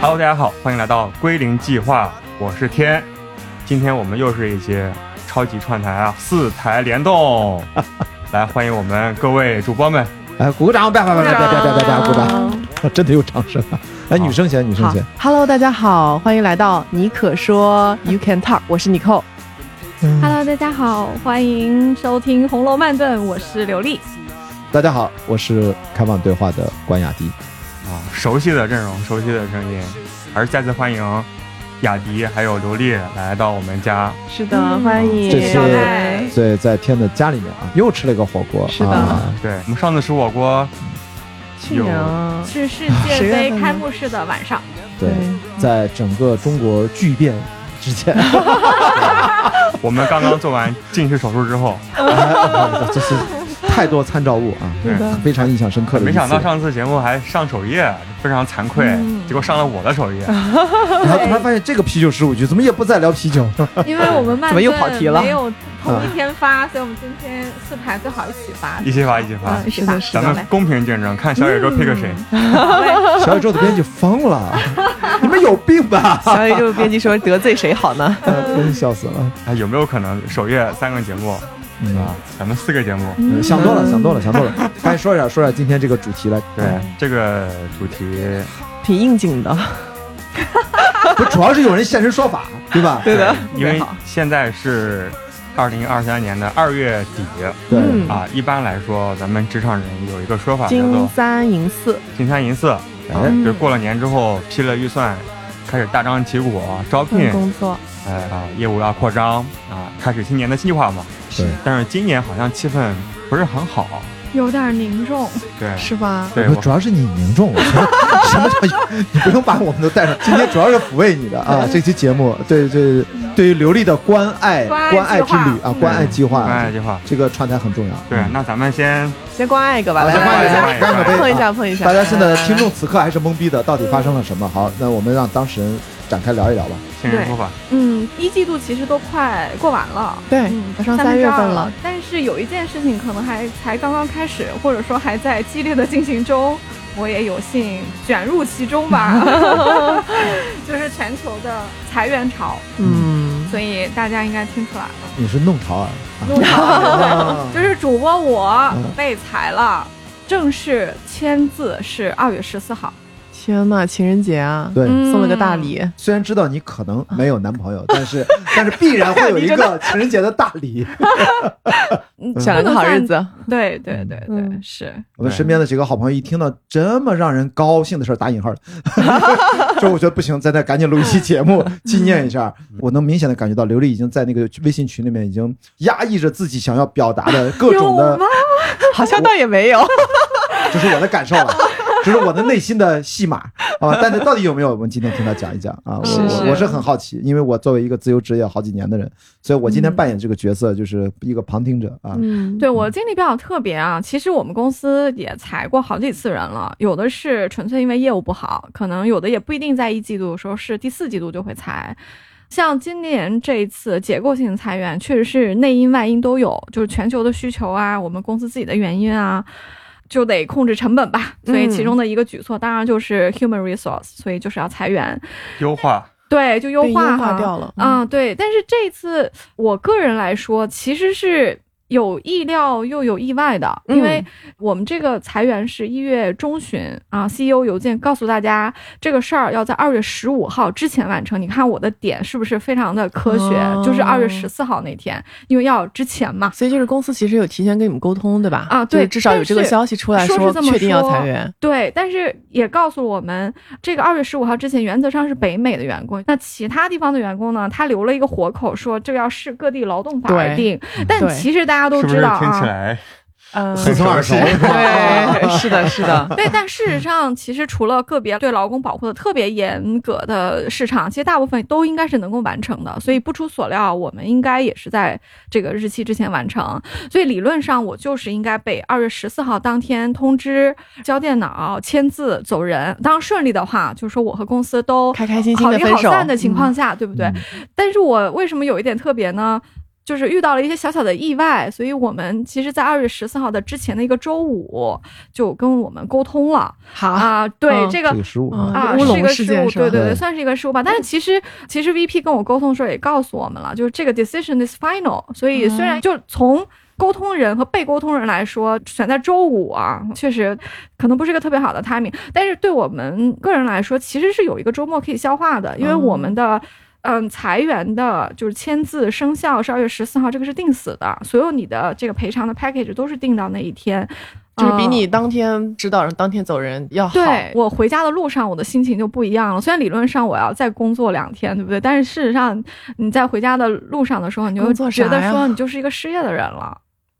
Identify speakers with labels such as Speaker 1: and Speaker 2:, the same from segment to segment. Speaker 1: Hello，大家好，欢迎来到归零计划，我是天。今天我们又是一节超级串台啊，四台联动，来欢迎我们各位主播们。
Speaker 2: 哎，鼓掌！别别别别别别别别鼓掌！
Speaker 3: 好
Speaker 2: 真的有掌声啊！哎，
Speaker 1: 好
Speaker 2: 女生先，女生先。
Speaker 3: ，Hello，大家好，欢迎来到你可说 You Can Talk，我是你扣。
Speaker 2: 嗯
Speaker 4: Hello，大家好，欢迎收听《红楼梦顿》，我是刘丽。
Speaker 2: 大家好，我是开放对话的关雅迪。
Speaker 1: 啊，熟悉的阵容，熟悉的声音，还是再次欢迎雅迪还有刘丽来到我们家。
Speaker 3: 是
Speaker 4: 嗯
Speaker 2: 这次
Speaker 4: 招待
Speaker 2: 所以在天的家里面啊，又吃了一个火锅。
Speaker 3: 是的
Speaker 2: 啊
Speaker 1: 对我们上次吃火锅，
Speaker 3: 去年啊，
Speaker 4: 是世
Speaker 3: 10
Speaker 4: 界
Speaker 3: 月份
Speaker 4: 杯
Speaker 3: 呢
Speaker 4: 开幕式的晚上，
Speaker 2: 对，在整个中国巨变之前，
Speaker 1: 我们刚刚做完近视手术之后，
Speaker 2: 哎这是太多参照物啊，
Speaker 1: 对，
Speaker 2: 非常印象深刻的一
Speaker 1: 没
Speaker 2: 次。
Speaker 1: 想到上次节目还上首页，非常惭愧，结果上了我的首页。
Speaker 2: 然后突然发现这个啤酒十五局，怎么也不再聊啤酒？
Speaker 4: 因为我 们曼
Speaker 3: 怎么又跑题了嗯
Speaker 4: 顿没有同一天发，所以我们今天四台最好一起发。
Speaker 1: 一起发，一起发。
Speaker 4: 嗯，
Speaker 3: 是的是
Speaker 1: 咱们公平竞争，看小野猪 pick 谁。
Speaker 4: 对
Speaker 2: 小宇宙的编辑疯了，你们有病吧？
Speaker 3: 小宇宙编辑说得罪谁好呢？
Speaker 2: 真笑死了。
Speaker 1: 哎，有没有可能首页三个节目
Speaker 2: 嗯
Speaker 1: 啊，咱们四个节目？
Speaker 2: 嗯想多了，想多了，想多了。 该说一下，说一下今天这个主题了。
Speaker 1: 对，这个主题
Speaker 3: 挺应景的，
Speaker 2: 不，主要是有人现身说法，对吧？
Speaker 3: 对的，
Speaker 1: 因为
Speaker 3: 特别好
Speaker 1: 现在是二零二三年的二月底
Speaker 2: 对，
Speaker 3: 嗯
Speaker 1: 啊，一般来说，咱们职场人有一个说法叫
Speaker 3: 金
Speaker 1: 做
Speaker 3: 三银四，
Speaker 1: “金三银四”，
Speaker 3: 嗯
Speaker 1: 啊，
Speaker 2: 哎
Speaker 1: 就是过了年之后批了预算，开始大张旗鼓啊招聘
Speaker 2: 嗯
Speaker 3: 份，工作，
Speaker 1: 哎啊，业务要扩张啊，开始新年的计划嘛。
Speaker 2: 对，
Speaker 1: 但是今年好像气氛不是很好，
Speaker 4: 有点凝重，
Speaker 1: 对，
Speaker 3: 是吧？
Speaker 1: 对
Speaker 2: 不
Speaker 1: 我
Speaker 2: 主要是你凝重，我觉 得什么叫你不用把我们都带上，今天主要是抚慰你的啊。这期节目，对对，对于刘丽的关爱
Speaker 4: 关爱
Speaker 2: 关爱之旅
Speaker 4: 计
Speaker 2: 啊，关爱计划，
Speaker 1: 关爱计划。
Speaker 2: 这个串台很重要。
Speaker 3: 嗯
Speaker 1: 对，那咱们先
Speaker 3: 先关爱一个吧，
Speaker 2: 好
Speaker 3: 来
Speaker 2: 先关爱一
Speaker 1: 下
Speaker 2: 下，干个杯。
Speaker 3: 碰一
Speaker 2: 啊
Speaker 3: 下，碰一下。
Speaker 2: 大家现在听众此刻还是懵逼的，到底发生了什么？好，那我们让当事人展开聊一聊吧。
Speaker 1: 先人说法，
Speaker 4: 嗯，一季度其实都快过完了。
Speaker 3: 对
Speaker 4: 嗯，
Speaker 3: 马哎上
Speaker 4: 三分
Speaker 3: 三
Speaker 4: 之
Speaker 3: 月
Speaker 4: 二
Speaker 3: 份
Speaker 4: 了
Speaker 3: 了，，
Speaker 4: 但是有一件事情可能还才刚刚开始，或者说还在激烈的进行中， 我也有幸卷入其中 吧， 就是全球的裁员潮，
Speaker 3: 嗯，
Speaker 4: 所以大家应该听出来了，
Speaker 2: 你是弄潮儿啊？
Speaker 4: 弄潮
Speaker 2: 啊
Speaker 4: 就是主播我
Speaker 2: 嗯
Speaker 4: 被裁了，正式签字是二月十四号，
Speaker 3: 天呐，情人节啊，
Speaker 2: 对，
Speaker 3: 送了个大礼，
Speaker 2: 虽然知道你可能没有男朋友，但是但是必然会有一个情人节的大礼。
Speaker 4: 嗯
Speaker 3: 选了个好
Speaker 4: 不
Speaker 3: 日，子，
Speaker 4: 能算对对对对，
Speaker 3: 嗯
Speaker 4: 是
Speaker 2: 我们身边的几个好朋友一听到这么让人高兴的事儿，打引号的，说我觉得不行，咱得赶紧录一期节目纪念一下。我能明显的感觉到刘丽已经在那个微信群里面已经压抑着自己想要表达的各种
Speaker 4: 有
Speaker 2: 的
Speaker 4: 吗，？
Speaker 3: 好像倒也没有，
Speaker 2: 这是我的感受了。这是我的内心的戏码啊，但是到底有没有，我们今天听他讲一讲啊。我
Speaker 3: 是
Speaker 2: 我
Speaker 3: 是
Speaker 2: 我是很好奇，因为我作为一个自由职业好几年的人，所以我今天扮演这个角色就是一个旁听者啊。
Speaker 3: 嗯，
Speaker 4: 对我经历比较特别啊，其实我们公司也裁过好几次人了，有的是纯粹因为业务不好，可能有的也不一定在一季度的时候是第四季度就会裁。像今年这一次结构性裁员，确实是内因外因都有，就是全球的需求啊，我们公司自己的原因啊，就得控制成本吧。所以其中的一个举措当然就是 human resource，所以就是要裁员，
Speaker 1: 优化
Speaker 4: 对，就优
Speaker 3: 被优
Speaker 4: 化哈
Speaker 3: 化掉了，嗯
Speaker 4: 啊、对，但是这一次我个人来说，其实是有意料又有意外的，
Speaker 3: 嗯
Speaker 4: 因为我们这个裁员是一月中旬啊，CEO 邮件告诉大家这个事儿要在二月十五号之前完成。你看我的点是不是非常的科学？就是二月
Speaker 3: 哦
Speaker 4: 十四号那天，因为要之前嘛。
Speaker 3: 所以就是公司其实有提前跟你们沟通，对吧？
Speaker 4: 啊
Speaker 3: 就
Speaker 4: 对
Speaker 3: 是至少有这个
Speaker 4: 但是
Speaker 3: 消息出来
Speaker 4: 说是这么
Speaker 3: 确定要
Speaker 4: 说
Speaker 3: 裁员。
Speaker 4: 对，但是也告诉我们，这个二月十五号之前，原则上是北美的员工，那其他地方的员工呢，他留了一个活口，说这个要视各地劳动法而
Speaker 3: 对
Speaker 4: 定。但
Speaker 3: 对
Speaker 4: 其实大家都
Speaker 1: 嗯是不
Speaker 4: 知
Speaker 1: 是
Speaker 4: 道啊，
Speaker 1: 听起来
Speaker 3: 嗯
Speaker 2: 很从耳熟。
Speaker 3: 对，是的，是 的，
Speaker 4: 对，但事实上，其实除了个别对劳工保护的特别严格的市场，其实大部分都应该是能够完成的。所以不出所料，我们应该也是在这个日期之前完成。所以理论上，我就是应该被二月十四号当天通知交电脑、签字走人。当然顺利的话，就是说我和公司都
Speaker 3: 开开心心
Speaker 4: 好
Speaker 3: 的
Speaker 4: 离
Speaker 3: 分
Speaker 4: 好
Speaker 3: 手嗯
Speaker 4: 散的情况下，对不对？
Speaker 2: 嗯
Speaker 4: 但是我为什么有一点特别呢？就是遇到了一些小小的意外，所以我们其实，在二月十四号的之前的一个周五就跟我们沟通了
Speaker 3: 好，
Speaker 4: 啊，对、
Speaker 3: 嗯
Speaker 4: 这个
Speaker 2: 这个失误
Speaker 3: 嗯
Speaker 2: 啊
Speaker 4: 啊，
Speaker 3: 乌
Speaker 4: 是
Speaker 3: 龙
Speaker 4: 一个
Speaker 3: 事件
Speaker 4: 失误，
Speaker 3: 是吧
Speaker 4: 对对
Speaker 2: 对
Speaker 4: 对，算是一个失误吧。但是其实其实 VP 跟我沟通的时候也告诉我们了，就是这个 decision is final。所以虽
Speaker 3: 嗯
Speaker 4: 然就从沟通人和被沟通人来说，选在周五啊，确实可能不是一个特别好的 timing。但是对我们个人来说，其实是有一个周末可以消化的，因为
Speaker 3: 嗯
Speaker 4: 我们的。嗯，裁员的就是签字生效是二月十四号，这个是定死的，所有你的这个赔偿的 package 都是定到那一天，
Speaker 3: 就是比
Speaker 4: 嗯
Speaker 3: 你当天知道，然后当天走人要好。
Speaker 4: 对我回家的路上，我的心情就不一样了。虽然理论上我要再工作两天，对不对？但是事实上，你在回家的路上的时候，你就
Speaker 3: 工作啥
Speaker 4: 觉
Speaker 3: 呀
Speaker 4: 得说你就是一个失业的人了，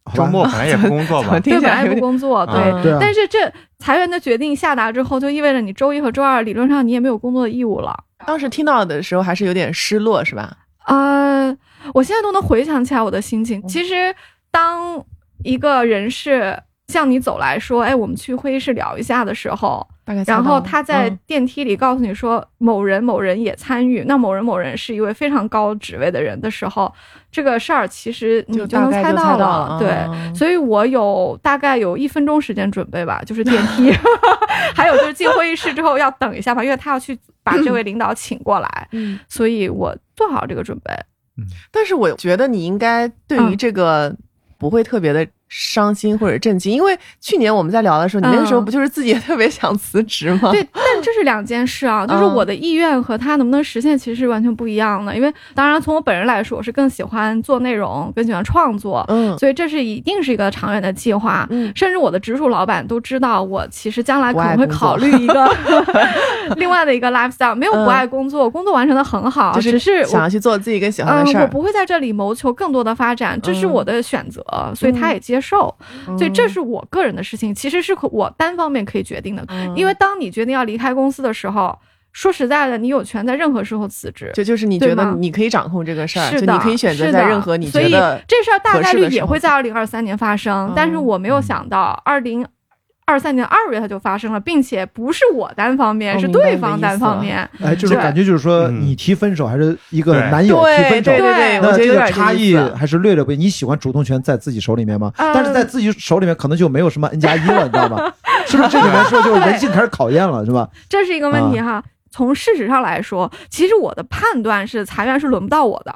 Speaker 2: 好吧
Speaker 1: 周末本来也不工作
Speaker 3: 怎么
Speaker 1: 吧？
Speaker 3: 听
Speaker 4: 对，
Speaker 3: 起
Speaker 4: 本来
Speaker 3: 来有
Speaker 4: 不
Speaker 3: 点
Speaker 4: 工作，对。
Speaker 3: 嗯
Speaker 2: 对啊，
Speaker 4: 但是这裁员的决定下达之后，就意味着你周一和周二理论上你也没有工作的义务了。
Speaker 3: 当时听到的时候还是有点失落，是吧？
Speaker 4: 呃，我现在都能回想起来我的心
Speaker 3: 嗯
Speaker 4: 情。其实，当一个人是向你走来说：“哎，我们去会议室聊一下”的时候，
Speaker 3: 大概猜到
Speaker 4: 然
Speaker 3: 了。
Speaker 4: 后他在
Speaker 3: 嗯
Speaker 4: 电梯里告诉你说某人某人也参与，那某人某人是一位非常高职位的人的时候，这个事儿其实你
Speaker 3: 就
Speaker 4: 能
Speaker 3: 大概
Speaker 4: 猜
Speaker 3: 就
Speaker 4: 到
Speaker 3: 猜到了
Speaker 4: 对，
Speaker 3: 嗯
Speaker 4: 所以我有大概有一分钟时间准备吧，就是电 梯，还有就是进会议室之后要等一下嘛，因为他要去把这位领导请过来，
Speaker 3: 嗯，
Speaker 4: 所以我做好这个准备。
Speaker 3: 但是我觉得你应该对于
Speaker 4: 嗯
Speaker 3: 这个不会特别的伤心或者震惊，因为去年我们在聊的时候，你那个时候
Speaker 4: 嗯
Speaker 3: 不就是自己也特别想辞职吗？
Speaker 4: 对，但这是两件事啊，就是
Speaker 3: 嗯
Speaker 4: 我的意愿和他能不能实现其实是完全不一样的。因为当然从我本人来说，我是更喜欢做内容，更喜欢创作，
Speaker 3: 嗯
Speaker 4: 所以这是一定是一个长远的计划。
Speaker 3: 嗯
Speaker 4: 甚至我的直属老板都知道，我其实将来
Speaker 3: 不
Speaker 4: 可
Speaker 3: 爱
Speaker 4: 能会
Speaker 3: 工
Speaker 4: 考
Speaker 3: 作
Speaker 4: 虑一个 另外的一个 lifestyle，没有不
Speaker 3: 嗯
Speaker 4: 爱工作，工作完成的很好，
Speaker 3: 就
Speaker 4: 只是
Speaker 3: 想
Speaker 4: 我
Speaker 3: 要去做自己更喜
Speaker 4: 嗯
Speaker 3: 欢的事，
Speaker 4: 我
Speaker 3: 儿，
Speaker 4: 不会在这里谋求更多的发展，这是
Speaker 3: 嗯
Speaker 4: 我的选择，所以他也接受，所以这是我个人的事情，其实是可我单方面可以决定的，
Speaker 3: 嗯
Speaker 4: 因为当你决定要离开公司的时候，说实在的，你有权在任何时候辞职，
Speaker 3: 这就是你
Speaker 4: 对
Speaker 3: 觉得
Speaker 4: 吗
Speaker 3: 你可以掌控这个事儿，就是你
Speaker 4: 的，
Speaker 3: 可以选择
Speaker 4: 是
Speaker 3: 在
Speaker 4: 的
Speaker 3: 任何你
Speaker 4: 所
Speaker 3: 觉
Speaker 4: 以
Speaker 3: 得
Speaker 4: 这事儿大概率也会在
Speaker 3: 合
Speaker 4: 二零二三年发生
Speaker 3: 嗯，
Speaker 4: 但是我没有想到二零二三年二月它就发生了，并且不是我单方面，
Speaker 3: 我
Speaker 4: 是
Speaker 3: 哦明白
Speaker 4: 对
Speaker 3: 你的
Speaker 4: 方
Speaker 3: 意
Speaker 4: 单
Speaker 3: 思
Speaker 4: 方
Speaker 3: 了
Speaker 4: 面。
Speaker 2: 哎，这种
Speaker 4: 对
Speaker 2: 感觉就是说，
Speaker 1: 嗯
Speaker 2: 你提分手还是一个
Speaker 1: 对
Speaker 2: 男友提
Speaker 3: 对对
Speaker 2: 分手，
Speaker 3: 对对，
Speaker 4: 对
Speaker 3: 我
Speaker 2: 那
Speaker 3: 觉得
Speaker 2: 这
Speaker 3: 有
Speaker 2: 个
Speaker 3: 点
Speaker 2: 差
Speaker 3: 这
Speaker 2: 异
Speaker 3: 意思
Speaker 2: 还是略略不一样。你喜欢主动权在自己手里面吗？
Speaker 4: 嗯
Speaker 2: 但是在自己手里面可能就没有什么 N 加一了，你知道吗？ 是不是这里面说就是人性开始考验了，是吧？
Speaker 4: 这是一个问题
Speaker 3: 啊
Speaker 4: 哈。从事实上来说，其实我的判断是裁员是轮不到我的，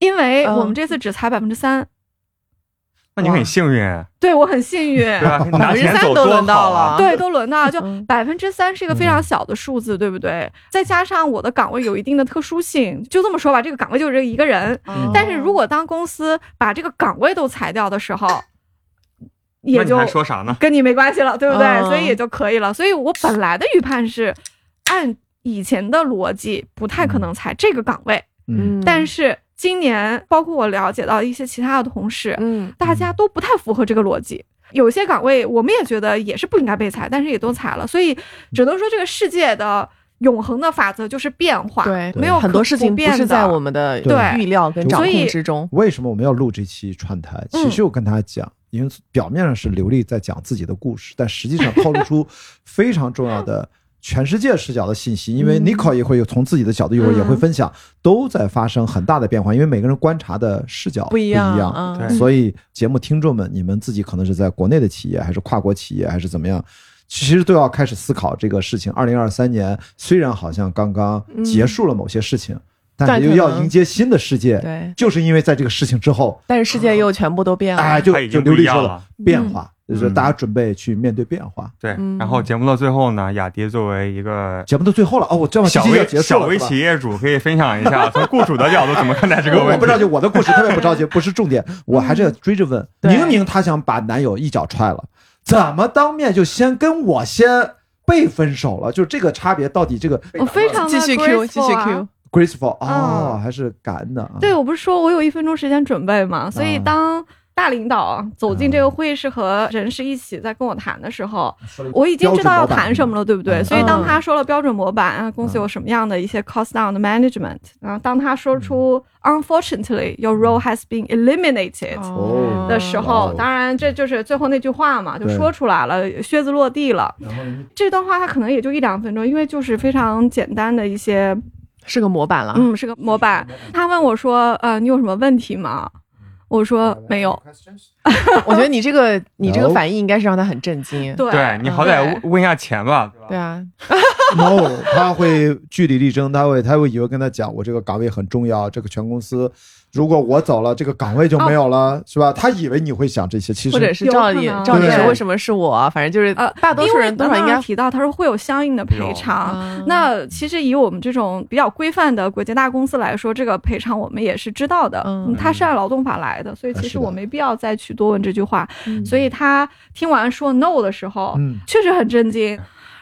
Speaker 4: 因为
Speaker 3: 嗯
Speaker 4: 我们这次只裁百分之三，
Speaker 1: 那你很幸运，啊
Speaker 4: 对我很幸运。
Speaker 1: 对 吧？拿钱
Speaker 3: 三
Speaker 1: 走
Speaker 3: 都
Speaker 1: 多
Speaker 3: 轮到
Speaker 1: 好啊！
Speaker 3: 了，
Speaker 4: 对，都轮 到就
Speaker 3: 嗯
Speaker 4: 百分之三是一个非常小的数字，对不对？再加上我的岗位有一定的特殊性，就这么说吧，这个岗位就这一个人。
Speaker 3: 嗯
Speaker 4: 但是如果当公司把这个岗位都裁掉的时候，
Speaker 1: 那
Speaker 4: 也
Speaker 1: 你
Speaker 4: 就
Speaker 1: 还说啥呢？
Speaker 4: 跟你没关系了，对不对？
Speaker 3: 嗯
Speaker 4: 所以也就可以了。所以我本来的预判是按以前的逻辑，不太可能裁这个岗位，
Speaker 2: 嗯，
Speaker 4: 但是今年包括我了解到一些其他的同事，
Speaker 3: 嗯
Speaker 4: 大家都不太符合这个逻辑。有些岗位我们也觉得也是不应该被裁，但是也都裁了，所以只能说这个世界的永恒的法则就是变化，
Speaker 3: 对
Speaker 4: 嗯没有
Speaker 3: 很多事情不
Speaker 4: 变
Speaker 3: 是在我们的
Speaker 4: 对
Speaker 3: 预料跟掌控之中，
Speaker 2: 为什么我们要录这期串台？
Speaker 3: 嗯
Speaker 2: 其实我跟他讲，因为表面上是刘丽在讲自己的故事，但实际上透露出非常重要的全世界视角的信息。因为
Speaker 3: 嗯
Speaker 2: n i c o 也会有从自己的角度，一会儿也会分享，都在发生很大的变化，因为每个人观察的视角
Speaker 3: 不
Speaker 2: 一
Speaker 3: 一样嗯
Speaker 1: 对
Speaker 2: 所以节目听众们，你们自己可能是在国内的企业，还是跨国企业，还是怎么样？其实都要开始思考这个事情。二零二三年虽然好像刚刚结束了某些事情，但
Speaker 3: 嗯但
Speaker 2: 是又
Speaker 3: 可
Speaker 2: 要
Speaker 3: 能
Speaker 2: 迎接新的世界。
Speaker 3: 对，
Speaker 2: 就是因为在这个事情之后，
Speaker 3: 但是世界又全部都变
Speaker 2: 哎，
Speaker 3: 了，
Speaker 2: 就
Speaker 1: 啊它已
Speaker 2: 就
Speaker 1: 经
Speaker 2: 刘
Speaker 1: 不一
Speaker 2: 丽说
Speaker 1: 样
Speaker 2: 了
Speaker 1: 了，
Speaker 2: 变化，就是
Speaker 1: 嗯
Speaker 2: 大家准备去面对变化。
Speaker 1: 对
Speaker 3: 嗯，
Speaker 1: 然后节目的最后呢，雅迪作为一个
Speaker 2: 节目到最后了，哦，我这样
Speaker 1: 小
Speaker 2: 要
Speaker 1: 微
Speaker 2: 结束
Speaker 1: 小
Speaker 2: 了，
Speaker 1: 微
Speaker 2: 是吧
Speaker 1: 企业主，可以分享一下从雇主的角度怎么看待这个
Speaker 2: 我
Speaker 1: 问
Speaker 2: 我
Speaker 1: 题？
Speaker 2: 不知道，就我的故事特别不着急，不是 重点，我还是要追着问。
Speaker 1: 嗯
Speaker 3: 对
Speaker 2: 明明她想把男友一脚踹了，怎么当面就先跟我先被分手了？就是这个差别到底这个
Speaker 4: 我非常啊
Speaker 3: 继续 Q，继续
Speaker 4: Q。
Speaker 3: Q，
Speaker 2: graceful 哦，还是感恩的啊？
Speaker 4: 对，我不是说我有一分钟时间准备嘛，所以
Speaker 2: 啊
Speaker 4: 当大领导走进这个会议室和人事一起在跟我谈的时候，我已经知道要谈什么了，对不对？
Speaker 2: 嗯
Speaker 4: 所以当他说了标准模板，啊，公司有什么样的一些 cost down 的 management，然后当他说出 unfortunately your role has been eliminated。
Speaker 2: 嗯哦
Speaker 4: 嗯的时
Speaker 2: 哇哦
Speaker 4: 候，当然这就是最后那句话嘛，就
Speaker 2: 对
Speaker 4: 说出来了，靴子落地了。这段话他可能也就一两分钟，因为就是非常简单的一些
Speaker 3: 是个模板了。
Speaker 4: 嗯，是个模板。他问我说：“呃，你有什么问题吗？”我说：“呃
Speaker 3: 嗯
Speaker 4: 没有。
Speaker 3: 我觉得你这个你这个
Speaker 2: No
Speaker 3: 反应应该是让他很震惊。
Speaker 4: 对”
Speaker 1: 对你好歹
Speaker 4: 嗯对
Speaker 1: 问问一下钱吧，
Speaker 2: 嗯
Speaker 1: 对吧？
Speaker 3: 对啊，
Speaker 2: no，他会据理力争，他会他会以为跟他讲，我这个岗位很重要，这个全公司，如果我走了，这个岗位就没有了，是吧？他以为你会想这些，其
Speaker 3: 哦或者
Speaker 2: 实
Speaker 3: 是
Speaker 4: 有
Speaker 3: 赵
Speaker 4: 可
Speaker 3: 丽，
Speaker 4: 能
Speaker 3: 赵丽说
Speaker 2: 对
Speaker 3: 为什么是我？啊反正就是
Speaker 4: 呃，
Speaker 3: 大多数人多
Speaker 4: 因
Speaker 3: 少
Speaker 4: 为
Speaker 3: 应
Speaker 4: 刚刚
Speaker 3: 该
Speaker 4: 提到，他说会有相应的赔
Speaker 1: 有
Speaker 4: 偿。
Speaker 3: 啊
Speaker 4: 那其实以我们这种比较规范的国际大公司来说，这个赔偿我们也是知道的，
Speaker 3: 嗯
Speaker 4: 嗯它是按劳动法来的，所以其
Speaker 2: 是
Speaker 4: 实
Speaker 2: 的
Speaker 4: 我没必要再去多问这句话。
Speaker 3: 嗯
Speaker 4: 所以他听完说 no 的时候，
Speaker 2: 嗯，
Speaker 4: 确实很震惊。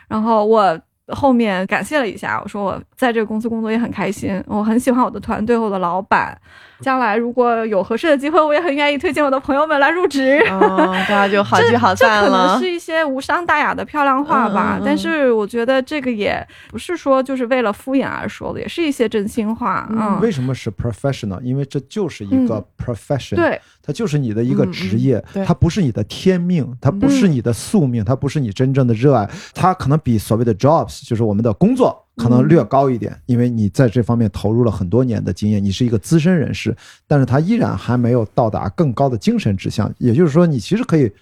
Speaker 4: 然后我后面感谢了一下，我说我在这个公司工作也很开心，我很喜欢我的团队，我的老板。将来如果有合适的机会，我也很愿意推荐我的朋友们来入职。
Speaker 3: 嗯，大家就好
Speaker 4: 这
Speaker 3: 聚好散
Speaker 4: 这可能
Speaker 3: 了。
Speaker 4: 是一些无伤大雅的漂亮话吧，
Speaker 3: 嗯嗯嗯
Speaker 4: 但是我觉得这个也不是说就是为了敷衍而说的，也是一些真心话。
Speaker 3: 嗯
Speaker 4: 嗯，
Speaker 2: 为什么是 professional？因为这就是一个 profession，、，
Speaker 4: 对，
Speaker 2: 它就是你的一个职业，
Speaker 3: 嗯对嗯
Speaker 2: 它不是你的天命，它不是你的宿命，它不是你真正的热爱，它可能比所谓的 jobs，就是我们的工作，
Speaker 3: 嗯
Speaker 2: 可能略高一点，因为你在这方面投入了很多年的经验，你是一个资深人士，但是它依然还没有到达更高的精神指向，也就是说，你其实可以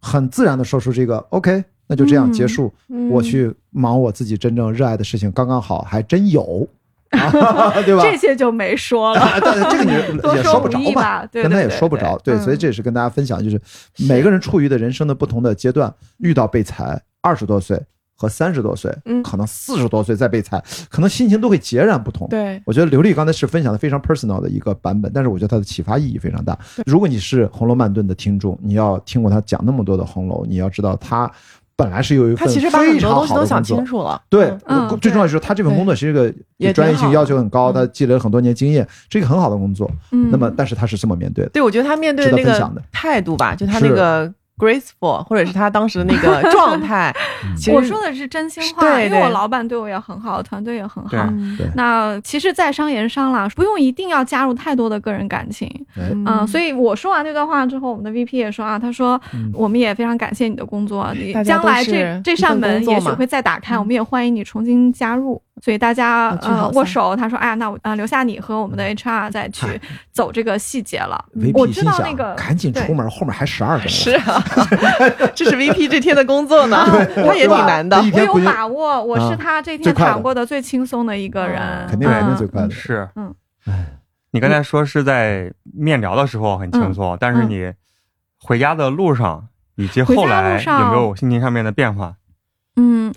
Speaker 2: 很自然的说出这个 OK，那就这样结束，
Speaker 3: 嗯
Speaker 2: 我去忙我自己真正热爱的事情，刚刚好，还真有。啊 对吧？
Speaker 4: 这些就没说 了。
Speaker 2: 啊，但这个
Speaker 4: 多
Speaker 2: 你也
Speaker 4: 说
Speaker 2: 说不
Speaker 4: 无
Speaker 2: 着
Speaker 4: 益
Speaker 2: 吧
Speaker 4: 吧，对
Speaker 2: 跟他
Speaker 4: 对
Speaker 2: 也
Speaker 4: 对
Speaker 2: 说不着，对，所以
Speaker 4: 嗯
Speaker 2: 这也是跟大家分享，就是每个人处于的人生的不同的阶段，遇到被裁，二十多岁和三十多岁，
Speaker 3: 嗯
Speaker 2: 可能四十多岁再被裁，可能心情都会截然不同。
Speaker 3: 对，
Speaker 2: 我觉得刘丽刚才是分享的非常 personal 的一个版本，但是我觉得它的启发意义非常大。如果你是红楼曼顿的听众，你要听过他讲那么多的红楼，你要知道他本来是有一
Speaker 3: 他
Speaker 2: 份
Speaker 3: 其实把很
Speaker 2: 非
Speaker 3: 多
Speaker 2: 常
Speaker 3: 东西
Speaker 2: 好
Speaker 3: 都
Speaker 2: 的工
Speaker 3: 想
Speaker 2: 作
Speaker 3: 清，楚了。
Speaker 2: 对
Speaker 3: 嗯，
Speaker 4: 嗯
Speaker 2: 我最重要的是他这份工作是一个
Speaker 3: 也
Speaker 2: 对专业
Speaker 3: 挺
Speaker 2: 性
Speaker 3: 好
Speaker 2: 要求很高，
Speaker 3: 嗯
Speaker 2: 他积累了很多年经验，这个很好的工作。
Speaker 4: 嗯，
Speaker 2: 那么，但是他是这么面对的，
Speaker 3: 对，我觉得他面对
Speaker 2: 值得
Speaker 3: 那
Speaker 2: 分
Speaker 3: 个
Speaker 2: 享的
Speaker 3: 态度吧，就他
Speaker 2: 是
Speaker 3: 那个 graceful，或者是他当时的那 个状态，
Speaker 2: 嗯
Speaker 3: 其实
Speaker 4: 我说的是真心话，
Speaker 3: 对
Speaker 4: 因为我
Speaker 3: 对
Speaker 4: 老板对我也很好，团队也很
Speaker 1: 对
Speaker 4: 好。
Speaker 3: 嗯
Speaker 2: 对
Speaker 4: 那其实，在商言商啦，不用一定要加入太多的个人感情。
Speaker 2: 哎，
Speaker 3: 嗯
Speaker 4: 啊、所以我说完这段话之后，我们的 VP 也说啊，他说、
Speaker 2: 嗯
Speaker 4: 我们也非常感谢你的工作，你
Speaker 3: 大家
Speaker 4: 将
Speaker 3: 都
Speaker 4: 来
Speaker 3: 是
Speaker 4: 这这
Speaker 3: 一份
Speaker 4: 扇门
Speaker 3: 工作
Speaker 4: 也许
Speaker 3: 嘛
Speaker 4: 会再打开，
Speaker 3: 嗯
Speaker 4: 我们也欢迎你重新加入。所以大家
Speaker 3: 啊聚
Speaker 4: 呃
Speaker 3: 好散
Speaker 4: 握手，他说哎呀，那我啊、留下你和我们的 HR 再去
Speaker 2: 嗨
Speaker 4: 走这个细节了。嗯我
Speaker 2: VP
Speaker 4: 知
Speaker 2: 心
Speaker 4: 道那个
Speaker 2: 想，赶紧
Speaker 4: 对
Speaker 2: 出门，后面还十二个
Speaker 3: 是
Speaker 2: 呢。
Speaker 3: 啊，这是 VP 这天的工作呢， 他也挺难的
Speaker 2: 对吧。一
Speaker 4: 我
Speaker 2: 天
Speaker 4: 有
Speaker 2: 估计
Speaker 4: 把握，我是
Speaker 2: 啊
Speaker 4: 他这
Speaker 2: 最
Speaker 4: 天
Speaker 2: 快的啊
Speaker 4: 谈过的最轻松的一个人，
Speaker 2: 肯定肯定
Speaker 4: 嗯
Speaker 2: 最快的。
Speaker 1: 是，
Speaker 4: 嗯，
Speaker 1: 你刚才说是在面聊的时候很
Speaker 4: 嗯
Speaker 1: 轻松，但是你回家的路上以及后来
Speaker 4: 回家路上
Speaker 1: 有没有心情上面的变化？
Speaker 4: 嗯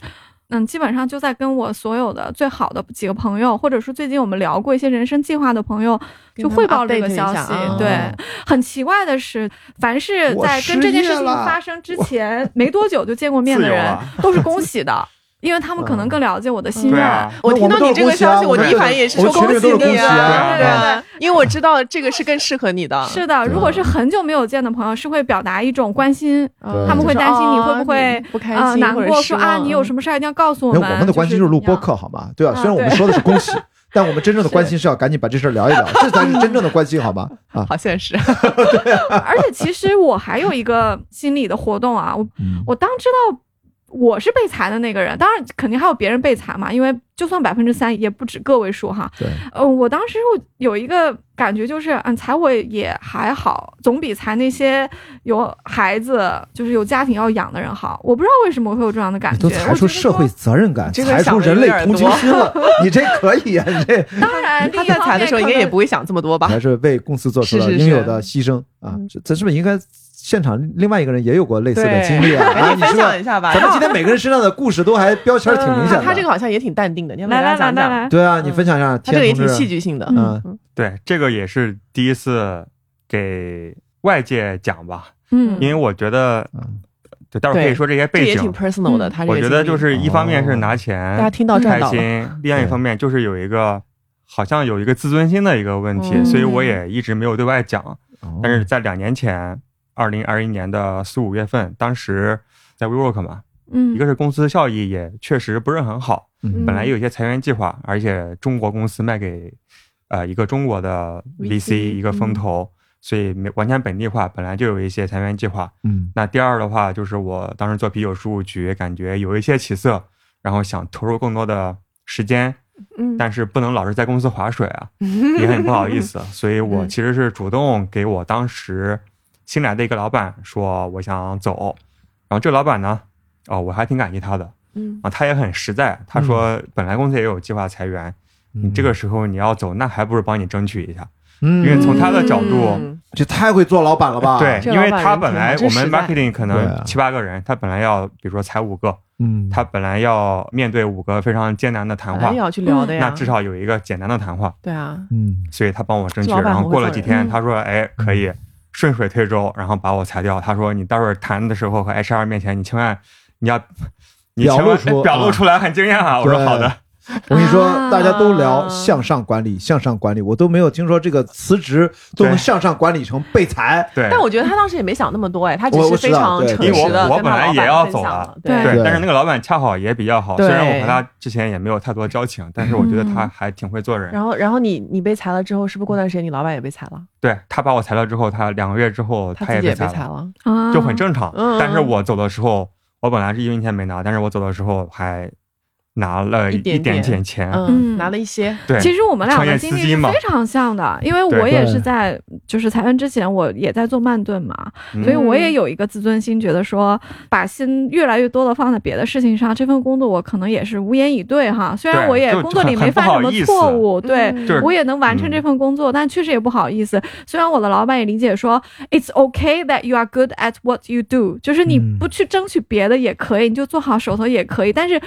Speaker 4: 嗯，基本上就在跟我所有的最好的几个朋友，或者说最近我们聊过一些人生计划的朋友，就
Speaker 3: 跟他们
Speaker 4: 汇报这
Speaker 3: update
Speaker 4: 个
Speaker 3: 一
Speaker 4: 消
Speaker 3: 下
Speaker 4: 息
Speaker 3: 啊。
Speaker 4: 对，很奇怪的是，凡是
Speaker 2: 我
Speaker 4: 在
Speaker 2: 失
Speaker 4: 跟这件
Speaker 2: 业
Speaker 4: 事情
Speaker 2: 了
Speaker 4: 发生之前没多久就见过面
Speaker 1: 自
Speaker 4: 的
Speaker 1: 由
Speaker 4: 人
Speaker 1: 了，
Speaker 4: 都是恭喜的，因为他们可
Speaker 2: 嗯
Speaker 4: 能更了解
Speaker 3: 嗯
Speaker 4: 我的心
Speaker 1: 对
Speaker 4: 愿。
Speaker 1: 啊，
Speaker 3: 我听到你这个消息，
Speaker 2: 那我们
Speaker 3: 我
Speaker 2: 都
Speaker 3: 第
Speaker 2: 是
Speaker 3: 一反应也是说
Speaker 2: 我们
Speaker 3: 恭
Speaker 2: 群里
Speaker 3: 喜
Speaker 2: 都是
Speaker 3: 你
Speaker 2: 恭喜
Speaker 3: 啊，
Speaker 2: 啊
Speaker 3: 对啊，因为我知道这个是更适合你的。
Speaker 4: 是的，
Speaker 2: 啊
Speaker 4: 如果是很久没有见的朋友，是会表达一种关心，
Speaker 3: 嗯，
Speaker 2: 他们
Speaker 4: 会担心你会
Speaker 3: 就是
Speaker 4: 不会
Speaker 3: 哦你不开
Speaker 4: 啊、
Speaker 3: 心，
Speaker 4: 难
Speaker 3: 或者
Speaker 4: 过，
Speaker 3: 失
Speaker 4: 说啊，
Speaker 3: 望嗯
Speaker 4: 你有什么事儿一定要告诉我
Speaker 2: 没有，
Speaker 4: 们。
Speaker 2: 我们的关心就是录播
Speaker 4: 怎么样
Speaker 2: 客好吗？对吧？
Speaker 4: 啊
Speaker 2: 虽然我们
Speaker 4: 对
Speaker 2: 说的是恭 喜，但我们真正的关心是要赶紧把这事儿聊一聊，这才是真正的关心好吗？啊，
Speaker 3: 好现实。
Speaker 4: 而且其实我还有一个心理的活动啊，我
Speaker 2: 嗯
Speaker 4: 我当知道我是被裁的那个人，当然肯定还有别人被裁嘛，因为就算百分之三也不止个位数哈。
Speaker 2: 对，
Speaker 4: 呃，我当时我有一个感觉就是，嗯，裁我也还好，总比裁那些有孩子就是有家庭要养的人好。我不知道为什么会有这样的感
Speaker 2: 你
Speaker 4: 觉，
Speaker 2: 都才
Speaker 4: 我觉
Speaker 2: 出
Speaker 4: 得
Speaker 2: 社
Speaker 4: 说
Speaker 2: 会责任感，
Speaker 3: 这个
Speaker 2: 才出
Speaker 3: 想得有
Speaker 2: 人类
Speaker 3: 点
Speaker 2: 同情
Speaker 3: 多
Speaker 2: 心了，你这可以啊，你这
Speaker 4: 当然，
Speaker 3: 他
Speaker 4: 另
Speaker 3: 在
Speaker 4: 一方
Speaker 3: 裁的
Speaker 4: 面
Speaker 3: 时候应
Speaker 4: 可
Speaker 3: 该也
Speaker 4: 能
Speaker 3: 不会想这么多吧？
Speaker 2: 还是为公司做出了
Speaker 3: 是是是
Speaker 2: 应有的牺牲啊
Speaker 3: 嗯！
Speaker 2: 这咱是不是应该现场另外一个人也有过类似的
Speaker 3: 对
Speaker 2: 经历 啊？啊
Speaker 3: 赶
Speaker 2: 你
Speaker 3: 紧分
Speaker 2: 是吧
Speaker 3: 享一下吧。
Speaker 2: 咱们今天每个人身上的故事都还标签儿挺明显
Speaker 3: 他
Speaker 2: 的。
Speaker 3: 他这个好像也挺淡定的，你要不
Speaker 4: 来
Speaker 3: 要
Speaker 4: 来
Speaker 3: 跟大
Speaker 4: 来
Speaker 3: 家讲
Speaker 4: 来
Speaker 3: 讲。
Speaker 4: 来，
Speaker 2: 对啊，你分享一下，
Speaker 3: 他这个也
Speaker 2: 天同
Speaker 3: 挺
Speaker 2: 志
Speaker 3: 戏剧性的，
Speaker 2: 嗯
Speaker 3: 嗯，
Speaker 1: 对，这个也是第一次给外界讲吧，
Speaker 4: 嗯
Speaker 1: 因为我觉得
Speaker 2: 嗯，
Speaker 1: 对，待会儿可以
Speaker 3: 对
Speaker 1: 说这些
Speaker 3: 这
Speaker 1: 背
Speaker 3: 也挺
Speaker 1: 景。
Speaker 3: personal
Speaker 4: 嗯
Speaker 3: 的。他这个
Speaker 1: 我觉得就是
Speaker 2: 经历
Speaker 1: 一方面是拿
Speaker 3: 哦大家
Speaker 1: 钱
Speaker 3: 听到赚
Speaker 1: 开
Speaker 3: 到了，
Speaker 1: 心，另外一方面就是有一个好像有一个自尊心的一个问题，
Speaker 3: 嗯
Speaker 1: 所以我也一直没有对外讲。
Speaker 2: 哦
Speaker 1: 但是在两年前，二零二一年的四五月份，当时在 WeWork 嘛，
Speaker 4: 嗯，
Speaker 1: 一个是公司效益也确实不是很好，
Speaker 2: 嗯
Speaker 1: 本来有一些裁员计划，而且中国公司卖给呃一个中国的
Speaker 3: VC
Speaker 1: VC 一个风投，所以没完全本地化，本来就有一些裁员计划。
Speaker 2: 嗯
Speaker 1: 那第二的话，就是我当时做啤酒事务局，感觉有一些起色，然后想投入更多的时间
Speaker 3: 嗯，
Speaker 1: 但是不能老是在公司划水啊，也很不好意 思。所以
Speaker 3: 嗯
Speaker 1: 我其实是主动给我当时新来的一个老板说我想走，然后这老板呢，哦，我还挺感激他的
Speaker 3: 嗯
Speaker 1: 啊，他也很实在，他说本来公司也有计划裁员，
Speaker 3: 嗯
Speaker 1: 你这个时候你要走，那还不如帮你争取一下，因
Speaker 2: 嗯，因
Speaker 1: 为
Speaker 2: 为
Speaker 1: 从他的角度。
Speaker 3: 嗯
Speaker 2: 这太会做老板了吧？
Speaker 1: 对，
Speaker 3: 啊这
Speaker 1: 因为
Speaker 3: 老板
Speaker 1: 他
Speaker 3: 人
Speaker 1: 本
Speaker 3: 挺
Speaker 1: 来
Speaker 3: 好
Speaker 1: 我
Speaker 3: 真
Speaker 1: 们
Speaker 3: 实在
Speaker 1: marketing 可
Speaker 2: 对啊
Speaker 1: 能七八个人，他本来要比如说裁五个，
Speaker 2: 嗯，
Speaker 1: 他本来要面对五个非常艰难的谈
Speaker 3: 本
Speaker 1: 话
Speaker 3: 来也，要去聊的呀，
Speaker 1: 那至少有一个简单的谈话，
Speaker 3: 对啊，
Speaker 2: 嗯，
Speaker 1: 所以他帮我争取。
Speaker 3: 老板
Speaker 1: 然
Speaker 3: 很
Speaker 1: 后
Speaker 3: 会
Speaker 1: 过了
Speaker 3: 做
Speaker 1: 几
Speaker 3: 人
Speaker 1: 天，
Speaker 4: 嗯
Speaker 1: 他说：“哎，可以顺水推舟，然后把我裁掉。”他说：“你待会儿谈的时候和 HR 面前，你千万你 要你
Speaker 2: 表
Speaker 1: 千万哎
Speaker 2: 露出
Speaker 1: 表
Speaker 2: 啊
Speaker 1: 露出来，很惊讶啊！”我说：“
Speaker 2: 对
Speaker 1: 好的。
Speaker 2: 我跟你说，
Speaker 4: 啊
Speaker 2: 大家都聊向上管理，向上管理，我都没有听说这个辞职都能
Speaker 1: 对
Speaker 2: 向上管理成被裁”。
Speaker 1: 对，
Speaker 3: 但我觉得他当时也没想那么多哎，他只
Speaker 2: 我
Speaker 3: 是
Speaker 2: 我知
Speaker 3: 非
Speaker 2: 道
Speaker 3: 常
Speaker 2: 对
Speaker 3: 诚
Speaker 2: 因为我
Speaker 3: 实的
Speaker 1: 我
Speaker 3: 跟
Speaker 1: 本
Speaker 3: 他
Speaker 1: 来
Speaker 3: 老
Speaker 1: 也
Speaker 3: 板
Speaker 1: 要
Speaker 3: 分
Speaker 1: 走
Speaker 3: 享
Speaker 1: 了
Speaker 3: 了，
Speaker 4: 对
Speaker 1: 但是那个老板恰好也比较好，虽然我
Speaker 3: 对嗯
Speaker 1: 和他之前也没有太多交情，但是我觉得他还挺会做人。
Speaker 3: 然后，然后你你被裁了之后，是不是过段时间你老板也被裁了？
Speaker 1: 对他把我裁掉之后，他两个月之后他
Speaker 3: 他自
Speaker 1: 也
Speaker 3: 己也被
Speaker 1: 裁
Speaker 3: 裁了。
Speaker 4: 啊
Speaker 1: 就很正常。
Speaker 3: 嗯
Speaker 1: 但是我走的时候，我本来是一分钱没拿，但是我走的时候还拿了
Speaker 3: 一
Speaker 1: 一
Speaker 3: 点
Speaker 1: 点
Speaker 3: 点
Speaker 1: 点钱。
Speaker 3: 嗯，
Speaker 4: 嗯
Speaker 3: 拿了一些。
Speaker 1: 对，
Speaker 4: 其实我们俩的经历
Speaker 1: 创业
Speaker 4: 是
Speaker 1: 资金嘛
Speaker 4: 非常像的，因为我
Speaker 1: 对
Speaker 4: 也是在就是裁员之前，我也在做慢炖嘛，
Speaker 1: 嗯
Speaker 4: 所以我也有一个自尊心，觉得说把心越来越多的放在别的事情上，这份工作我可能也是无言以对哈。虽然
Speaker 1: 对
Speaker 4: 我也
Speaker 1: 就
Speaker 4: 工作里没犯什么错误，对。
Speaker 3: 嗯
Speaker 1: 就是
Speaker 4: 我也能完成这份工作，但确实也不好意思。虽然我的老板也理解说，It's okay that you are good at what you do，就是你
Speaker 2: 嗯
Speaker 4: 不去争取别的也可以，你就做好手头也可以。但是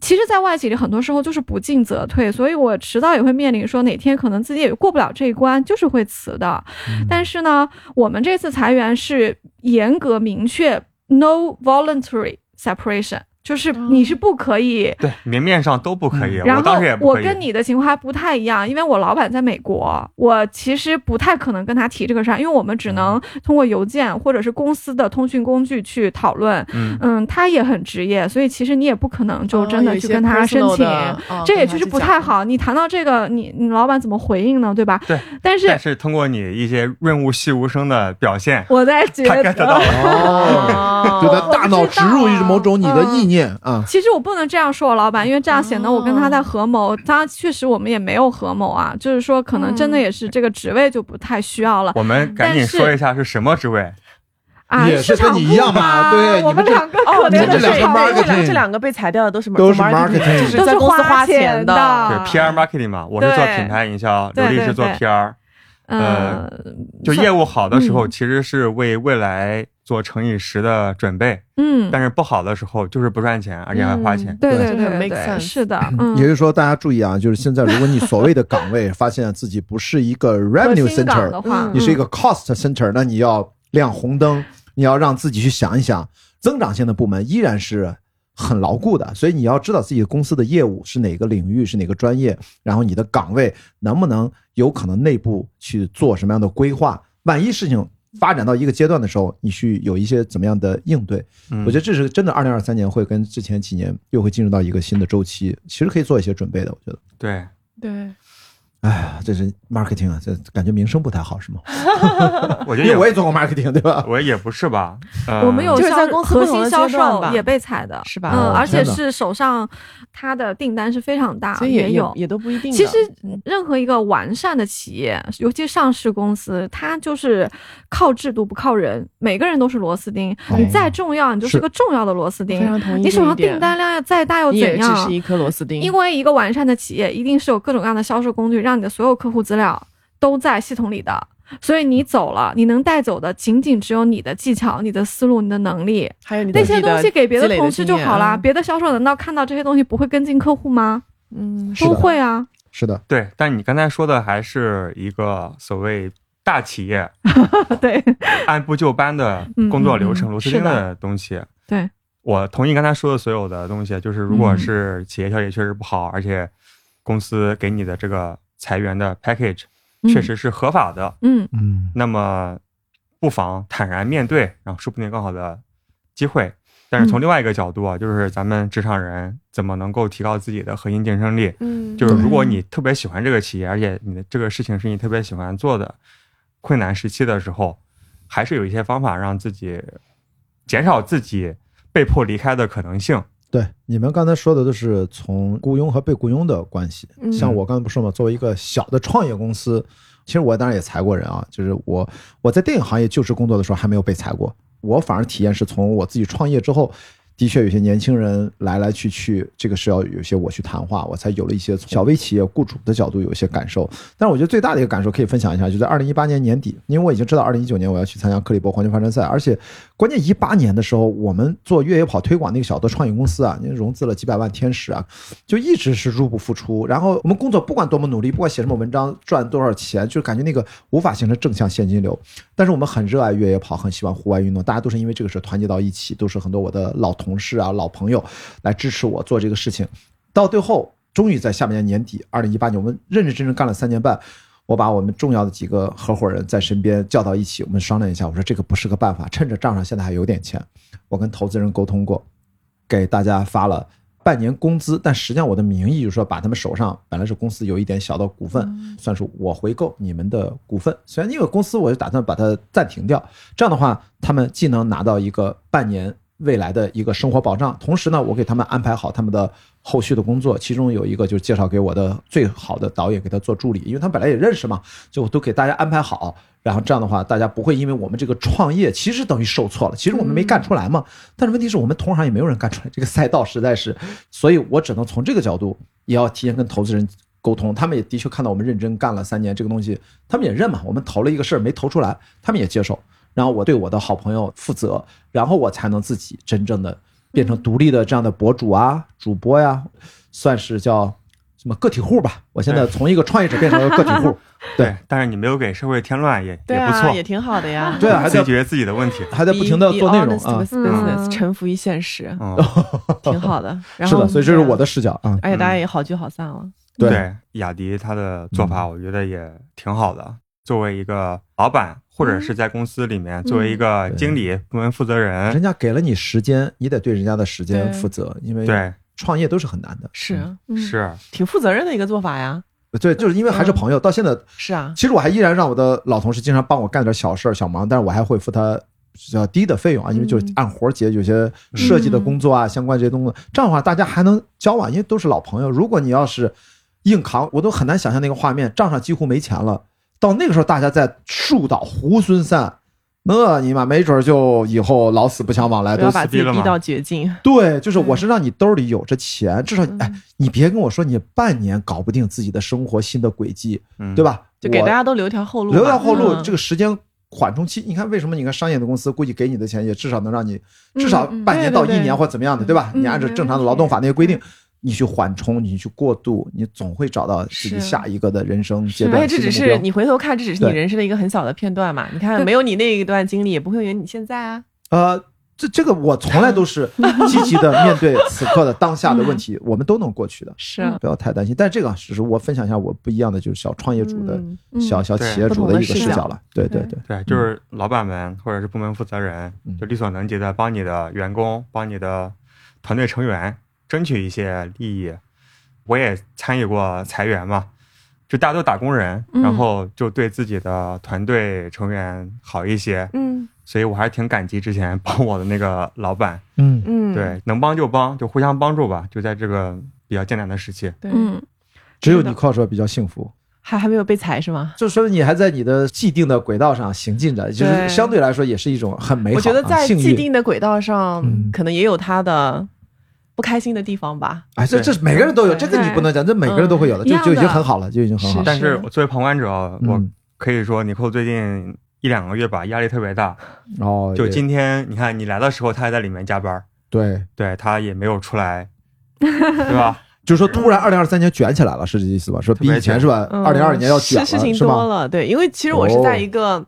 Speaker 4: 其实，在外企里很多时候就是不进则退，所以我迟早也会面临说哪天可能自己也过不了这一关，就是会辞的。但是呢，我们这次裁员是严格明确 no voluntary separation，就是你是不可以。
Speaker 1: 对明面上都不可以，
Speaker 4: 然
Speaker 1: 我
Speaker 4: 后
Speaker 1: 当时也不
Speaker 4: 我
Speaker 1: 可以。
Speaker 4: 跟你的情况还不太一样，因为我老板在美国，我其实不太可能跟他提这个事儿，因为我们只能
Speaker 1: 嗯
Speaker 4: 通过邮件或者是公司的通讯工具去讨论。
Speaker 1: 嗯，
Speaker 4: 嗯，他也很职业，所以其实你也不可能
Speaker 3: 哦
Speaker 4: 就真的去跟他申请，这也确实不太。好。你谈到这个，你你老板怎么回应呢？对吧？
Speaker 1: 对。
Speaker 4: 但
Speaker 1: 但
Speaker 4: 是
Speaker 1: 是通过你一些润物细无声的表现，
Speaker 4: 我在觉
Speaker 1: 他 get 到了。
Speaker 4: 得，
Speaker 2: 哦，
Speaker 3: 哦
Speaker 2: 就在大脑植入一种某种你的意念啊。
Speaker 4: 其实我不能这样说我老板，因为这样显得我跟他在合谋。当然，确实我们也没有合谋啊，就是说可能真的也是这个职位就不太需要了
Speaker 1: 我们赶紧说一下是什么职位？
Speaker 4: 啊。
Speaker 2: 也是
Speaker 4: 市场
Speaker 2: 跟你一样
Speaker 4: 部
Speaker 2: 嘛对
Speaker 4: 我
Speaker 2: 你们
Speaker 4: 们
Speaker 2: 这
Speaker 4: 两个
Speaker 3: 哦，
Speaker 4: 可
Speaker 3: 对
Speaker 2: 你
Speaker 4: 怜
Speaker 2: 们这两个
Speaker 4: 的是吧
Speaker 3: 对
Speaker 2: marketing
Speaker 3: 对，这两个被裁掉的都是
Speaker 2: 都是 marketing
Speaker 3: 就是
Speaker 4: 都是
Speaker 3: 在公司
Speaker 4: 花
Speaker 3: 钱
Speaker 4: 的。
Speaker 1: 对，PR marketing 嘛，我是做
Speaker 4: 对
Speaker 1: 品牌营销，
Speaker 4: 对
Speaker 1: 刘丽
Speaker 4: 对
Speaker 1: 是做
Speaker 4: 对
Speaker 1: PR，
Speaker 4: 呃，
Speaker 1: 就业务好的时候
Speaker 4: 嗯
Speaker 1: 其实是为未来做乘以十的准备，
Speaker 4: 嗯，
Speaker 1: 但是不好的时候就是不赚钱，而且还花钱。
Speaker 4: 对
Speaker 2: 对
Speaker 4: 对
Speaker 3: 这很
Speaker 4: 对
Speaker 3: make
Speaker 4: 对，
Speaker 3: sense
Speaker 4: 是的，嗯
Speaker 2: 也，就是说，大家注意啊，就是现在，如果你所谓的岗位发现自己不是一个
Speaker 4: 核
Speaker 2: revenue
Speaker 4: 心岗的
Speaker 2: center，
Speaker 4: 话，
Speaker 3: 嗯
Speaker 2: 你是一
Speaker 4: 嗯
Speaker 2: 个 cost center，那你要亮红灯，你要让自己去想一想，增长性的部门依然是很牢固的，所以你要知道自己的公司的业务是哪个领域，是哪个专业，然后你的岗位能不能有可能内部去做什么样的规划，万一事情。发展到一个阶段的时候，你去有一些怎么样的应对？
Speaker 1: 嗯
Speaker 2: 我觉得这是真的，二零二三年会跟之前几年又会进入到一个新的周期，其实可以做一些准备的。我觉得，
Speaker 1: 对，
Speaker 3: 对，
Speaker 2: 哎呀，这是 marketing 啊，这感觉名声不太好，是吗？
Speaker 1: 我觉得
Speaker 2: 因为
Speaker 1: 也
Speaker 2: 我也做过 marketing，对吧？
Speaker 1: 我也不是吧，呃、
Speaker 4: 嗯我们有
Speaker 3: 就是
Speaker 4: 销
Speaker 3: 在公司
Speaker 4: 核
Speaker 3: 不同
Speaker 4: 心
Speaker 3: 的
Speaker 4: 销
Speaker 3: 阶段
Speaker 4: 售
Speaker 3: 吧
Speaker 4: 也被裁的，
Speaker 3: 是吧
Speaker 4: 嗯，
Speaker 2: 哦
Speaker 4: 而且
Speaker 2: 天哪
Speaker 4: 是手上他的订单是非常大，
Speaker 3: 所以也
Speaker 4: 有。
Speaker 3: 也都不一定的。
Speaker 4: 其实，任何一个完善的企业，尤其上市公司，它就是靠制度不靠人，每个人都是螺丝钉。
Speaker 2: 哦
Speaker 4: 你再重要，你就是是个重要的螺丝
Speaker 3: 非
Speaker 4: 钉。
Speaker 3: 常同意
Speaker 4: 你手
Speaker 3: 这一
Speaker 4: 上
Speaker 3: 点
Speaker 4: 订单量要再大又
Speaker 3: 你
Speaker 4: 怎
Speaker 3: 也只是
Speaker 4: 样？
Speaker 3: 一颗螺丝钉，
Speaker 4: 因为一个完善的企业，一定是有各种各样的销售工具，让你的所有客户资料都在系统里的。所以你走了，你能带走的仅仅只有你的技巧、你的思路、你的能力。
Speaker 3: 还有你
Speaker 4: 那些东西给别
Speaker 3: 的
Speaker 4: 的同事就好啦，别的销售难道看到这些东西不会跟进客户吗？
Speaker 3: 嗯，
Speaker 2: 是的
Speaker 4: 都会啊，
Speaker 2: 是的，
Speaker 1: 对，但你刚才说的还是一个所谓大企业
Speaker 4: 对
Speaker 1: 按部就班的工作流程、螺丝钉
Speaker 3: 是
Speaker 1: 的东西。
Speaker 4: 对，
Speaker 1: 我同意刚才说的所有的东西，就是如果是企业效益确实不好，而且公司给你的这个裁员的 package 确，实是合法的，
Speaker 4: 嗯
Speaker 2: 嗯，
Speaker 1: 那么不妨坦然面对，然后说不定更好的机会。但是
Speaker 3: 嗯
Speaker 1: 从另外一个角度啊，就是咱们职场人怎么能够提高自己的核心竞争力？
Speaker 3: 嗯，
Speaker 1: 就是如果
Speaker 4: 对
Speaker 1: 你特别喜欢这个企业，而且你的这个事情是你特别喜欢做的，困难时期的时候，还是有一些方法让自己减少自己被迫离开的可能性。
Speaker 2: 对，你们刚才说的都是从雇佣和被雇佣的关系。
Speaker 3: 嗯
Speaker 2: 像我刚才不说嘛，作为一个小的创业公司，其实我当然也裁过人
Speaker 4: 嗯
Speaker 2: 啊，就是我我在电影行业就职工作的时候还没有被裁过，我反而体验是从我自己创业之后。的确，有些年轻人来来去去，这个是要有些我去谈话，我才有了一些从小微企业雇主的角度有一些感受。但是我觉得最大的一个感受可以分享一下，就在二零一八年年底，因为我已经知道二零一九年我要去参加克利伯环球帆船赛，而且关键一八年的时候，我们做越野跑推广那个小的创业公司啊，您融资了几百万天使啊，就一直是入不敷出。然后我们工作不管多么努力，不管写什么文章，赚多少钱，就感觉那个无法形成正向现金流。但是我们很热爱越野跑，很喜欢户外运动，大家都是因为这个事团结到一起，都是很多我的老同事啊、老朋友来支持我做这个事情。到最后，终于在下半年年底，二零一八年，我们认认真真干了三年半。我把我们重要的几个合伙人在身边叫到一起，我们商量一下。我说这个不是个办法，趁着账上现在还有点钱，我跟投资人沟通过，给大家发了半年工资，但实际上我的名义就是说把他们手上本来是公司有一点小的股份，算是我回购你们的股份。虽然因为公司我就打算把它暂停掉，这样的话他们既能拿到一个半年未来的一个生活保障，同时呢，我给他们安排好他们的后续的工作，其中有一个就是介绍给我的最好的导演给他做助理，因为他们本来也认识嘛，就都给大家安排好。然后这样的话，大家不会因为我们这个创业其实等于受挫了，其实我们没干出来嘛。但是问题是我们同行也没有人干出来，这个赛道实在是，所以我只能从这个角度，也要提前跟投资人沟通，他们也的确看到我们认真干了三年这个东西，他们也认嘛，我们投了一个事儿没投出来，他们也接受。然后我对我的好朋友负责，然后我才能自己真正的变成独立的这样的博主啊、主播呀、算是叫什么个体户吧。我现在从一个创业者变成了个体 户，对，
Speaker 1: 但是你没有给社会添乱也
Speaker 3: 对
Speaker 1: 也不
Speaker 3: 啊，
Speaker 1: 错，
Speaker 3: 也挺好的呀。
Speaker 2: 对啊，还
Speaker 1: 自
Speaker 2: 在
Speaker 1: 己解决自己的问题。
Speaker 2: 还在不停的
Speaker 3: Be- be
Speaker 2: 做内容
Speaker 3: honest
Speaker 2: 啊
Speaker 3: with。business，
Speaker 4: 嗯
Speaker 3: 臣服于现实，
Speaker 1: 嗯，
Speaker 3: 挺好的。然
Speaker 2: 是
Speaker 3: 后
Speaker 2: 的，所以这是我的视角啊。
Speaker 3: 而且大家也好聚好散了。
Speaker 2: 对
Speaker 1: 雅迪他的做法，
Speaker 4: 嗯
Speaker 1: 我觉得也挺好的。作为一个老板，或
Speaker 4: 嗯
Speaker 1: 者是在公司里面、作为一个经理、部门负责人
Speaker 2: 人，家给了你时间，你得对人家的时间
Speaker 3: 对
Speaker 2: 负责，因为
Speaker 1: 对，
Speaker 2: 创业都是很难的。
Speaker 3: 是啊，
Speaker 4: 嗯
Speaker 1: 是
Speaker 3: 挺负责任的一个做法呀。
Speaker 2: 对，就是因为
Speaker 3: 嗯
Speaker 2: 还是朋友，到现在
Speaker 3: 是啊，
Speaker 2: 其实我还依然让我的老同事经常帮我干点小事儿、小忙，但是我还会付他比较低的费
Speaker 3: 嗯
Speaker 2: 用啊，因为就是按活儿结，有些设计的工作啊，相关这些东西，这样的话大家还能交往，因为都是老朋友。如果你要是硬扛，我都很难想象那个画面，账上几乎没钱了，到那个时候大家在树倒猢狲散，那你妈没准儿就以后老死不相往来，
Speaker 3: 不
Speaker 2: 都
Speaker 3: 要
Speaker 2: 死
Speaker 3: 把自己
Speaker 1: 逼了
Speaker 3: 逼
Speaker 1: 嘛
Speaker 3: 到绝境。
Speaker 2: 对，就是我是让你兜里有着钱，至少
Speaker 3: 嗯
Speaker 2: 哎，你别跟我说你半年搞不定自己的生活新的轨迹，
Speaker 1: 嗯
Speaker 2: 对吧？
Speaker 3: 就给
Speaker 2: 我
Speaker 3: 大家都留条后路吧，
Speaker 2: 留到后路
Speaker 3: 嗯
Speaker 2: 这个时间缓冲期，你看为什么？你看商业的公司估计给你的钱也至少能让你至少
Speaker 4: 嗯嗯
Speaker 2: 半年到一
Speaker 3: 对对
Speaker 2: 年
Speaker 3: 对
Speaker 2: 或怎么样的，对吧？
Speaker 4: 嗯
Speaker 2: 你按照正常的劳动法那些规
Speaker 3: 嗯
Speaker 2: 定，你去缓冲，你去过渡，你总会找到自己
Speaker 3: 是
Speaker 2: 下一个的人生阶
Speaker 3: 而且
Speaker 2: 段。
Speaker 3: 这
Speaker 2: 新
Speaker 3: 只
Speaker 2: 的
Speaker 3: 是
Speaker 2: 目标
Speaker 3: 你回头看，这只是你
Speaker 2: 对
Speaker 3: 人生的一个很小的片段嘛。你看，
Speaker 4: 对
Speaker 3: 没有你那一段经历，也不会有你现在啊。
Speaker 2: 呃。这这个我从来都是 积极的面对此刻的当下的问题，我们都能过去的，
Speaker 3: 是
Speaker 4: 啊
Speaker 2: 不要太担心。但这个只是我分享一下我不一样的，就是小创业主的
Speaker 3: 嗯
Speaker 4: 嗯
Speaker 2: 小小
Speaker 1: 对
Speaker 2: 企业主
Speaker 3: 不同
Speaker 2: 的
Speaker 3: 的
Speaker 2: 一个
Speaker 3: 视
Speaker 2: 视
Speaker 3: 角
Speaker 2: 角了。对对
Speaker 4: 对
Speaker 2: 对，
Speaker 1: 对，就是
Speaker 2: 嗯
Speaker 1: 老板们或者是部门负责人，就力所能及的帮你的员工、帮你的团队成员争取一些利益。我也参与过裁员嘛，就大家都打工人，
Speaker 4: 嗯
Speaker 1: 然后就对自己的团队成员好一些，
Speaker 3: 嗯
Speaker 1: 所以我还是挺感激之前帮我的那个老板。
Speaker 2: 嗯
Speaker 3: 嗯，
Speaker 1: 对，能帮就帮，就互相帮助吧。就在这个比较艰难的时期，
Speaker 3: 对，
Speaker 4: 嗯，
Speaker 2: 只有你靠说比较幸福。
Speaker 3: 还还没有被裁是吗？
Speaker 2: 就说明你还在你的既定的轨道上行进着，就是相对来说也是一种很美好、啊
Speaker 3: 我觉得在
Speaker 2: 幸运
Speaker 3: 既定的轨道上
Speaker 2: 嗯，
Speaker 3: 可能也有他的不开心的地方吧。
Speaker 2: 哎，这这每个人都有，这个你不能讲，这每个人都会
Speaker 3: 嗯
Speaker 2: 有的，就就已经很好了，就已经很好了。
Speaker 1: 但是作为旁观者，我
Speaker 2: 嗯，
Speaker 1: 可以说尼寇最近一两个月吧，压力特别大。
Speaker 2: 哦，
Speaker 1: 就今天，你看你来的时候，他还在里面加 班，
Speaker 2: 对，
Speaker 1: 对他也没有出来，对 吧？
Speaker 2: 就是说突然二零二三年卷起来了，是这意思吧？说比以前是吧？
Speaker 3: 嗯
Speaker 2: 呃二零二二年要卷
Speaker 3: 是事情
Speaker 2: 是哦
Speaker 3: 多
Speaker 2: 吧？
Speaker 3: 了，对，因为其实我是在一个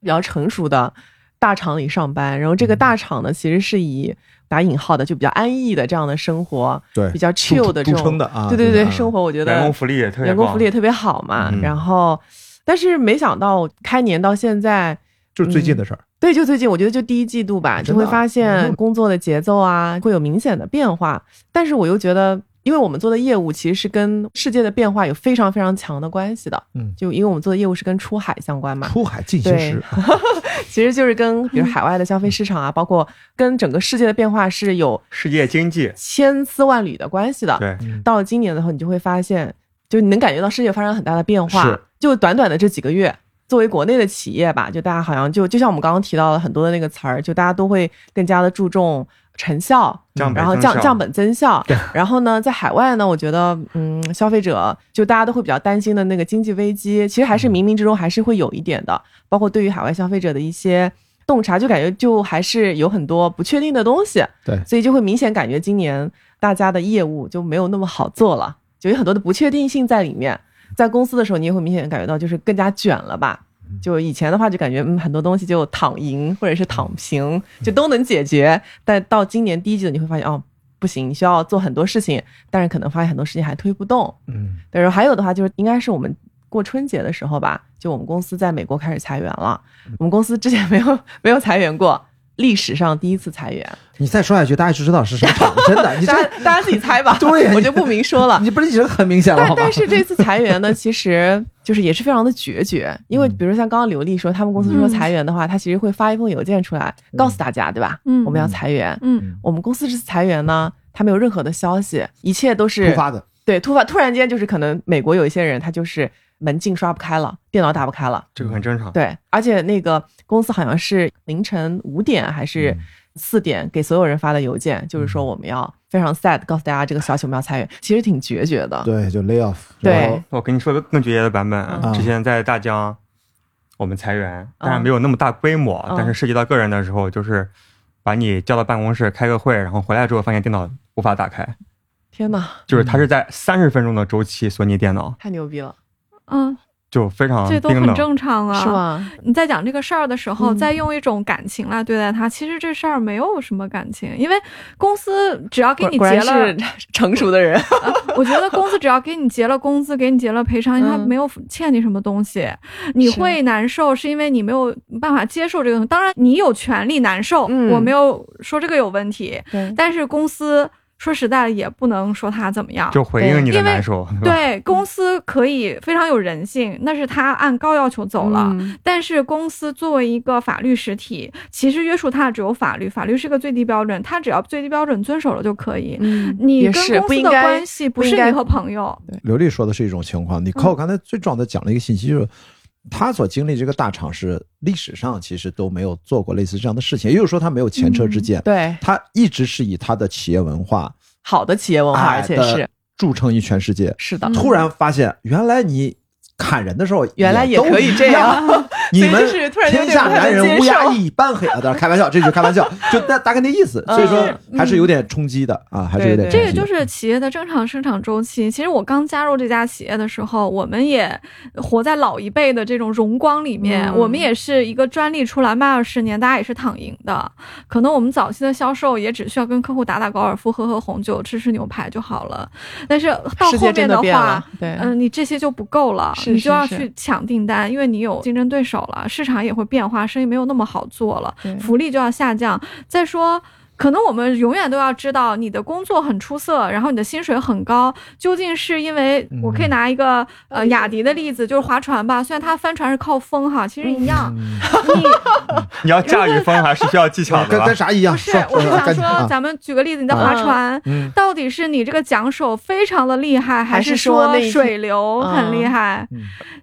Speaker 3: 比较成熟的大厂里上班，然后
Speaker 2: 嗯
Speaker 3: 这个大厂呢，其实是以打引号的就比较安逸的这样的生活，
Speaker 2: 对
Speaker 3: 比，较 chill 的这
Speaker 2: 著称
Speaker 3: 种，
Speaker 2: 的啊，
Speaker 3: 对对对，生
Speaker 2: 活
Speaker 3: 活我觉
Speaker 1: 员
Speaker 3: 得
Speaker 1: 工福利也特别
Speaker 3: 员工
Speaker 1: 棒
Speaker 3: 福利也，特别好嘛，
Speaker 1: 嗯
Speaker 3: 然后但是没想到开年到现在。
Speaker 2: 就是
Speaker 3: 嗯
Speaker 2: 最近的事儿，
Speaker 3: 对，就最近我觉得就第一季度吧，
Speaker 2: 真
Speaker 3: 就
Speaker 2: 的啊
Speaker 3: 会发现
Speaker 2: 嗯
Speaker 3: 工作的节奏啊会有明显的变化，但是我又觉得因为我们做的业务其实是跟世界的变化有非常非常强的关系的。
Speaker 2: 嗯
Speaker 3: 就因为我们做的业务是跟出海相关嘛，
Speaker 2: 出海进行 时，
Speaker 3: 其实就是跟比如海外的消费市场啊，包括跟整个世界的变化是有
Speaker 1: 世界经济，
Speaker 3: 千丝万缕的关系的。
Speaker 1: 对，
Speaker 2: 嗯
Speaker 3: 到了今年的时候，你就会发现，就你能感觉到世界发生了很大的变化
Speaker 1: 是。
Speaker 3: 就短短的这几个月，作为国内的企业吧，就大家好像就就像我们刚刚提到的很多的那个词儿，就大家都会更加的注重成效，
Speaker 1: 降本
Speaker 3: 嗯然后
Speaker 1: 增
Speaker 3: 降
Speaker 1: 效
Speaker 3: 降本增效。然后呢，在海外呢，我觉得，嗯，消费者就大家都会比较担心的那个经济危机，其实还是冥冥之中还是会有一点的，包括对于海外消费者的一些。洞察就感觉就还是有很多不确定的东西，
Speaker 2: 对
Speaker 3: 所以就会明显感觉今年大家的业务就没有那么好做了，就有很多的不确定性在里面。在公司的时候，你也会明显感觉到就是更加卷了吧？就以前的话，就感觉嗯很多东西就躺赢或者是躺平，就都能解决。但到今年第一季度，你会发现哦，不行，你需要做很多事情，但是可能发现很多事情还推不动。
Speaker 2: 嗯，
Speaker 3: 对，然后还有的话就是，应该是我们过春节的时候吧，就我们公司在美国开始裁员了。我们公司之前没有没有裁员过，历史上第一次裁员。
Speaker 2: 你再说下去，大家就知道是什么厂了，真的，你
Speaker 3: 大家
Speaker 2: 这
Speaker 3: 大家自己猜吧，
Speaker 2: 对呀
Speaker 3: 我就不明说了。
Speaker 2: 你不是已经很明显了
Speaker 3: 但
Speaker 2: 好吗
Speaker 3: 但？是这次裁 员呢，其实就是也是非常的决绝，因
Speaker 2: 嗯
Speaker 3: 为比如像刚刚刘丽说，他们公司说
Speaker 4: 嗯
Speaker 3: 裁员的话，他其实会发一封邮件出来告诉大家，对吧？
Speaker 4: 嗯
Speaker 3: 我们要裁员。
Speaker 4: 嗯
Speaker 3: 我们公司这次裁员呢，他没有任何的消息，一切都是
Speaker 2: 突发的，
Speaker 3: 对突发，突然间就是可能美国有一些人他就是门禁刷不开了，电脑打不开了，
Speaker 1: 这个很正常。
Speaker 3: 对，而且那个公司好像是凌晨五点还是
Speaker 2: 嗯
Speaker 3: 四点给所有人发的邮件，就是说我们要非常 sad 告诉大家这个消息我们要裁员，其实挺决绝的。
Speaker 2: 对，就 lay off，
Speaker 3: 对
Speaker 2: 然后
Speaker 1: 我跟你说的更直接的版本啊，
Speaker 2: 嗯
Speaker 1: 之前在大疆，我们裁员，
Speaker 4: 嗯
Speaker 1: 当然没有那么大规模，
Speaker 3: 嗯
Speaker 1: 但是涉及到个人的时候，就是把你叫到办公室开个会，然后回来之后发现电脑无法打开，
Speaker 4: 嗯
Speaker 3: 天哪，
Speaker 1: 就是它是在三十分钟的周期锁你电脑，
Speaker 3: 太牛逼了，
Speaker 4: 嗯，
Speaker 1: 就非常
Speaker 4: 这都
Speaker 1: 冰
Speaker 4: 很
Speaker 1: 冷。
Speaker 4: 正常啊。
Speaker 3: 是？吧？
Speaker 4: 你在讲这个事儿的时候，
Speaker 3: 嗯
Speaker 4: 再用一种感情来对待它，其实这事儿没有什么感情，因为公司只要给
Speaker 3: 果
Speaker 4: 你
Speaker 3: 果
Speaker 4: 结
Speaker 3: 然
Speaker 4: 了，
Speaker 3: 是 成熟的人，
Speaker 4: 我觉得公司只要给你结了工资，给你结了赔偿，因为他
Speaker 3: 嗯
Speaker 4: 没有欠你什么东西，你
Speaker 3: 是
Speaker 4: 会难受是因为你没有办法接受这个东西。当然，你有权利难受，
Speaker 3: 嗯
Speaker 4: 我没有说这个有问题，
Speaker 3: 对
Speaker 4: 但是公司说实在的也不能说他怎么样。
Speaker 1: 就回应你的
Speaker 4: 因为
Speaker 1: 难受，对吧？
Speaker 4: 对公司可以非常有人性，那是他按高要求走了。
Speaker 3: 嗯
Speaker 4: 但是公司作为一个法律实体，其实约束它的只有法律，法律是个最低标准，它只要最低标准遵守了就可以。
Speaker 3: 嗯，
Speaker 4: 你
Speaker 3: 也
Speaker 4: 跟
Speaker 3: 是
Speaker 4: 公
Speaker 3: 不
Speaker 4: 司
Speaker 3: 应
Speaker 4: 的
Speaker 3: 该
Speaker 4: 关，系不
Speaker 3: 不应
Speaker 4: 是你
Speaker 3: 该
Speaker 4: 和朋友，
Speaker 2: 刘丽说的是一种情况。你看我刚才最重要的讲了一个信息，就是他所经历这个大厂是历史上其实都没有做过类似这样的事情，也就是说他没有前车之鉴，
Speaker 3: 对
Speaker 2: 他一直是以他的企业文化
Speaker 3: 好的企业文化，而且
Speaker 2: 哎
Speaker 3: 是
Speaker 2: 的著称于全世界。
Speaker 3: 是的
Speaker 4: 嗯，
Speaker 2: 突然发现，原来你砍人的时候，
Speaker 3: 原来也可以这样，
Speaker 2: 你
Speaker 3: 所
Speaker 2: 们
Speaker 3: 以就是突然间
Speaker 2: 天下
Speaker 3: 就不太
Speaker 2: 男
Speaker 3: 能
Speaker 2: 人
Speaker 3: 接
Speaker 2: 乌鸦
Speaker 3: 受
Speaker 2: 一般黑啊！当然开玩笑，这就开玩笑，就大大概那意思。
Speaker 3: 嗯
Speaker 2: 所以说
Speaker 4: 嗯
Speaker 2: 还是有点冲击的啊，还是有点冲
Speaker 4: 这个
Speaker 3: 对
Speaker 2: 击的。
Speaker 4: 就是企业的正常生长周期。其实我刚加入这家企业的时候，我们也活在老一辈的这种荣光里面，
Speaker 3: 嗯
Speaker 4: 我们也是一个专利出来卖二十年，大家也是躺赢的。可能我们早期的销售也只需要跟客户打打高尔夫、喝喝红酒、吃吃牛排就好了。但是到
Speaker 3: 世
Speaker 4: 后
Speaker 3: 界
Speaker 4: 面
Speaker 3: 真的变
Speaker 4: 话
Speaker 3: 了，，对，
Speaker 4: 嗯、你这些就不够了，
Speaker 3: 是
Speaker 4: 你就要
Speaker 3: 是
Speaker 4: 去抢订单，因为你有竞争对手了，市场也会变化，生意没有那么好做了，
Speaker 3: 对
Speaker 4: 福利就要下降。再说。可能我们永远都要知道，你的工作很出色，然后你的薪水很高，究竟是因为
Speaker 3: 嗯
Speaker 4: 我可以拿一个、呃雅迪的例子，就是划船吧。虽然它帆船是靠风哈，其实一样。
Speaker 3: 嗯
Speaker 4: 你
Speaker 1: 你要驾驭风还是需要技巧的
Speaker 2: 跟
Speaker 1: 吧
Speaker 2: 跟？啥一样？
Speaker 4: 不是，哎我是
Speaker 2: 说
Speaker 4: 想
Speaker 2: 赶紧
Speaker 4: 说，
Speaker 2: 啊
Speaker 4: 咱们举个例子，你在划
Speaker 3: 嗯
Speaker 4: 船，
Speaker 2: 嗯
Speaker 4: 到底是你这个桨手非常的厉害，
Speaker 3: 还是
Speaker 4: 是
Speaker 3: 说那一天啊
Speaker 4: 水流很厉害？
Speaker 2: 嗯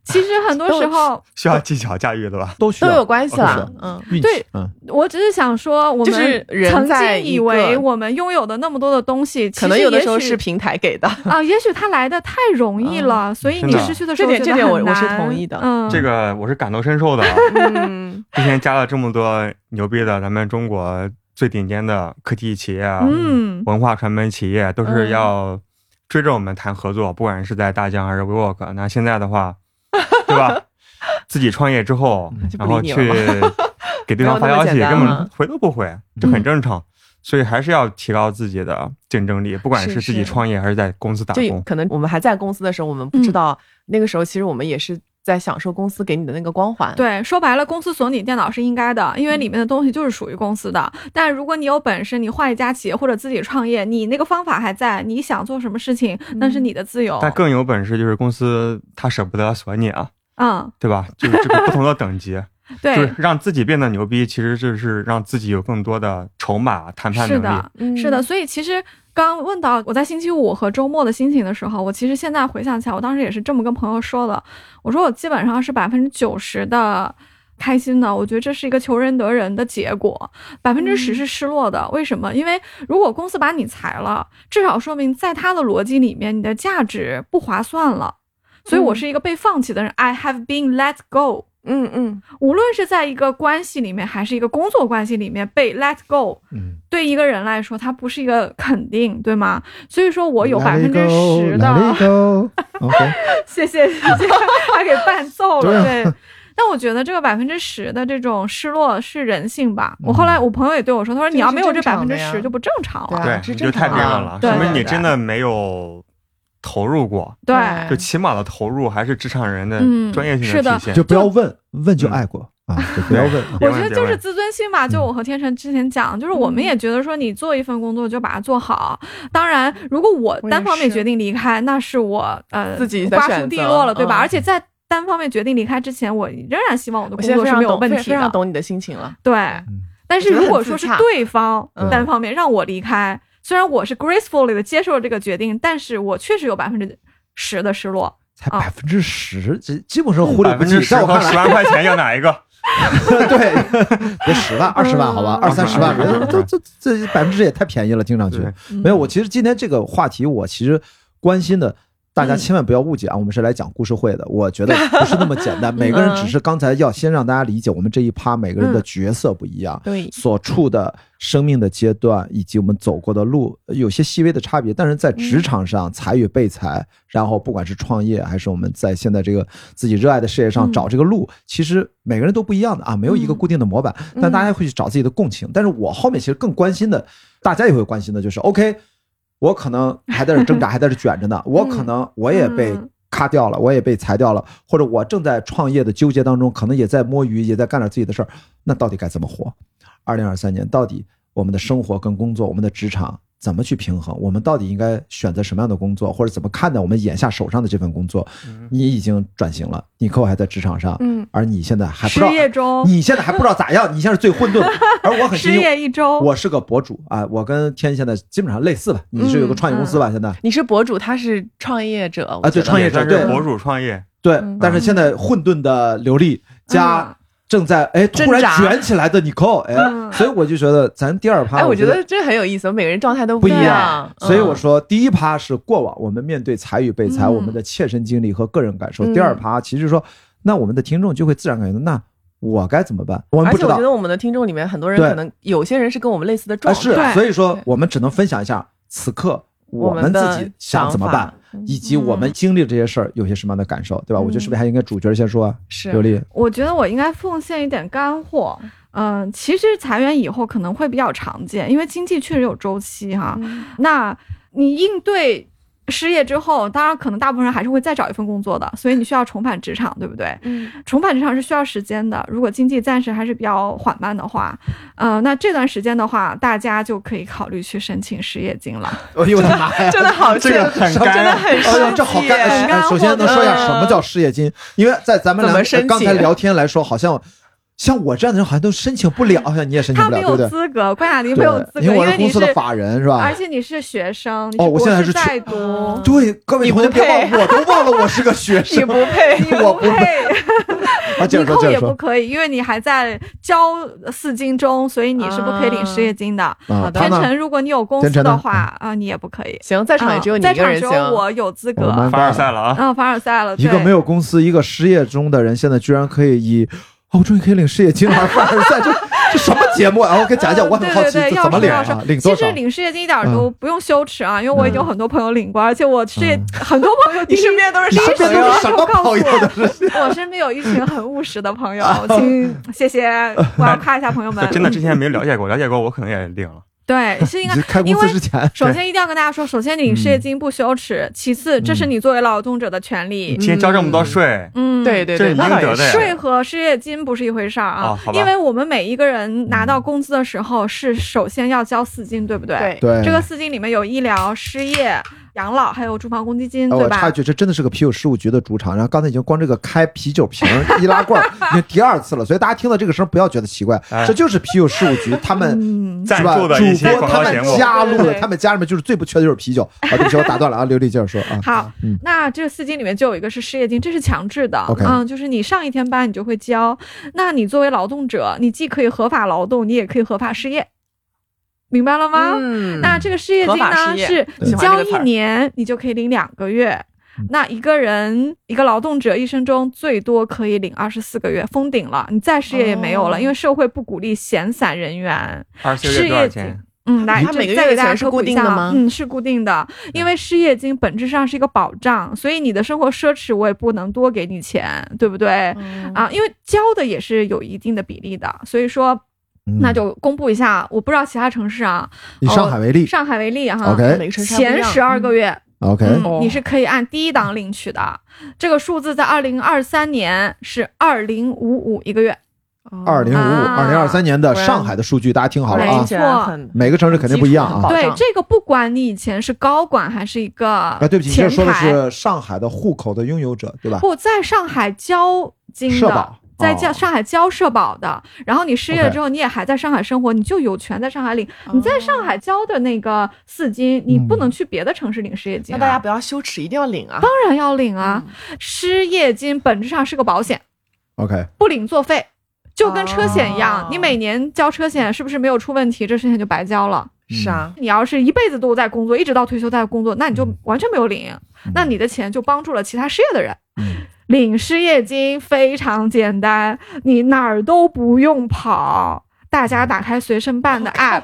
Speaker 4: 其实很多时候，
Speaker 1: 需要技巧驾驭的吧？
Speaker 2: 都需
Speaker 3: 都
Speaker 2: 要
Speaker 3: 有关系
Speaker 2: 都需
Speaker 3: 啦
Speaker 2: 要。
Speaker 3: 嗯，
Speaker 2: 运气
Speaker 4: 对，
Speaker 2: 嗯，
Speaker 4: 我只是想说，我
Speaker 3: 就是
Speaker 4: 们
Speaker 3: 人
Speaker 4: 曾
Speaker 3: 在
Speaker 4: 经
Speaker 3: 一
Speaker 4: 以
Speaker 3: 个
Speaker 4: 为我们拥有的那么多的东西，
Speaker 3: 可能有的时候
Speaker 4: 其实
Speaker 3: 是
Speaker 4: 也许
Speaker 3: 平台给的，
Speaker 4: 啊，也许它来的太容易了，所以
Speaker 1: 真
Speaker 4: 你
Speaker 1: 啊的
Speaker 4: 失去的时候
Speaker 3: 这点
Speaker 4: 觉得
Speaker 3: 这点我
Speaker 4: 很
Speaker 3: 我是
Speaker 4: 难
Speaker 3: 同意的
Speaker 4: 嗯，
Speaker 1: 这个我是感同身受的啊。
Speaker 3: 嗯，
Speaker 1: 之前加了这么多牛逼的咱们中国最顶尖的科技企业、啊、
Speaker 4: 嗯
Speaker 1: 文化传媒企业，都
Speaker 3: 嗯
Speaker 1: 是要追着我们谈合作，不管是在大疆还是 WeWork。那现在的话， 对吧？自己创业之后
Speaker 2: 嗯，
Speaker 3: 就不
Speaker 1: 然后
Speaker 3: 理
Speaker 1: 去
Speaker 3: 你了给对方发消息，没有那么
Speaker 1: 根
Speaker 3: 简单嗯了
Speaker 1: 本回都不回，这很正常。所以还是要提高自己的竞争力，不管
Speaker 3: 是
Speaker 1: 是自己
Speaker 3: 是
Speaker 1: 创业还是在公司打
Speaker 3: 就
Speaker 1: 工。
Speaker 3: 嗯可能我们还在公司的时候，我们不知道那个时候，其实我们也是在享受公司给你的那个光环。
Speaker 4: 对，说白了，公司锁你电脑是应该的，因为里面的东西就是属于公司的。但如果你有本事，你换一家企业或者自己创业，你那个方法还在，你想做什么事情那
Speaker 3: 嗯
Speaker 4: 是你的自由。
Speaker 1: 但更有本事就是公司他舍不得锁你啊，
Speaker 4: 嗯，
Speaker 1: 对 吧？就是这个不同的等级，就
Speaker 4: 对
Speaker 1: 是，让自己变得牛逼，其实就是让自己有更多的筹码、谈判
Speaker 4: 是
Speaker 1: 能力
Speaker 4: 的。，是的。所以其实刚问到我在星期五和周末的心情的时候，我其实现在回想起来，我当时也是这么跟朋友说的。我说我基本上是百分之九十的开心的，我觉得这是一个求人得人的结果，百分之十是失落的。为什么？因为如果公司把你裁了，至少说明在他的逻辑里面，你的价值不划算了。所以我
Speaker 3: 嗯
Speaker 4: 是一个被放弃的人、i have been let go。
Speaker 3: 嗯嗯，
Speaker 4: 无论是在一个关系里面，还是一个工作关系里面被 let go，
Speaker 2: 嗯，
Speaker 4: 对一个人来说，它不是一个肯定，对吗？所以说我有
Speaker 2: Let
Speaker 4: 百分
Speaker 2: it
Speaker 4: 之
Speaker 2: go, let
Speaker 4: 十的
Speaker 2: it，go OK，
Speaker 4: 谢谢谢谢， 还给伴奏
Speaker 2: 对
Speaker 4: 了，
Speaker 2: 啊
Speaker 4: 对。但我觉得这个百分之十的这种失落是人性吧。我后
Speaker 2: 嗯
Speaker 4: 来我朋友也对我说，他说
Speaker 3: 这
Speaker 4: 你要
Speaker 3: 是
Speaker 4: 没有这
Speaker 3: 正
Speaker 4: 百
Speaker 3: 常
Speaker 4: 分
Speaker 3: 的
Speaker 4: 之
Speaker 3: 呀
Speaker 4: 十就不正常了。
Speaker 3: 对
Speaker 1: 对
Speaker 3: 啊，这
Speaker 1: 你就
Speaker 3: 正
Speaker 1: 太
Speaker 3: 常
Speaker 1: 变
Speaker 3: 啊
Speaker 1: 了了，
Speaker 4: 对
Speaker 1: 说明
Speaker 4: 对
Speaker 1: 你
Speaker 3: 对
Speaker 1: 真的没有投入过。
Speaker 4: 对
Speaker 2: 啊
Speaker 1: 就起码的投入还是职场人的
Speaker 4: 嗯
Speaker 1: 专业性
Speaker 4: 是
Speaker 1: 的
Speaker 4: 的
Speaker 1: 体现。
Speaker 2: 就不要问，问就爱过啊，就不要问。
Speaker 4: 我
Speaker 1: 别
Speaker 4: 觉
Speaker 1: 问
Speaker 4: 得
Speaker 1: 别
Speaker 4: 就是
Speaker 1: 问
Speaker 4: 自尊心吧，就我和天成之前讲，就是我们
Speaker 3: 嗯
Speaker 4: 也觉得说，你做一份工作就把它做好。当然，如果我
Speaker 3: 我也
Speaker 4: 单方面
Speaker 3: 是
Speaker 4: 决定离开，那是我呃
Speaker 3: 自己的
Speaker 4: 瓜
Speaker 3: 选
Speaker 4: 熟蒂
Speaker 3: 择
Speaker 4: 落了，对吧？
Speaker 3: 嗯
Speaker 4: 而且在单方面决定离开之前，我仍然希望我的
Speaker 3: 我
Speaker 4: 工
Speaker 3: 现在
Speaker 4: 作
Speaker 3: 非
Speaker 4: 是没
Speaker 3: 常
Speaker 4: 有
Speaker 3: 懂，
Speaker 4: 问
Speaker 3: 非
Speaker 4: 题
Speaker 3: 非常
Speaker 4: 的。
Speaker 3: 懂你的心情了。
Speaker 4: 对，
Speaker 2: 嗯
Speaker 4: 但是
Speaker 3: 我觉得
Speaker 4: 如果
Speaker 3: 很自
Speaker 4: 说是
Speaker 3: 洽
Speaker 4: 对方
Speaker 3: 嗯
Speaker 4: 单方面让我离开，虽然我是 gracefully 的接受了这个决定，但是我确实有百分之十的失落。
Speaker 2: 才
Speaker 4: 啊
Speaker 2: 百分之十，这基本上忽略
Speaker 1: 百
Speaker 2: 不
Speaker 1: 分
Speaker 2: 计
Speaker 1: 之。十
Speaker 2: 在我
Speaker 1: 和
Speaker 2: 看来
Speaker 1: 十，万块钱要哪一个？
Speaker 2: 对，别十万、二十万，好吧，
Speaker 4: 嗯
Speaker 2: 二三十万，这这这百分之十也太便宜了，听上去
Speaker 1: 对。
Speaker 4: 嗯
Speaker 2: 没有，我其实今天这个话题，我其实关心的。大家
Speaker 4: 嗯
Speaker 2: 千万不要误解啊，我们是来讲故事会的，我觉得不是那么简 单。每个人只是刚才要先让大家理解我们这一趴每个人的
Speaker 4: 嗯
Speaker 2: 角色不一样，
Speaker 3: 对，
Speaker 2: 所处的生命的阶段以及我们走过的路呃有些细微的差别，但是在
Speaker 4: 嗯
Speaker 2: 职场上裁与被裁，然后不管是创业还是我们在现在这个自己热爱的事业上
Speaker 4: 嗯
Speaker 2: 找这个路，其实每个人都不一样的啊，没有一个
Speaker 4: 嗯
Speaker 2: 固定的模板，但大家会去找自己的共情。但是我后面其实更关心的，大家也会关心的就是，OK，我可能还在这挣扎，还在这卷着呢，我可能我也被
Speaker 4: 嗯
Speaker 2: 咔掉了，我也被裁掉了，或者我正在创业的纠结当中，可能也在摸鱼，也在干点自己的事儿，那到底该怎么活？二零二三年到底我们的生活跟工作，我们的职场怎么去平衡？我们到底应该选择什么样的工作，或者怎么看待我们眼下手上的这份工作？你已经转型了，你可我还在职场上，
Speaker 3: 嗯，
Speaker 2: 而你现在还不知
Speaker 4: 失
Speaker 2: 道，
Speaker 4: 业中，
Speaker 2: 你现在还不知道咋样，你现在是最 混沌的，而我很
Speaker 4: 失
Speaker 2: 清楚，
Speaker 4: 业一周，
Speaker 2: 我是个博主啊，我跟天现在基本上类似吧，
Speaker 3: 嗯
Speaker 2: 你是有个创业公司吧？现在
Speaker 3: 你是博主，他是创业者
Speaker 2: 啊对 创业
Speaker 1: 也
Speaker 2: 者
Speaker 1: 算
Speaker 2: 对
Speaker 1: 是博主创业，
Speaker 2: 对
Speaker 3: 嗯，
Speaker 2: 但是现在混沌的流利
Speaker 4: 嗯
Speaker 2: 加正在哎突然
Speaker 3: 挣扎
Speaker 2: 卷起来的 Nicole，哎，
Speaker 4: 嗯
Speaker 2: 所以我就觉得咱第二趴，
Speaker 3: 哎，我
Speaker 2: 觉
Speaker 3: 觉得这很有意思，每个人状态都
Speaker 2: 不一
Speaker 3: 一
Speaker 2: 样
Speaker 3: 样，。
Speaker 2: 所以我
Speaker 3: 嗯
Speaker 2: 说，第一趴是过往我们面对财与被财，
Speaker 4: 嗯
Speaker 2: 我们的切身经历和个人感受；
Speaker 3: 嗯
Speaker 2: 第二趴其实说，那我们的听众就会自然感觉到，那我该怎么办？我们
Speaker 3: 而
Speaker 2: 不
Speaker 3: 且
Speaker 2: 知
Speaker 3: 我
Speaker 2: 道
Speaker 3: 觉，得我们的听众里面很多人
Speaker 2: 对
Speaker 3: 可能有些人是跟我们类似的
Speaker 2: 啊
Speaker 3: 状态，
Speaker 2: 是，
Speaker 4: 对
Speaker 2: 所以说
Speaker 3: 对
Speaker 2: 我们只能分享一下此刻我们自
Speaker 3: 的
Speaker 2: 己想怎么办
Speaker 3: 法。，嗯
Speaker 2: 以及我们经历这些事儿有些什么样的感受，对吧？
Speaker 3: 嗯
Speaker 2: 我觉得是不是还应该主角先说啊？
Speaker 3: 是
Speaker 2: 刘丽，
Speaker 4: 我觉得我应该奉献一点干货。嗯，其实裁员以后可能会比较常见，因为经济确实有周期哈。
Speaker 3: 嗯
Speaker 4: 那你应对失业之后，当然可能大部分人还是会再找一份工作的，所以你需要重返职场，对不对？
Speaker 3: 嗯
Speaker 4: 重返职场是需要时间的。如果经济暂时还是比较缓慢的话，呃，那这段时间的话，大家就可以考虑去申请失业金了。
Speaker 2: 哎呦我的妈呀！
Speaker 3: 真的 好
Speaker 1: 这个 很
Speaker 3: 真的
Speaker 1: 干。啊
Speaker 3: 很
Speaker 2: 哎呀，
Speaker 3: 生
Speaker 2: 这好
Speaker 3: 气
Speaker 2: 干！哎
Speaker 3: 耶
Speaker 4: 啊
Speaker 2: 哎首先能说一下
Speaker 3: 嗯
Speaker 2: 什么叫失业金？因为在咱们
Speaker 3: 怎么申
Speaker 2: 俩
Speaker 4: 啊
Speaker 3: 请
Speaker 2: 刚才聊天来说，好像像我这样的人好像都申请不了，好像你也申请
Speaker 4: 他
Speaker 2: 不了，
Speaker 4: 没
Speaker 2: 对不对？
Speaker 4: 有资格，关雅迪没
Speaker 2: 对
Speaker 4: 有资格，
Speaker 2: 因为
Speaker 4: 因
Speaker 2: 我是
Speaker 4: 为
Speaker 2: 公
Speaker 4: 你
Speaker 2: 司
Speaker 4: 是，
Speaker 2: 的法人是吧
Speaker 4: 而？且你是学生，你
Speaker 2: 哦我
Speaker 4: 博
Speaker 2: 现在是
Speaker 4: 士
Speaker 2: 学
Speaker 4: 在读
Speaker 3: 啊，
Speaker 2: 对，各位同学
Speaker 3: 你不
Speaker 2: 别忘
Speaker 3: 配
Speaker 2: 了，我都忘了我是个学
Speaker 3: 你
Speaker 2: 生
Speaker 3: 不 配，
Speaker 4: 你
Speaker 2: 我
Speaker 4: 不
Speaker 2: 不
Speaker 4: 配。
Speaker 2: 啊！ 接着
Speaker 4: 你
Speaker 2: 说，
Speaker 4: 扣
Speaker 2: 接着
Speaker 4: 也不
Speaker 2: 说
Speaker 4: 可以，因为你还在交四金中，所以你是不可以领失业金的。
Speaker 2: 啊！
Speaker 3: 好的
Speaker 2: 他
Speaker 4: 天
Speaker 2: 呢？
Speaker 4: 成，如果你有公司的话，啊、你也不可以。
Speaker 3: 行，在场也只有你一个人
Speaker 4: 啊在场只有
Speaker 3: 行。
Speaker 4: 我有资
Speaker 2: 哦我
Speaker 4: 格
Speaker 2: 们。
Speaker 1: 凡尔赛了啊！
Speaker 4: 嗯，凡尔赛了，
Speaker 2: 一个
Speaker 4: 对
Speaker 2: 没有公司，一个失业中的人，现在居然可以以哦，终于可以领失业金了， 凡尔赛，这这什么节目啊？我给讲讲，我很好奇
Speaker 4: 呃对
Speaker 2: 这
Speaker 4: 对对
Speaker 2: 怎么领
Speaker 4: 要说
Speaker 2: 啊？领
Speaker 4: 其
Speaker 2: 多
Speaker 4: 实
Speaker 2: 少？
Speaker 4: 领失业金一点都不用羞耻啊，因为我已经
Speaker 2: 嗯
Speaker 4: 有很多朋友领过，而且我失业、
Speaker 2: 嗯
Speaker 4: 很多朋友，
Speaker 3: 你身边都是
Speaker 2: 你身边都是什么朋友的？
Speaker 4: 我身边有一群很务实的 朋友，请谢谢，我要夸一下朋友们
Speaker 1: 就。真的之前没了解过，了解过我可能也领了。
Speaker 4: 对，是应该
Speaker 2: 你开公
Speaker 4: 因
Speaker 2: 司
Speaker 4: 为
Speaker 2: 之前，
Speaker 4: 首先一定要跟大家说，首先领失
Speaker 2: 嗯
Speaker 4: 业金不羞耻，其次这是你作为劳动者的权利
Speaker 1: 一。天交这么多税，
Speaker 4: 嗯，
Speaker 3: 对。对
Speaker 1: 这
Speaker 3: 对，
Speaker 1: 是
Speaker 3: 那
Speaker 1: 应
Speaker 3: 倒
Speaker 1: 得
Speaker 3: 也
Speaker 1: 的呀
Speaker 3: 是。
Speaker 4: 税和失业金不是一回事儿
Speaker 1: 啊
Speaker 4: 啊
Speaker 1: 好，吧
Speaker 4: 因为我们每一个人拿到工资的时候是首先要交四金，对不对？
Speaker 3: 对，
Speaker 2: 对
Speaker 4: 这个四金里面有医疗、失业、养老，还有住房公积金，
Speaker 2: 哎，
Speaker 4: 对
Speaker 2: 我插
Speaker 4: 吧
Speaker 2: 一？句，这真的是个啤酒事务局的主场。然后刚才已经光这个开啤酒瓶儿易拉罐 儿已经第二次了，所以大家听到这个声儿不要觉得奇怪，
Speaker 1: 哎
Speaker 2: 这就是啤酒事务局他们。
Speaker 4: 嗯，
Speaker 1: 赞
Speaker 2: 是吧？
Speaker 1: 助
Speaker 2: 主
Speaker 1: 的一些
Speaker 2: 播
Speaker 1: 广告
Speaker 2: 他
Speaker 1: 节
Speaker 2: 们
Speaker 1: 目，
Speaker 2: 加入
Speaker 4: 对
Speaker 2: 的，
Speaker 4: 对
Speaker 2: 他们家里面就是最不缺的就是啤酒啊！对不起，我打断了啊，刘丽接着说啊。
Speaker 4: 好
Speaker 2: 嗯，
Speaker 4: 那这个四金里面就有一个是失业金，这是强制的
Speaker 2: OK
Speaker 4: 嗯，就是你上一天班你就会交。那你作为劳动者，你既可以合法劳动，你也可以合法失业，明白了吗？
Speaker 3: 嗯
Speaker 4: 那这个失业金
Speaker 3: 合法
Speaker 4: 呢，
Speaker 3: 失业
Speaker 4: 是
Speaker 3: 喜欢
Speaker 4: 交
Speaker 3: 这个词
Speaker 4: 一
Speaker 3: 儿
Speaker 4: 年你就可以领两个月
Speaker 2: 嗯。
Speaker 4: 那一个人，一个劳动者一生中最多可以领二十四个月，封顶了，你再失业也没有了，
Speaker 3: 哦
Speaker 4: 因为社会不鼓励闲散人员。
Speaker 1: 二十个月多少钱？
Speaker 4: 嗯，来，
Speaker 3: 啊他
Speaker 4: 这
Speaker 3: 每个月
Speaker 4: 再
Speaker 3: 的
Speaker 4: 给大家
Speaker 3: 钱是
Speaker 4: 科普
Speaker 3: 固
Speaker 4: 一
Speaker 3: 定
Speaker 4: 下
Speaker 3: 的
Speaker 4: 啊
Speaker 3: 吗
Speaker 4: 嗯，是固定的，因为失业金本质上是一个保障，所以你的生活奢侈我也不能多给你钱，对不对？
Speaker 3: 啊，
Speaker 4: 啊，因为交的也是有一定的比例的，所以说
Speaker 2: 嗯
Speaker 4: 那就公布一下，我不知道其他城市啊，
Speaker 2: 以上海为例
Speaker 4: 上海为例哈。
Speaker 3: 每
Speaker 2: ，OK
Speaker 3: 个城市还不一
Speaker 4: 前
Speaker 3: 样
Speaker 4: 十二个月，
Speaker 2: OK，
Speaker 4: 嗯
Speaker 3: 哦
Speaker 4: 你是可以按第一档领取的。这个数字在二零二三年是二零五五一个月，
Speaker 2: 二
Speaker 3: 哦
Speaker 2: 零五五
Speaker 4: 啊
Speaker 2: 二零二三年的
Speaker 3: 果然
Speaker 2: 上海的数据大家听好了
Speaker 4: 果
Speaker 3: 听
Speaker 4: 然
Speaker 2: 啊
Speaker 4: 是，
Speaker 3: 起来很
Speaker 2: 每个城市肯定不一样
Speaker 3: 基础
Speaker 2: 啊
Speaker 3: 很。保
Speaker 4: 对
Speaker 3: 障
Speaker 4: 这个，不管你以前是高管还是一个啊
Speaker 2: 啊，对不起，你这说的是上海的户口的拥有者对吧？
Speaker 4: 不在上海交金
Speaker 2: 社保
Speaker 4: 的，在交
Speaker 2: 哦
Speaker 4: 上海交社保的，然后你失业
Speaker 2: OK
Speaker 4: 了之后，你也还在上海生活，你就有权在上海领。你在上海交的那个四金，你
Speaker 2: 嗯
Speaker 4: 不能去别的城市领失业金
Speaker 3: 那
Speaker 4: 啊、
Speaker 3: 大家不要羞耻，一定要领啊！
Speaker 4: 当然要领啊！失业金本质上是个保险，
Speaker 2: OK，
Speaker 4: 不领作废。就跟车险一样，
Speaker 3: 哦
Speaker 4: 你每年交车险是不是没有出问题，这车险就白交了？
Speaker 3: 是啊，
Speaker 4: 你要是一辈子都在工作，一直到退休在工作，那你就完全没有领，那你的钱就帮助了其他失业的人。
Speaker 2: 嗯
Speaker 4: 领失业金非常简单，你哪儿都不用跑。大家打开随身
Speaker 2: 哦
Speaker 4: 办的 app，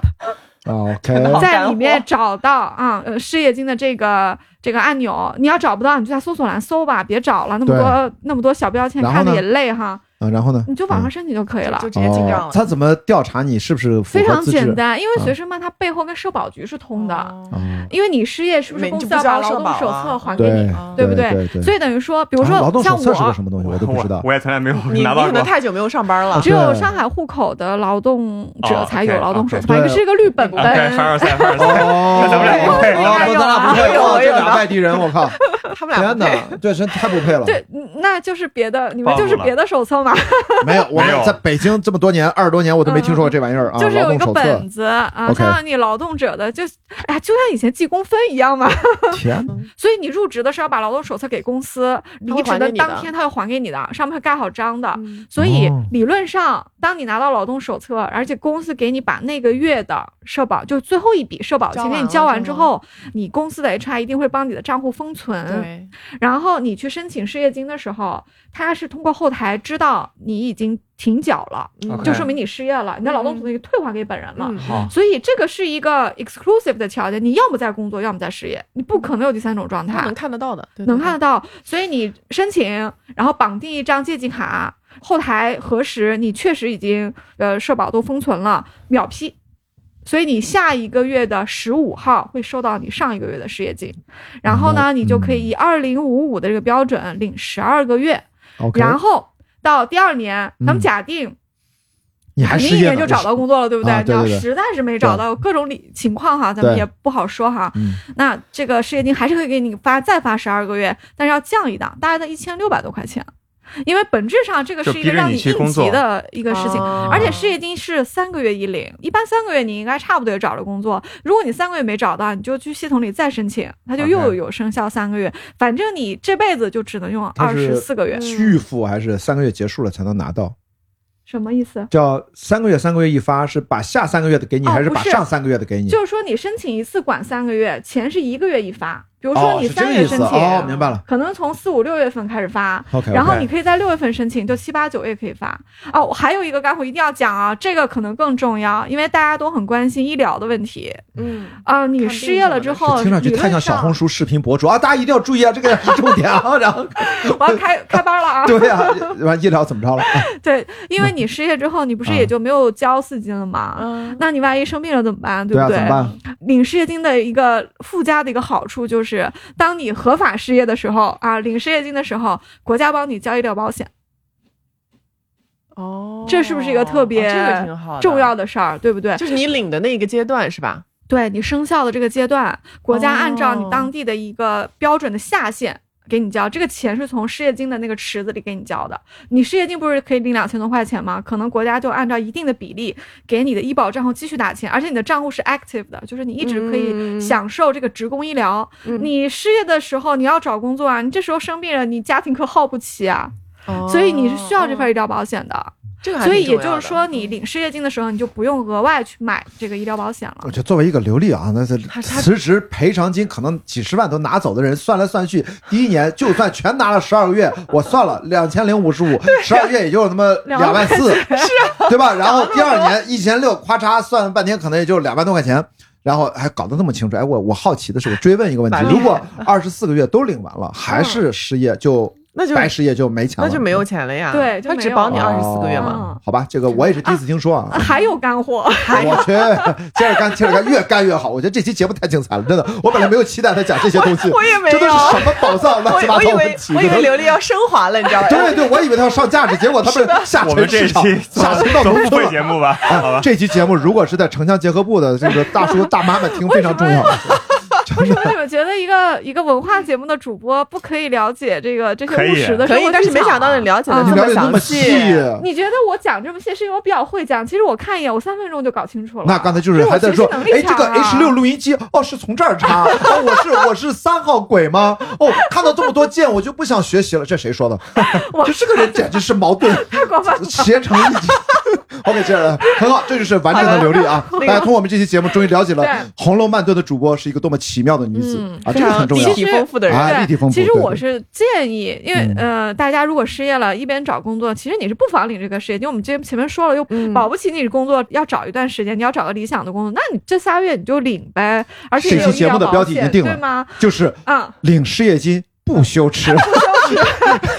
Speaker 2: OK，
Speaker 3: 好干
Speaker 4: 在
Speaker 3: 货
Speaker 4: 里面找到啊、呃失业金的这个这个按钮。你要找不到，你就在搜索栏搜吧，别找了，那么多那么多小标签，
Speaker 2: 然后
Speaker 4: 看
Speaker 2: 呢
Speaker 4: 的也累哈。
Speaker 2: 啊，然后呢？
Speaker 4: 你就网上申请就可以了
Speaker 3: 就，直接进账
Speaker 2: 哦
Speaker 3: 了，
Speaker 2: 他怎么调查你是不是符
Speaker 4: 非
Speaker 2: 合
Speaker 4: 常
Speaker 2: 资质？
Speaker 4: 简单。因为
Speaker 2: 啊
Speaker 4: 随身办它背后跟社保局是通的，
Speaker 3: 哦
Speaker 2: 哦
Speaker 4: 因为你失业是不是
Speaker 3: 没
Speaker 4: 公司
Speaker 3: 你就
Speaker 4: 要
Speaker 3: 不需
Speaker 4: 把
Speaker 3: 要
Speaker 4: 劳
Speaker 3: 劳
Speaker 4: 动
Speaker 3: 保
Speaker 4: 手
Speaker 3: 啊
Speaker 4: 册还给
Speaker 2: 对
Speaker 4: 你？对不
Speaker 2: 对
Speaker 4: 对
Speaker 2: 对
Speaker 4: 所
Speaker 2: 以
Speaker 4: 以等于说，比如
Speaker 2: 劳动
Speaker 4: 说像
Speaker 2: 手册是个什
Speaker 4: 我，
Speaker 2: 么东西， 我都不知道。
Speaker 1: 我也从来没有
Speaker 3: 你你
Speaker 1: 拿到
Speaker 3: 可能
Speaker 1: 过。
Speaker 3: 太久没有上班了
Speaker 4: 只，有
Speaker 2: 对
Speaker 4: 上海户口的劳动者
Speaker 1: 哦
Speaker 4: 才有
Speaker 1: OK，
Speaker 4: 劳动手
Speaker 3: 啊
Speaker 1: OK
Speaker 4: 册，反正
Speaker 2: 对
Speaker 4: 是一个绿本本。
Speaker 1: OK，凡尔赛，凡尔赛，
Speaker 2: 哦
Speaker 1: 那咱们俩不配
Speaker 2: 哦
Speaker 1: 啊
Speaker 2: 那咱俩不
Speaker 3: 我
Speaker 2: 配，
Speaker 3: 有
Speaker 2: 哇
Speaker 3: 我
Speaker 2: 这
Speaker 3: 有
Speaker 2: 俩外地人，我靠，
Speaker 3: 他们俩
Speaker 2: 天
Speaker 3: 不配
Speaker 2: 哪，这真太不配了。
Speaker 4: 对，嗯那就是别的，你们
Speaker 1: 暴露
Speaker 4: 就是
Speaker 1: 了
Speaker 4: 别的手册嘛，
Speaker 2: 没有，我
Speaker 1: 没有
Speaker 2: 们在北京这么多年，二十多年，我都没听说过这玩意儿啊。
Speaker 4: 就是
Speaker 2: 劳
Speaker 4: 有一
Speaker 2: 动
Speaker 4: 个
Speaker 2: 手
Speaker 4: 本
Speaker 2: 册，
Speaker 4: 子啊，
Speaker 2: OK
Speaker 4: 像你劳动者的，就哎，就像以前记工分一样嘛。
Speaker 2: 天哪，
Speaker 4: 所以你入职的时候要把劳动手册给公司，离职
Speaker 3: 还给
Speaker 4: 的
Speaker 3: 你的
Speaker 4: 当天他会还给你的，上面会盖好章的。所以
Speaker 2: 哦
Speaker 4: 理论上，当你拿到劳动手册，而且公司给你把那个月的社保，就是最后一笔社保钱
Speaker 3: 交完
Speaker 4: 给你
Speaker 3: 了
Speaker 4: 交完
Speaker 3: 之
Speaker 4: 之
Speaker 3: 后
Speaker 4: 后，你公司的 HR 一定会帮你的账户封存。
Speaker 3: 对，
Speaker 4: 然后你去申请失业金的时候，他是通过后台知道你已经停缴了，
Speaker 3: 嗯
Speaker 1: OK
Speaker 4: 就说明你失业了，你的劳动
Speaker 3: 嗯
Speaker 4: 手续退还给本人了。
Speaker 3: 嗯
Speaker 2: 哦
Speaker 1: 好，
Speaker 4: 所以这个是一个 exclusive 的条件，你要么在工作，要么在失业，你不可能有第三种状态。
Speaker 3: 嗯他能看得到
Speaker 2: 嗯
Speaker 3: 的，对
Speaker 4: 能看得，到。所以你申请，然后绑定一张借记卡，后台核实你确实已经呃社保都封存了，秒批。所以你下一个月的十五号会收到你上一个月的失业金，
Speaker 2: 嗯
Speaker 4: 然后呢，你就可以以二零五五的这个标准领十二个月，
Speaker 2: OK，
Speaker 4: 然后到第二年，
Speaker 2: 嗯
Speaker 4: 咱们假定
Speaker 2: 你还
Speaker 4: 你
Speaker 2: 失
Speaker 4: 一
Speaker 2: 业呢
Speaker 4: 年就找到工作了，对不
Speaker 2: 啊
Speaker 4: 对？你
Speaker 2: 对对对
Speaker 4: 要实在是没找到，各种理情况哈，咱们
Speaker 2: 对
Speaker 4: 也不好说哈。
Speaker 2: 嗯
Speaker 4: 那这个失业金还是会给你发再发十二个月，但是要降一档，大概在一千六百多块钱，因为本质上这个是
Speaker 1: 就
Speaker 4: 一
Speaker 1: 逼
Speaker 4: 个
Speaker 1: 着
Speaker 4: 让
Speaker 1: 你去
Speaker 4: 应
Speaker 1: 工
Speaker 4: 急
Speaker 1: 作
Speaker 4: 的一个事情。
Speaker 3: 哦
Speaker 4: 而且失业金是三个月一领，一般三个月你应该差不多也找了工作。如果你三个月没找到，你就去系统里再申请，它就
Speaker 1: OK
Speaker 4: 又有生效三个月。反正你这辈子就只能用
Speaker 2: 它
Speaker 4: 二
Speaker 2: 是
Speaker 4: 十四个月，
Speaker 2: 续付还是三个月结束了才能拿到？
Speaker 4: 什么意思？
Speaker 2: 叫三个月，三个月一发，是把下三个月的给你，
Speaker 4: 哦
Speaker 2: 还是
Speaker 4: 不
Speaker 2: 把
Speaker 4: 是
Speaker 2: 上三个月的给你？
Speaker 4: 就是说你申请一次管三个月，钱是一个月一发，比如说你
Speaker 2: 哦是这
Speaker 4: 三
Speaker 2: 个意
Speaker 4: 月
Speaker 2: 思
Speaker 4: 申请，
Speaker 2: 哦明白了
Speaker 4: 可能从四五六月份开始发。
Speaker 2: OK，
Speaker 4: 然后你可以在六月份申请，就七八九也可以发哦。我还有一个干货一定要讲啊，这个可能更重要，因为大家都很关心医疗的问题
Speaker 3: 嗯，
Speaker 4: 啊、
Speaker 3: 看
Speaker 4: 你
Speaker 3: 病
Speaker 4: 失业了
Speaker 3: 什
Speaker 4: 之
Speaker 3: 么的
Speaker 4: 后，
Speaker 2: 哦听上去
Speaker 4: 理论
Speaker 2: 太像小红书视频博主啊！大家一定要注意啊，这个是重点啊。 然后，
Speaker 4: 上，我要 开开班了啊！
Speaker 2: 对啊，完医疗怎么着了？
Speaker 4: 对，因为你失业之后，你不是
Speaker 2: 啊
Speaker 4: 也就没有交四金了吗？
Speaker 3: 嗯
Speaker 4: 那你万一生病了怎么办？
Speaker 2: 对
Speaker 4: 不
Speaker 2: 啊，
Speaker 4: 对
Speaker 2: 怎？么办？
Speaker 4: 领失业金的一个附加的一个好处就是，当你合法失业的时候啊，领失业金的时候，国家帮你交医疗保险，
Speaker 3: 哦，
Speaker 4: 这是不是一个特别
Speaker 3: 哦这个挺好的
Speaker 4: 重要？的事儿，对不对？
Speaker 3: 就是你领的那个阶段是吧？
Speaker 4: 对你生效的这个阶段，国家
Speaker 3: 哦
Speaker 4: 按照你当地的一个标准的下限。给你交这个钱是从失业金的那个池子里给你交的，你失业金不是可以领两千多块钱吗？可能国家就按照一定的比例给你的医保账户继续打钱，而且你的账户是 active 的，就是你一直可
Speaker 3: 嗯
Speaker 4: 以享受这个职工医疗。
Speaker 3: 嗯
Speaker 4: 你失业的时候你要找工作啊，你这时候生病了，你家庭可耗不起啊，所以你是需要这份
Speaker 3: 哦，
Speaker 4: 医疗保险的。
Speaker 3: 这个还
Speaker 4: 所以也
Speaker 3: 挺重要
Speaker 4: 就
Speaker 3: 的嗯
Speaker 4: 是说，你领失业金的时候，你就不用额外去买这个医疗保险了
Speaker 2: 我。觉得作为一个刘丽啊，那是
Speaker 3: 他他
Speaker 2: 辞职赔偿金可能几十万都拿走的人，算来算去，第一年就算全拿了十二个月，我算了两千零五十五，十二月也就他妈两万四，对吧？然后第二年一千六，咔嚓算了半天，可能也就两万多块钱。然后还搞得那么清楚，哎，我我好奇的是，我追问一个问题
Speaker 3: 白：领
Speaker 2: 如果二十四个月都领完了，还是失业就
Speaker 3: 那就
Speaker 2: 白失业就没钱了，
Speaker 3: 那就没有钱了呀。
Speaker 4: 对就
Speaker 3: 他
Speaker 4: 没
Speaker 3: 只
Speaker 4: 有
Speaker 3: 保你
Speaker 4: 了
Speaker 3: 二十四个月嘛。哎
Speaker 2: 哦好吧，这个我也是第一次听说啊
Speaker 4: 啊，。还有干 货，
Speaker 2: 我去，接着干，接着干，越干越好。我觉得这期节目太精彩了，真的。我本来没有期待他讲这些
Speaker 4: 哦
Speaker 2: 东西，
Speaker 3: 我也没
Speaker 2: 这
Speaker 3: 有
Speaker 2: 都是什么宝藏，乱七
Speaker 3: 我
Speaker 2: 八
Speaker 3: 我
Speaker 2: 糟
Speaker 3: 以为
Speaker 2: 问题。
Speaker 3: 我以为刘丽要升华了，你知道 吧？
Speaker 2: 对对，我以为他要上价值，结果他们下
Speaker 1: 我们
Speaker 2: 沉
Speaker 1: 这一
Speaker 2: 市场
Speaker 1: 期，走
Speaker 2: 下沉到
Speaker 1: 走
Speaker 2: 农
Speaker 1: 付
Speaker 2: 村
Speaker 1: 费
Speaker 2: 了
Speaker 1: 节目吧，好
Speaker 2: 啊
Speaker 1: 吧。
Speaker 2: 这期节目如果是在城乡结合部的这个大叔大妈们 听，非常重要。
Speaker 4: 为什么你们觉得一个一个文化节目的主播不可以了解这个这些
Speaker 1: 可以
Speaker 4: 务实的
Speaker 3: 可
Speaker 4: 生
Speaker 3: 以
Speaker 4: 活技巧啊？，
Speaker 3: 但是没想到你了解的
Speaker 4: 啊
Speaker 2: 嗯你
Speaker 3: 这
Speaker 2: 了解那
Speaker 3: 详
Speaker 2: 么细，啊
Speaker 4: 你觉得我讲这么些是因为我比较会讲，其实我看一眼，我三分钟就搞清楚了。
Speaker 2: 那刚才就是还在说，
Speaker 4: 这我
Speaker 2: 哎，
Speaker 4: 学习能力
Speaker 2: 这
Speaker 4: 强
Speaker 2: 个
Speaker 4: 啊
Speaker 2: H 六录音机哦，是从这儿 插。哦，我是我是三号轨吗？哦，看到这么多键，我就不想学习了。这谁说的？
Speaker 4: 我
Speaker 2: 这这个人简直是矛盾
Speaker 4: 太过分了。
Speaker 2: 携程一体。OK，接下来很好，这就是完整的流利 啊！大家通过我们这期节目，终于了解了
Speaker 4: 对
Speaker 2: 《红楼梦》顿的主播是一个多么奇妙的女子
Speaker 4: 嗯
Speaker 2: 啊，这
Speaker 3: 非
Speaker 2: 个
Speaker 3: 常
Speaker 2: 很重要
Speaker 3: 立。体丰富的人。
Speaker 2: 啊立体
Speaker 4: 对
Speaker 2: 丰，富
Speaker 4: 其实
Speaker 2: 对
Speaker 4: 我
Speaker 2: 对
Speaker 4: 是建议，因为
Speaker 2: 嗯
Speaker 4: 呃，大家如果失业了，一边找工作，其实你是不妨领这个失业金。我们之前前面说了，又
Speaker 3: 嗯
Speaker 4: 保不齐你工作要找一段时间，你要找个理想的工作，那你这仨月你就领呗，而且
Speaker 2: 这
Speaker 4: 也有
Speaker 2: 期节目的
Speaker 4: 医疗
Speaker 2: 标题已经
Speaker 4: 保险
Speaker 2: 定了
Speaker 4: 对吗？
Speaker 2: 就是
Speaker 4: 嗯，
Speaker 2: 领失业金不羞 耻，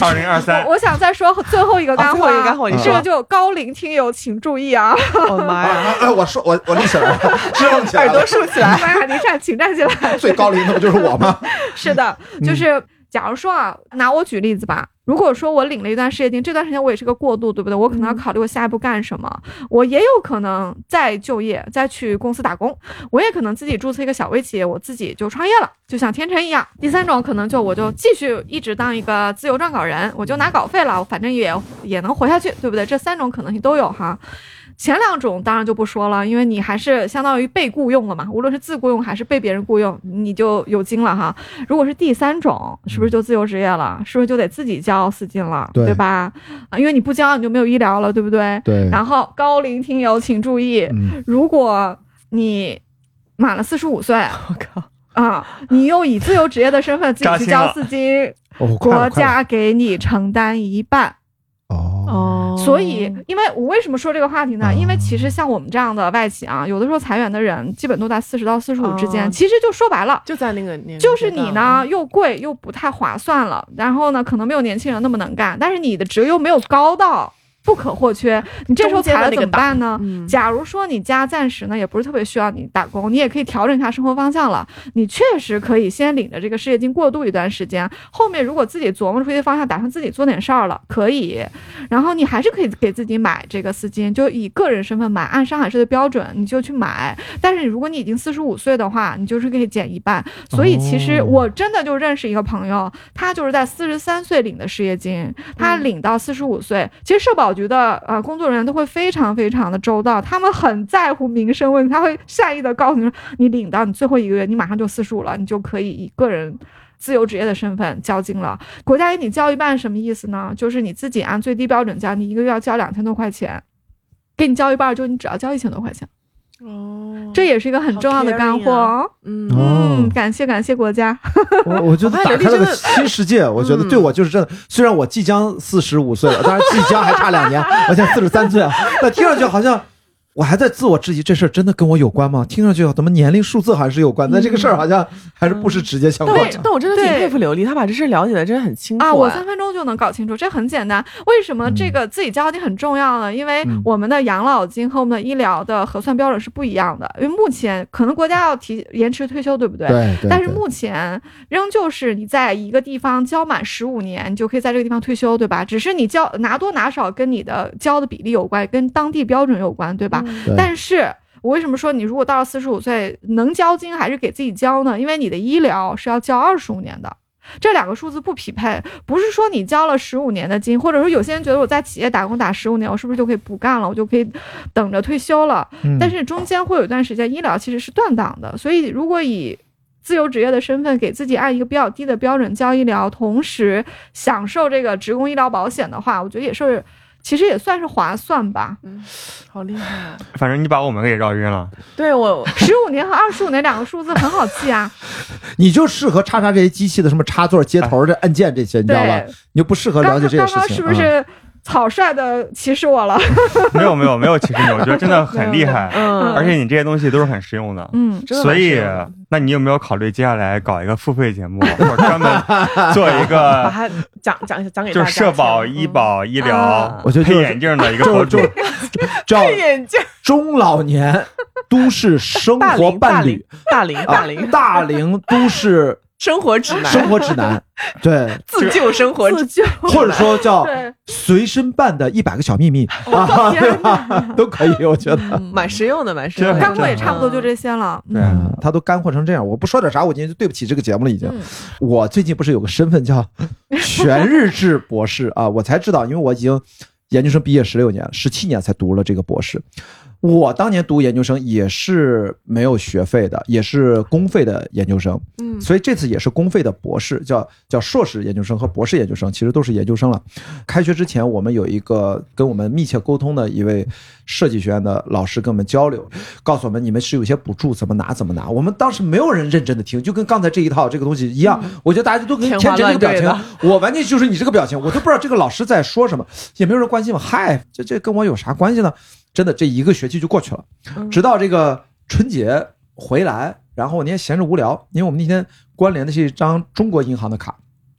Speaker 1: 二零二三
Speaker 4: 我，我想再说最后一个干货
Speaker 3: 哦
Speaker 4: 啊，
Speaker 3: 最后一个干货你
Speaker 2: 说
Speaker 4: 这个就高龄听友请注意 啊！
Speaker 3: 我的妈
Speaker 2: 啊
Speaker 3: 呀！
Speaker 2: 啊啊我说我我立起 来了，支棱起来
Speaker 3: 耳朵
Speaker 2: 了，
Speaker 3: 竖 起来，
Speaker 4: 妈呀，你站，请站起来。嗯
Speaker 2: 最高龄的不就是我吗？
Speaker 4: 是的，就是假如说啊，拿我举例子吧。如果说我领了一段失业金，这段时间我也是个过渡，对不对？我可能要考虑我下一步干什么，我也有可能再就业，再去公司打工，我也可能自己注册一个小微企业，我自己就创业了，就像天成一样。第三种可能就我就继续一直当一个自由撰稿人，我就拿稿费了，我反正也也能活下去，对不对？这三种可能性都有哈。前两种当然就不说了，因为你还是相当于被雇佣了嘛，无论是自雇佣还是被别人雇佣，你就有金了哈。如果是第三种，是不是就自由职业了？是不是就得自己交四金了，
Speaker 2: 对
Speaker 4: 吧？啊，因为你不交你就没有医疗了，对不对？
Speaker 2: 对
Speaker 4: 然后高龄听友请注意，
Speaker 2: 嗯，
Speaker 4: 如果你满了四十五岁
Speaker 3: 我靠！
Speaker 4: 啊，你又以自由职业的身份自己
Speaker 1: 扎
Speaker 4: 去
Speaker 1: 心
Speaker 4: 交
Speaker 1: 了
Speaker 4: 四金，
Speaker 2: 哦，快
Speaker 4: 国
Speaker 2: 了快了
Speaker 4: 家给你承担一半。
Speaker 2: 哦，
Speaker 3: 哦
Speaker 4: 所以，因为我为什么说这个话题呢？
Speaker 2: 嗯
Speaker 4: 因为其实像我们这样的外企啊，有的时候裁员的人基本都在四十到四十五之间。
Speaker 3: 哦
Speaker 4: 其实就说白了，
Speaker 3: 就在那个年龄
Speaker 4: 就是
Speaker 3: 阶段
Speaker 4: 你呢，又贵又不太划算了，然后呢可能没有年轻人那么能干，但是你的职又没有高到不可或缺，你这时候裁了怎么办呢？
Speaker 3: 嗯
Speaker 4: 假如说你家暂时呢也不是特别需要你打工，你也可以调整一下生活方向了。你确实可以先领着这个失业金过渡一段时间，后面如果自己琢磨出一个方向，打算自己做点事儿了，可以。然后你还是可以给自己买这个丝巾，就以个人身份买，按上海市的标准你就去买。但是如果你已经四十五岁的话，你就是可以减一半。所以其实
Speaker 2: 哦
Speaker 4: 我真的就认识一个朋友，他就是在四十三岁领的失业金，他
Speaker 3: 嗯
Speaker 4: 领到四十五岁。其实社保局的呃工作人员都会非常非常的周到，他们很在乎民生问题，他会善意的告诉你说，你领到你最后一个月，你马上就四十五了，你就可以以个人。自由职业的身份交金了，国家给你交一半什么意思呢？就是你自己按最低标准交，你一个月要交两千多块钱，给你交一半，就你只要交一千多块钱。
Speaker 3: 哦
Speaker 4: 这也是一个很重要的干货哦。
Speaker 3: 嗯
Speaker 2: 哦
Speaker 4: 嗯，感谢感谢国家。啊
Speaker 2: 我我觉得打开了
Speaker 3: 我发现刘丽真
Speaker 2: 个
Speaker 3: 的
Speaker 2: 新世界，我
Speaker 4: 嗯
Speaker 2: 觉得对我就是真的。虽然我即将四十五岁了，当然即将还差两年，我现在四十三岁啊，但听上去好像我还在自我质疑，这事儿真的跟我有关吗？听上去怎么年龄数字好像是有关，但这个事儿好像还是不是直接相
Speaker 3: 但我
Speaker 2: 关
Speaker 3: 但
Speaker 2: 的。
Speaker 3: 我真的挺
Speaker 4: 嗯对
Speaker 3: 佩服刘丽，她把这事了解的真的很清楚
Speaker 4: 啊，我
Speaker 3: 哎
Speaker 4: 三分钟就能搞清楚，这很简单。为什么这个自己交定很重要呢？因为我们的养老金和我们的医疗的核算标准是不一样的。因为目前可能国家要提延迟退休，对不对？
Speaker 2: 对对，
Speaker 4: 但是
Speaker 2: 对
Speaker 4: 目前仍旧是你在一个地方交满十五年，你就可以在这个地方退休，对吧？只是你交拿多拿少跟你的交的比例有关，跟当地标准有关，对吧？
Speaker 3: 嗯
Speaker 2: 对
Speaker 4: 但是我为什么说你如果到了四十五岁能交金还是给自己交呢？因为你的医疗是要交二十五年的。这两个数字不匹配，不是说你交了十五年的金，或者说有些人觉得我在企业打工打十五年，我是不是就可以不干了，我就可以等着退休了？
Speaker 2: 嗯
Speaker 4: 但是中间会有一段时间医疗其实是断档的，所以如果以自由职业的身份给自己按一个比较低的标准交医疗，同时享受这个职工医疗保险的话，我觉得也是，其实也算是划算 吧。
Speaker 3: 嗯好厉害 啊！
Speaker 1: 反正你把我们给绕晕了。
Speaker 3: 对我
Speaker 4: 十五年和二十五年两个数字很好 记啊，
Speaker 2: 你就适合叉叉这些机器的什么插座、接头、这按键这些，你知
Speaker 4: 对
Speaker 2: 道，吧？你就不适合
Speaker 4: 刚
Speaker 2: 了
Speaker 4: 刚
Speaker 2: 解这些
Speaker 4: 刚
Speaker 2: 事
Speaker 4: 刚
Speaker 2: 情。
Speaker 4: 是不
Speaker 2: 嗯？啊
Speaker 4: 是草率的歧 视我了？
Speaker 1: 没有没有没有歧视你，我觉得真的很厉害，
Speaker 3: 嗯，
Speaker 1: 而且你这些东西都是很实用的。
Speaker 4: 嗯，
Speaker 3: 真的
Speaker 1: 所以
Speaker 2: 呃
Speaker 3: 蛮适合，
Speaker 1: 那你有没有考虑接下来搞一个付费 节目，或者专门做一
Speaker 3: 把
Speaker 1: 个
Speaker 3: 它讲讲讲给大
Speaker 1: 就
Speaker 3: 家
Speaker 1: 是社保、
Speaker 3: 听
Speaker 1: 医，保、医疗
Speaker 3: 啊，
Speaker 2: 我觉得就
Speaker 1: 配
Speaker 2: 是
Speaker 1: 眼镜的一个博
Speaker 2: 就
Speaker 1: 主
Speaker 2: 就， 叫
Speaker 3: 嗯眼镜，
Speaker 2: 中老年都市生
Speaker 3: 大
Speaker 2: 活
Speaker 3: 龄大
Speaker 2: 伴侣
Speaker 3: 龄大 龄大
Speaker 2: 啊
Speaker 3: 龄
Speaker 2: 大龄都市
Speaker 3: 生活指南，
Speaker 2: 生活指南，对，
Speaker 3: 自救生活指
Speaker 4: 自救。
Speaker 2: 或者说叫
Speaker 4: 对，
Speaker 2: 随身伴的一百个小秘密啊， 对吧？都可以，我觉得。
Speaker 3: 南，蛮实用的，蛮实用的。
Speaker 1: 这
Speaker 2: 啊
Speaker 4: 干货也差不多就这些了。
Speaker 1: 对
Speaker 4: 嗯
Speaker 2: 嗯，他都干货成这样，我不说点啥，我今天就对不起这个节目了。已经，
Speaker 4: 嗯
Speaker 2: 我最近不是有个身份叫全日制博士啊，我才知道，因为我已经研究生毕业十六年，十七年才读了这个博士。我当年读研究生也是没有学费的，也是公费的研究生，
Speaker 3: 嗯
Speaker 2: 所以这次也是公费的博士，叫叫硕士研究生和博士研究生，其实都是研究生了。开学之前，我们有一个跟我们密切沟通的一位设计学院的老师跟我们交流，告诉我们你们是有一些补助怎么拿怎么拿。我们当时没有人认真的听，就跟刚才这一套这个东西一样，我觉得大家都跟
Speaker 3: 天
Speaker 2: 天真
Speaker 3: 花
Speaker 2: 这
Speaker 3: 乱
Speaker 2: 个表
Speaker 3: 坠的
Speaker 2: 情，我完全就是你这个表情，我都不知道这个老师在说什么，也没有人关心我。嗨，这这跟我有啥关系呢？真的，这一个学期就过去了。
Speaker 3: 嗯
Speaker 2: 直到这个春节回来，然后我那天闲着无聊，因为我们那天关联的是一张中国银行的卡，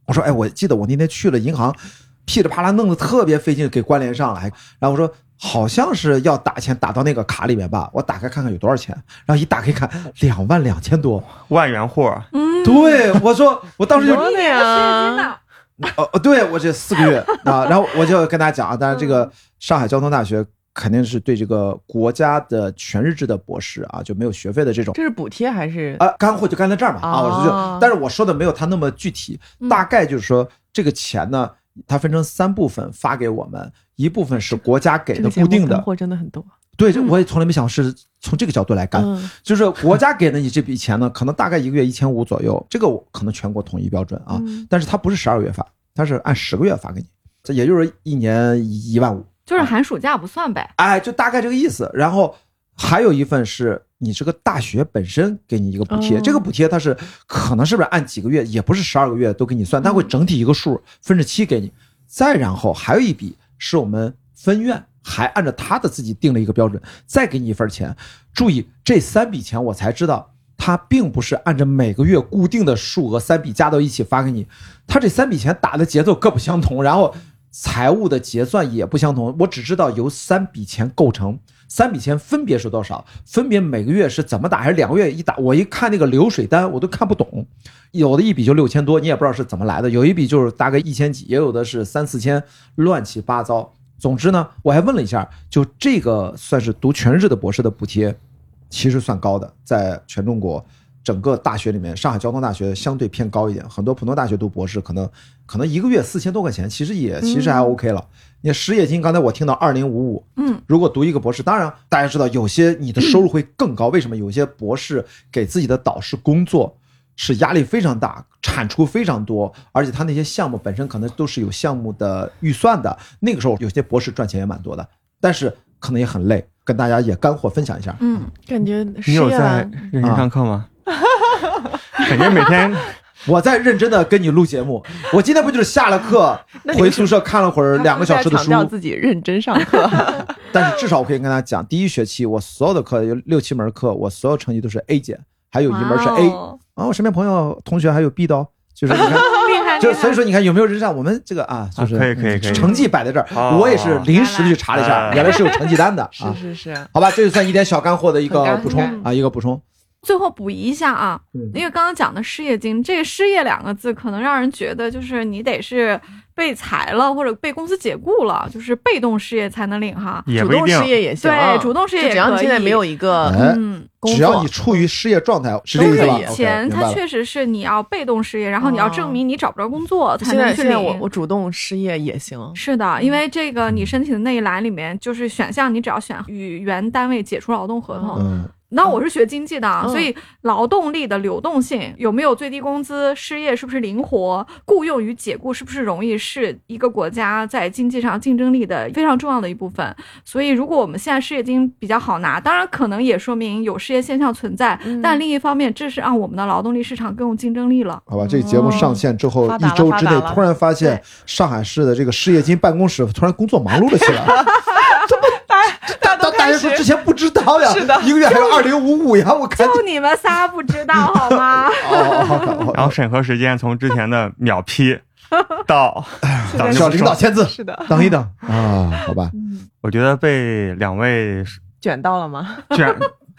Speaker 2: 我说，哎，我记得我那天去了银行，噼里啪啦弄得特别费劲，给关联上了，还然后我说。好像是要打钱打到那个卡里面吧，我打开看看有多少钱，然后一打开看两万两千多，
Speaker 1: 万元户，
Speaker 4: 嗯，
Speaker 2: 对我说我当时就
Speaker 3: 多的
Speaker 4: 真
Speaker 3: 呀，
Speaker 4: 的，
Speaker 2: 哦，哦对我这四个月啊，然后我就跟大家讲啊，当然这
Speaker 3: 嗯
Speaker 2: 个上海交通大学肯定是对这个国家的全日制的博士啊，就没有学费的这种
Speaker 3: 这是补贴还是？
Speaker 2: 啊，干货就干到这儿嘛啊，我是
Speaker 3: 哦
Speaker 2: 就，
Speaker 3: 嗯
Speaker 2: 但是我说的没有他那么具体，大概就是说这个钱呢，它分成三部分发给我们，一部分是国家给
Speaker 3: 这
Speaker 2: 的
Speaker 3: 个节目
Speaker 2: 固定
Speaker 3: 干
Speaker 2: 的，
Speaker 3: 货真的很多。
Speaker 2: 对，这我也从来没想是从这个角度来干，
Speaker 3: 嗯，
Speaker 2: 就是国家给的你这笔钱呢，可能大概一个月一千五左右，这个我可能全国统一标准啊，
Speaker 3: 嗯
Speaker 2: 但是它不是十二月发，它是按十个月发给你，这也就是一年一万五，
Speaker 4: 就是寒暑假不算呗。
Speaker 2: 哎，就大概这个意思。然后还有一份是你这个大学本身给你一个补贴，
Speaker 3: 哦
Speaker 2: 这个补贴它是可能是不是按几个月，也不是十二个月都给你算，它会整体一个数分着期给你。再然后还有一笔是我们分院还按照他的自己定了一个标准，再给你一份钱。注意这三笔钱，我才知道。它并不是按照每个月固定的数额三笔加到一起发给你，它这三笔钱打的节奏各不相同，然后财务的结算也不相同。我只知道由三笔钱构成，三笔钱分别是多少，分别每个月是怎么打，还是两个月一打？我一看那个流水单，我都看不懂。有的一笔就六千多，你也不知道是怎么来的；有一笔就是大概一千几，也有的是三四千，乱七八糟。总之呢，我还问了一下，就这个算是读全日制的博士的补贴，其实算高的，在全中国整个大学里面，上海交通大学相对偏高一点，很多普通大学读博士可能可能一个月四千多块钱，其实也其实还 OK 了。你看失业金，刚才我听到二零五五，
Speaker 4: 嗯，
Speaker 2: 如果读一个博士，当然大家知道，有些你的收入会更高。为什么？有些博士给自己的导师工作是压力非常大，产出非常多，而且他那些项目本身可能都是有项目的预算的。那个时候，有些博士赚钱也蛮多的，但是可能也很累，跟大家也干货分享一下。
Speaker 4: 嗯，
Speaker 3: 感觉失
Speaker 1: 你
Speaker 3: 业啊
Speaker 1: 有
Speaker 3: 了
Speaker 1: 在，认真上课 吗？感觉每天
Speaker 2: 我在认真的跟你录节 目，我今天不就是下了课
Speaker 3: 那你
Speaker 2: 回宿舍看了会儿
Speaker 3: 他
Speaker 2: 两个小时的
Speaker 3: 在强
Speaker 2: 书，啊
Speaker 3: 调自己认真上 课，
Speaker 2: 但是至少我可以跟大家讲，第一学期我所有的课有六七门课，我所有成绩都是 A 减，还有一门是 A
Speaker 4: 哇哦
Speaker 2: 啊，我身边朋友同学还有 B 的哦，就是你 看，
Speaker 4: 厉害，
Speaker 2: 就
Speaker 4: 厉害
Speaker 2: 所以说你看有没有人上我们这个啊，
Speaker 1: 啊
Speaker 2: 就是
Speaker 1: 可以可以可以
Speaker 2: 成绩摆在这儿，
Speaker 1: 哦
Speaker 2: 我也是临时去查了一下，
Speaker 1: 哦
Speaker 2: 原来是有成绩单的
Speaker 3: 是
Speaker 2: 啊。
Speaker 3: 是是，
Speaker 2: 好吧，这就算一点小干货的一
Speaker 3: 很
Speaker 2: 个
Speaker 3: 干
Speaker 2: 补充
Speaker 4: 很
Speaker 2: 啊，一个补充。
Speaker 4: 最后补一下啊，
Speaker 2: 嗯
Speaker 4: 因为刚刚讲的失业金，这个“失业”两个字可能让人觉得就是你得是被裁了或者被公司解雇了，就是被动失业才能领哈。
Speaker 1: 也
Speaker 3: 主
Speaker 1: 不一
Speaker 3: 动
Speaker 1: 定
Speaker 3: 失，业也行，啊
Speaker 4: 对主动失业
Speaker 3: 就
Speaker 4: 也
Speaker 3: 只要你
Speaker 4: 可
Speaker 3: 现在
Speaker 4: 以
Speaker 3: 没有一个
Speaker 2: 哎，
Speaker 4: 嗯，
Speaker 3: 工
Speaker 2: 只要
Speaker 3: 作
Speaker 2: 你，处于失业状态，是这个
Speaker 4: 但
Speaker 2: 意思
Speaker 4: 是
Speaker 2: 吧
Speaker 4: 嗯以
Speaker 2: ？OK，
Speaker 4: 前
Speaker 2: 明白
Speaker 4: 它
Speaker 2: 了。
Speaker 4: 确实是你要被动失业，然后你要证明你找不着工作才
Speaker 3: 啊现
Speaker 4: 能
Speaker 3: 在
Speaker 4: 去
Speaker 3: 现在我嗯
Speaker 4: 领。
Speaker 3: 我主动失业也行，
Speaker 4: 是的，因为这个你申请的那一栏里面就是选项，你只要选与原单位解除劳动合同。
Speaker 2: 嗯，
Speaker 4: 那我是学经济的啊，
Speaker 3: 嗯
Speaker 4: 所以劳动力的流动性有没有最低工资、失业是不是灵活、雇佣与解雇是不是容易，是一个国家在经济上竞争力的非常重要的一部分。所以，如果我们现在失业金比较好拿，当然可能也说明有失业现象存在，
Speaker 3: 嗯
Speaker 4: 但另一方面，这是让我们的劳动力市场更有竞争力了。
Speaker 2: 好吧，这节目上线之后
Speaker 3: 发达
Speaker 2: 一
Speaker 3: 了
Speaker 2: 周之
Speaker 3: 发
Speaker 2: 内
Speaker 3: 达，了
Speaker 2: 突然发现
Speaker 4: 对
Speaker 2: 上海市的这个失业金办公室突然工作忙碌了起来。
Speaker 3: 大
Speaker 2: 大大家说之前不知道呀，
Speaker 3: 是的
Speaker 2: 一个月还有二零五五呀，我看
Speaker 4: 就你们仨不知道好 吗？
Speaker 2: 哦，好的，好
Speaker 1: 然后
Speaker 2: 的，
Speaker 1: 审核时间从之前的秒批 到到
Speaker 2: 小领导
Speaker 1: 说，
Speaker 2: 签字，
Speaker 3: 是的，
Speaker 2: 等一等啊，好吧，
Speaker 1: 我觉得被两位
Speaker 3: 卷到了吗？
Speaker 1: 卷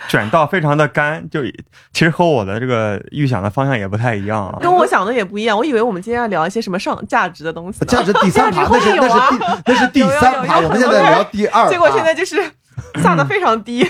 Speaker 1: 卷到非常的干，就其实和我的这个预想的方向也不太一样啊。
Speaker 3: 跟我想的也不一样，我以为我们今天要聊一些什么上价值的东西呢，
Speaker 2: 价值第三盘
Speaker 4: 价值
Speaker 2: 那
Speaker 4: 后
Speaker 2: 是
Speaker 4: 面
Speaker 2: 那
Speaker 4: 有啊
Speaker 2: 是第那是第三
Speaker 3: 有有有
Speaker 2: 盘，
Speaker 3: 有
Speaker 2: 我们现在聊第二盘，嗯
Speaker 3: 结果现在就是下的非常低，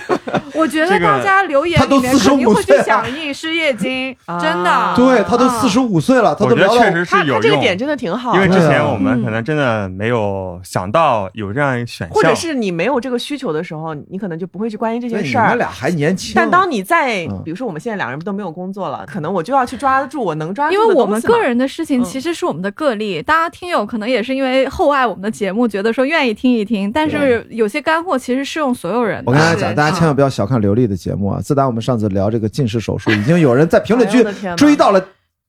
Speaker 4: 我觉得
Speaker 1: 这个
Speaker 4: 大家留言
Speaker 2: 他都
Speaker 4: 里面
Speaker 2: 45
Speaker 4: 肯定会去
Speaker 2: 岁了
Speaker 4: 响应失业金，
Speaker 3: 啊
Speaker 4: 真的。
Speaker 2: 对他都
Speaker 4: 嗯
Speaker 2: 四十五岁了，他
Speaker 1: 我
Speaker 2: 都
Speaker 1: 觉得
Speaker 2: 聊到
Speaker 1: 确实
Speaker 3: 他
Speaker 1: 是
Speaker 3: 他
Speaker 1: 有
Speaker 3: 这个
Speaker 1: 用，
Speaker 3: 点真的挺好，嗯
Speaker 1: 因为之
Speaker 2: 对
Speaker 1: 前
Speaker 2: 啊
Speaker 1: 我们可能真的没有想到有这样一选项，
Speaker 3: 或者是你没有这个需求的时候，你可能就不会去关心这
Speaker 2: 对
Speaker 3: 些
Speaker 2: 你
Speaker 3: 事
Speaker 2: 们
Speaker 3: 儿。
Speaker 2: 俩还年轻，
Speaker 3: 但当你在
Speaker 2: 嗯，
Speaker 3: 比如说我们现在两个人都没有工作了，可能我就要去抓住我能抓住
Speaker 4: 因
Speaker 3: 的
Speaker 4: 为
Speaker 3: 东西嘛。
Speaker 4: 我们个人的事情
Speaker 3: 嗯
Speaker 4: 其实是我们的个例，大家听友可能也是因为厚爱我们的节目，觉得说愿意听一听，但是有些干货其实适用所有人的。
Speaker 2: 我跟大家
Speaker 3: 是嗯
Speaker 2: 讲，大家千万不要小看刘丽的节目啊！自打我们上次聊这个近视手术，已经有人在评论
Speaker 3: 哎
Speaker 2: 区
Speaker 3: 呦我的天哪
Speaker 2: 追到了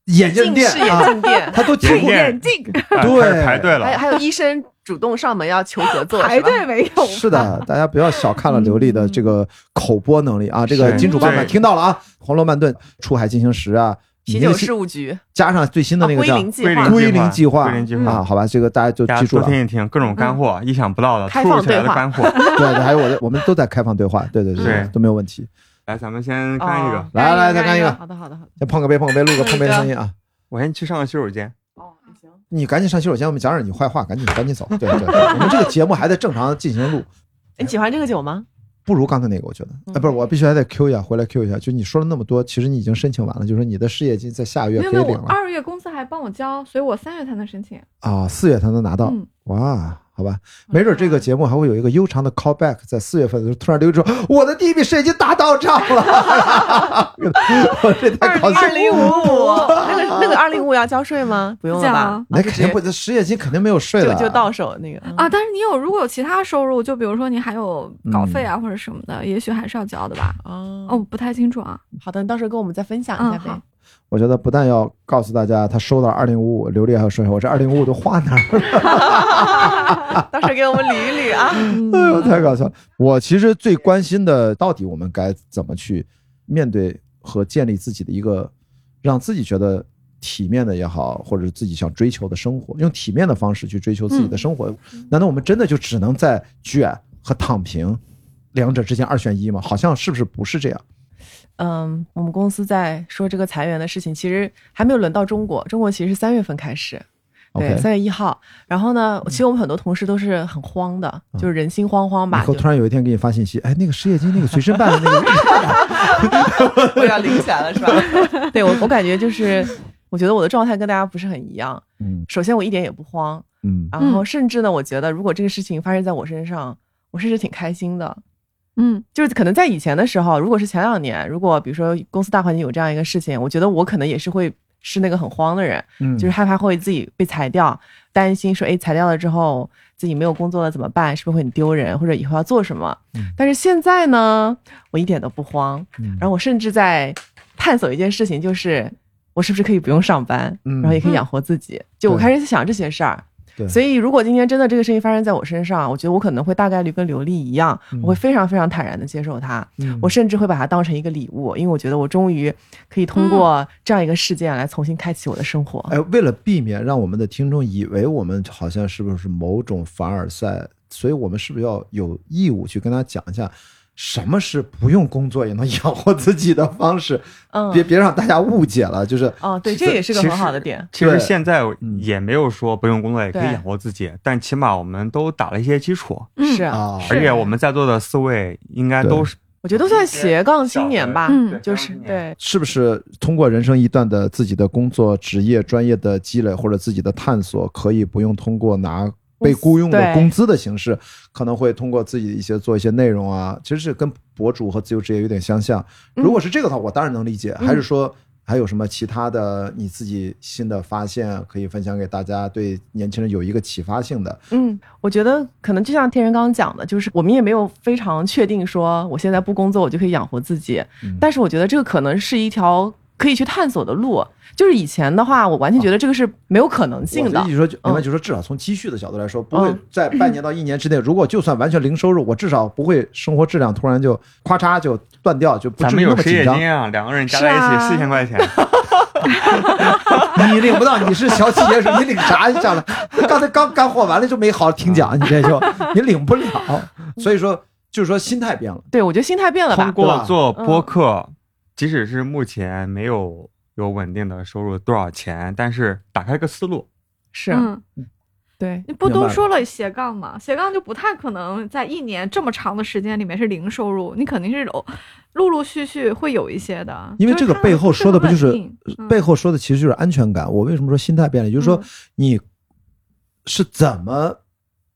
Speaker 2: 眼镜
Speaker 3: 近
Speaker 2: 店
Speaker 3: 视眼
Speaker 2: 啊，
Speaker 3: 镜店，
Speaker 2: 他都
Speaker 1: 眼
Speaker 2: 进
Speaker 1: 镜店
Speaker 4: 眼镜
Speaker 1: 啊
Speaker 2: 对
Speaker 1: 开始排队
Speaker 3: 还
Speaker 1: 了，
Speaker 3: 还有医生主动上门要求合作，
Speaker 4: 排
Speaker 3: 是吧
Speaker 4: 队没有？
Speaker 2: 是的，大家不要小看了刘丽的这个口播能力啊！这个
Speaker 1: 是
Speaker 2: 金主爸爸
Speaker 1: 对
Speaker 2: 听到了啊，《红楼梦》顿、《出海进行时》啊，你
Speaker 3: 啤
Speaker 2: 那个
Speaker 3: 酒
Speaker 2: 新
Speaker 3: 事务局
Speaker 2: 加上最新的
Speaker 3: 啊，
Speaker 2: 那个
Speaker 3: 归
Speaker 2: 叫
Speaker 3: 零计
Speaker 1: 归
Speaker 3: 划
Speaker 1: 零。
Speaker 2: 归零计划
Speaker 1: 归零计
Speaker 3: 划
Speaker 2: 啊，好吧，这个大家就
Speaker 1: 大家
Speaker 2: 记住
Speaker 1: 多
Speaker 2: 了。
Speaker 1: 听一听各种干货，意想不到的
Speaker 3: 嗯开
Speaker 1: 突如
Speaker 3: 放
Speaker 1: 其来
Speaker 3: 对
Speaker 1: 的
Speaker 3: 话
Speaker 1: 干货。
Speaker 2: 对对，还有我的，我们都在开放对话，对对
Speaker 1: 对
Speaker 2: 都没有问题。
Speaker 1: 来，咱们先干一个
Speaker 3: 哦，
Speaker 2: 来来，再干一个，
Speaker 3: 好的，好的，好的。
Speaker 2: 先碰个杯，碰个杯，录个碰杯的声音啊！
Speaker 1: 我先去上个洗手间。
Speaker 3: 哦，行。
Speaker 2: 你赶紧上洗手间，我们讲点你坏话，赶紧赶紧走。对对对，我们这个节目还在正常进行录，
Speaker 3: 哎你喜欢这个酒吗？
Speaker 2: 不如刚才那个，我觉得，哎，不是，我必须还得 Q 一下，回来 Q 一下。就你说了那么多，其实你已经申请完了，就是说你的失业金在下个月
Speaker 4: 没
Speaker 2: 可以
Speaker 4: 有没有，
Speaker 2: 领
Speaker 4: 我
Speaker 2: 了
Speaker 4: 二月公司还帮我交，所以我三月才能申请。
Speaker 2: 啊，四月才能拿到。
Speaker 4: 嗯，
Speaker 2: 哇，好吧，没准这个节目还会有一个悠长的 callback，在四月份的时候突然溜出，我的第一笔税已经打到账了， 我这太搞笑
Speaker 3: 二零五
Speaker 2: 了。
Speaker 3: 五，那个那个二零五要交税吗？不用
Speaker 4: 这
Speaker 3: 了
Speaker 4: 样
Speaker 3: 吧
Speaker 4: 啊？
Speaker 2: 那肯定不，这失业金肯定没有税
Speaker 3: 就
Speaker 2: 的，
Speaker 3: 就到手那个嗯
Speaker 4: 啊，但是你有如果有其他收入，就比如说你还有稿费
Speaker 2: 嗯
Speaker 4: 啊或者什么的，也许还是要交的吧。哦，我
Speaker 3: 哦，
Speaker 4: 不太清楚啊。
Speaker 3: 好的，你到时候跟我们再分享一下
Speaker 4: 嗯
Speaker 3: 呗
Speaker 4: 好。
Speaker 2: 我觉得不但要告诉大家他收到二零五五，刘丽还有税，我这二零五五都花哪儿了？啊
Speaker 3: 到时候给我们捋一捋啊。
Speaker 4: 嗯
Speaker 2: 哎呦，太搞笑了！我其实最关心的，到底我们该怎么去面对和建立自己的一个，让自己觉得体面的也好，或者是自己想追求的生活，用体面的方式去追求自
Speaker 3: 嗯
Speaker 2: 己的生活。难道我们真的就只能在卷和躺平两者之间二选一吗？好像是不是不是这样？
Speaker 3: 嗯，我们公司在说这个裁员的事情，其实还没有轮到中国，中国其实是三月份开始，对，
Speaker 2: OK 嗯
Speaker 3: 三月一号。然后呢，其实我们很多同事都是很慌的，就是人心惶惶
Speaker 2: 以
Speaker 3: 嗯吧，
Speaker 2: 后突然有一嗯天给你发信息，哎，那个失业金，那个随身办的那个
Speaker 3: 我要领起来了是吧？ 对我，我感觉就是，我觉得我的状态跟大家不是很一样。
Speaker 2: 嗯
Speaker 3: 首先，我一点也不慌，
Speaker 2: 嗯，
Speaker 3: 然后甚至呢，我觉得如果这个事情发生在我身上，我甚至挺开心的。
Speaker 4: 嗯，
Speaker 3: 就是可能在以前的时候，如果是前两年，如果比如说公司大环境有这样一个事情，我觉得我可能也是会是那个很慌的人，
Speaker 2: 嗯，
Speaker 3: 就是害怕会自己被裁掉，担心说，哎，裁掉了之后自己没有工作了怎么办？是不是会很丢人，或者以后要做什么？
Speaker 2: 嗯
Speaker 3: 但是现在呢，我一点都不慌，
Speaker 2: 嗯
Speaker 3: 然后我甚至在探索一件事情，就是我是不是可以不用上班，
Speaker 2: 嗯
Speaker 3: 然后也可以养活自己？就我
Speaker 2: 对
Speaker 3: 开始想这些事儿。
Speaker 2: 对
Speaker 3: 所以，如果今天真的这个事情发生在我身上，我觉得我可能会大概率跟刘丽一样，我会非常非常坦然的接受它。
Speaker 2: 嗯
Speaker 3: 我甚至会把它当成一个礼物，因为我觉得我终于可以
Speaker 4: 嗯
Speaker 3: 通过这样一个事件来重新开启我的生活。
Speaker 2: 哎，为了避免让我们的听众以为我们好像是不是某种凡尔赛，所以我们是不是要有义务去跟他讲一下，什么是不用工作也能养活自己的方式？
Speaker 3: 嗯，
Speaker 2: 别别让大家误解了，就是
Speaker 3: 哦，对，
Speaker 2: 其
Speaker 3: 这
Speaker 2: 实
Speaker 3: 也是个
Speaker 1: 其
Speaker 3: 很好
Speaker 1: 实
Speaker 3: 的点。
Speaker 1: 其实
Speaker 2: 对
Speaker 1: 现在
Speaker 2: 嗯
Speaker 1: 也没有说不用工作也可以
Speaker 3: 对
Speaker 1: 养活自己，但起码我们都打了一些基础，
Speaker 4: 嗯
Speaker 3: 是，
Speaker 2: 啊，
Speaker 1: 而且我们在座的四位应该都是
Speaker 3: 我觉得都算斜杠青年吧，
Speaker 4: 嗯
Speaker 1: 对
Speaker 3: 就是
Speaker 1: 小的
Speaker 3: 对，
Speaker 2: 是不是通过人生一段的自己的工作、职业、专业的积累或者自己的探索，可以不用通过拿被雇佣的
Speaker 3: 对
Speaker 2: 工资的形式，可能会通过自己一些做一些内容啊，其实是跟博主和自由职业有点相像。
Speaker 3: 嗯
Speaker 2: 如果是这个的话，我当然能理解。还是说还有什么其他的你自己新的发现可以分享给大家，对年轻人有一个启发性的？
Speaker 3: 嗯，我觉得可能就像天人刚刚讲的，就是我们也没有非常确定说我现在不工作我就可以养活自己，
Speaker 2: 嗯
Speaker 3: 但是我觉得这个可能是一条可以去探索的路。就是以前的话，我完全觉得这个是没有可能性的
Speaker 2: 哦我的意。思说，明白，
Speaker 3: 嗯
Speaker 2: 就是说，至少从积蓄的角度来说，不会
Speaker 3: 嗯
Speaker 2: 在半年到一年之内，如果就算完全零收入，我至少不会生活质量突然就咔嚓就断掉，就不
Speaker 1: 咱
Speaker 2: 至
Speaker 1: 们
Speaker 2: 于那
Speaker 1: 有
Speaker 2: 么
Speaker 1: 失
Speaker 2: 紧
Speaker 1: 业
Speaker 2: 张
Speaker 1: 经。验啊，两个人加
Speaker 3: 是
Speaker 1: 在一起
Speaker 3: 啊
Speaker 1: 四千块 钱，
Speaker 2: 你领不到，你是小企业主，你领啥下来？刚才刚干货完了就没好好听讲，你这就你领不了。所以说，就是说心态变了。
Speaker 3: 对，我觉得心态变了
Speaker 1: 通
Speaker 3: 吧。
Speaker 1: 过做播客，即使是目前没有有稳定的收入多少钱，但是打开个思路，
Speaker 3: 是，
Speaker 2: 啊
Speaker 4: 嗯，
Speaker 3: 对，
Speaker 4: 你不
Speaker 2: 明白
Speaker 4: 都
Speaker 2: 了
Speaker 4: 说了斜杠嘛？斜杠就不太可能在一年这么长的时间里面是零收入，你肯定是有陆陆续续会有一些的。
Speaker 2: 因为
Speaker 4: 就是
Speaker 2: 这个
Speaker 4: 看
Speaker 2: 背后说的不就是呃
Speaker 4: 更稳定嗯
Speaker 2: 背后说的其实就是安全感。我为什么说心态变了？也就是说
Speaker 4: 嗯，
Speaker 2: 你是怎么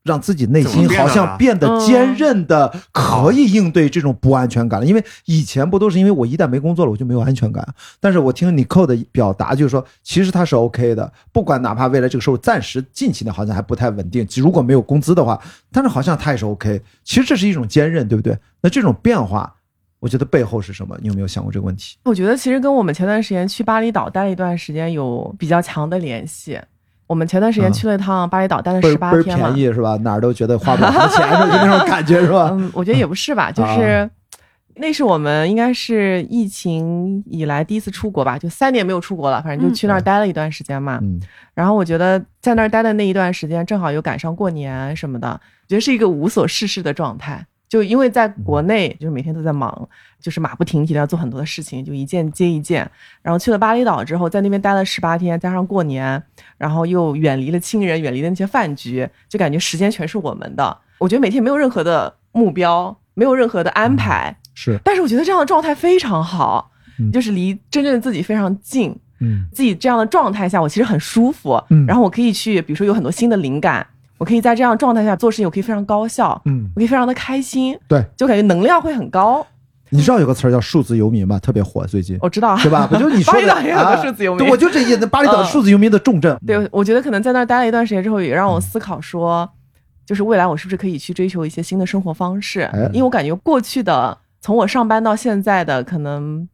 Speaker 2: 让自己内心好像变
Speaker 3: 怎
Speaker 2: 得
Speaker 3: 么变的
Speaker 4: 嗯
Speaker 2: 坚韧的，可以应对这种不安全感了？因为以前不都是因为我一旦没工作了，我就没有安全感。但是我听你扣的表达，就是说，其实他是 OK 的，不管哪怕未来这个收入暂时近期呢好像还不太稳定，如果没有工资的话，但是好像他也是 OK。其实这是一种坚韧，对不对？那这种变化，我觉得背后是什么？你有没有想过这个问题？
Speaker 3: 我觉得其实跟我们前段时间去巴厘岛待了一段时间有比较强的联系。我们前段时间
Speaker 2: 嗯
Speaker 3: 去了一趟巴厘岛，待了
Speaker 2: 倍
Speaker 3: 十
Speaker 2: 儿
Speaker 3: 八
Speaker 2: 倍儿
Speaker 3: 天嘛
Speaker 2: 便。宜是吧？哪儿都觉得花不了什么钱，就那种感觉是 吧？
Speaker 3: 嗯，我觉得也不是吧，就是那是我们应该是疫情以来第一次出国吧，就三年没有出国了，反正就去那儿待了一段时间嘛。
Speaker 2: 嗯，
Speaker 3: 然后我觉得在那儿待的那一段时间，正好有赶上过年什么的，我觉得是一个无所事事的状态。就因为在国
Speaker 2: 嗯
Speaker 3: 内，就是每天都在忙，就是马不停蹄的要做很多的事情，就一件接一件。然后去了巴厘岛之后，在那边待了十八天，加上过年，然后又远离了亲人，远离了那些饭局，就感觉时间全是我们的。我觉得每天没有任何的目标，没有任何的安排，
Speaker 2: 是，
Speaker 3: 但是我觉得这样的状态非常好
Speaker 2: 嗯，
Speaker 3: 就是离真正的自己非常近。
Speaker 2: 嗯
Speaker 3: 自己这样的状态下，我其实很舒服。
Speaker 2: 嗯
Speaker 3: 然后我可以去，比如说有很多新的灵感，我可以在这样的状态下做事情，我可以非常高效，
Speaker 2: 嗯，
Speaker 3: 我可以非常的开心，
Speaker 2: 对，
Speaker 3: 就感觉能量会很高。
Speaker 2: 你知道有个词儿叫数字游民吧？特别火，最近
Speaker 3: 我知道，
Speaker 2: 对 吧？不就是你说
Speaker 3: 哦巴厘
Speaker 2: 的
Speaker 3: 岛也有个
Speaker 2: 啊
Speaker 3: 数字游民
Speaker 2: 对我就这意思，巴厘岛
Speaker 3: 嗯
Speaker 2: 数字游民的重镇。
Speaker 3: 对，我觉得可能在那儿待了一段时间之后，也让我思考说，就是未来我是不是可以去追求一些新的生活方式
Speaker 2: 哎？
Speaker 3: 因为我感觉过去的，从我上班到现在的可能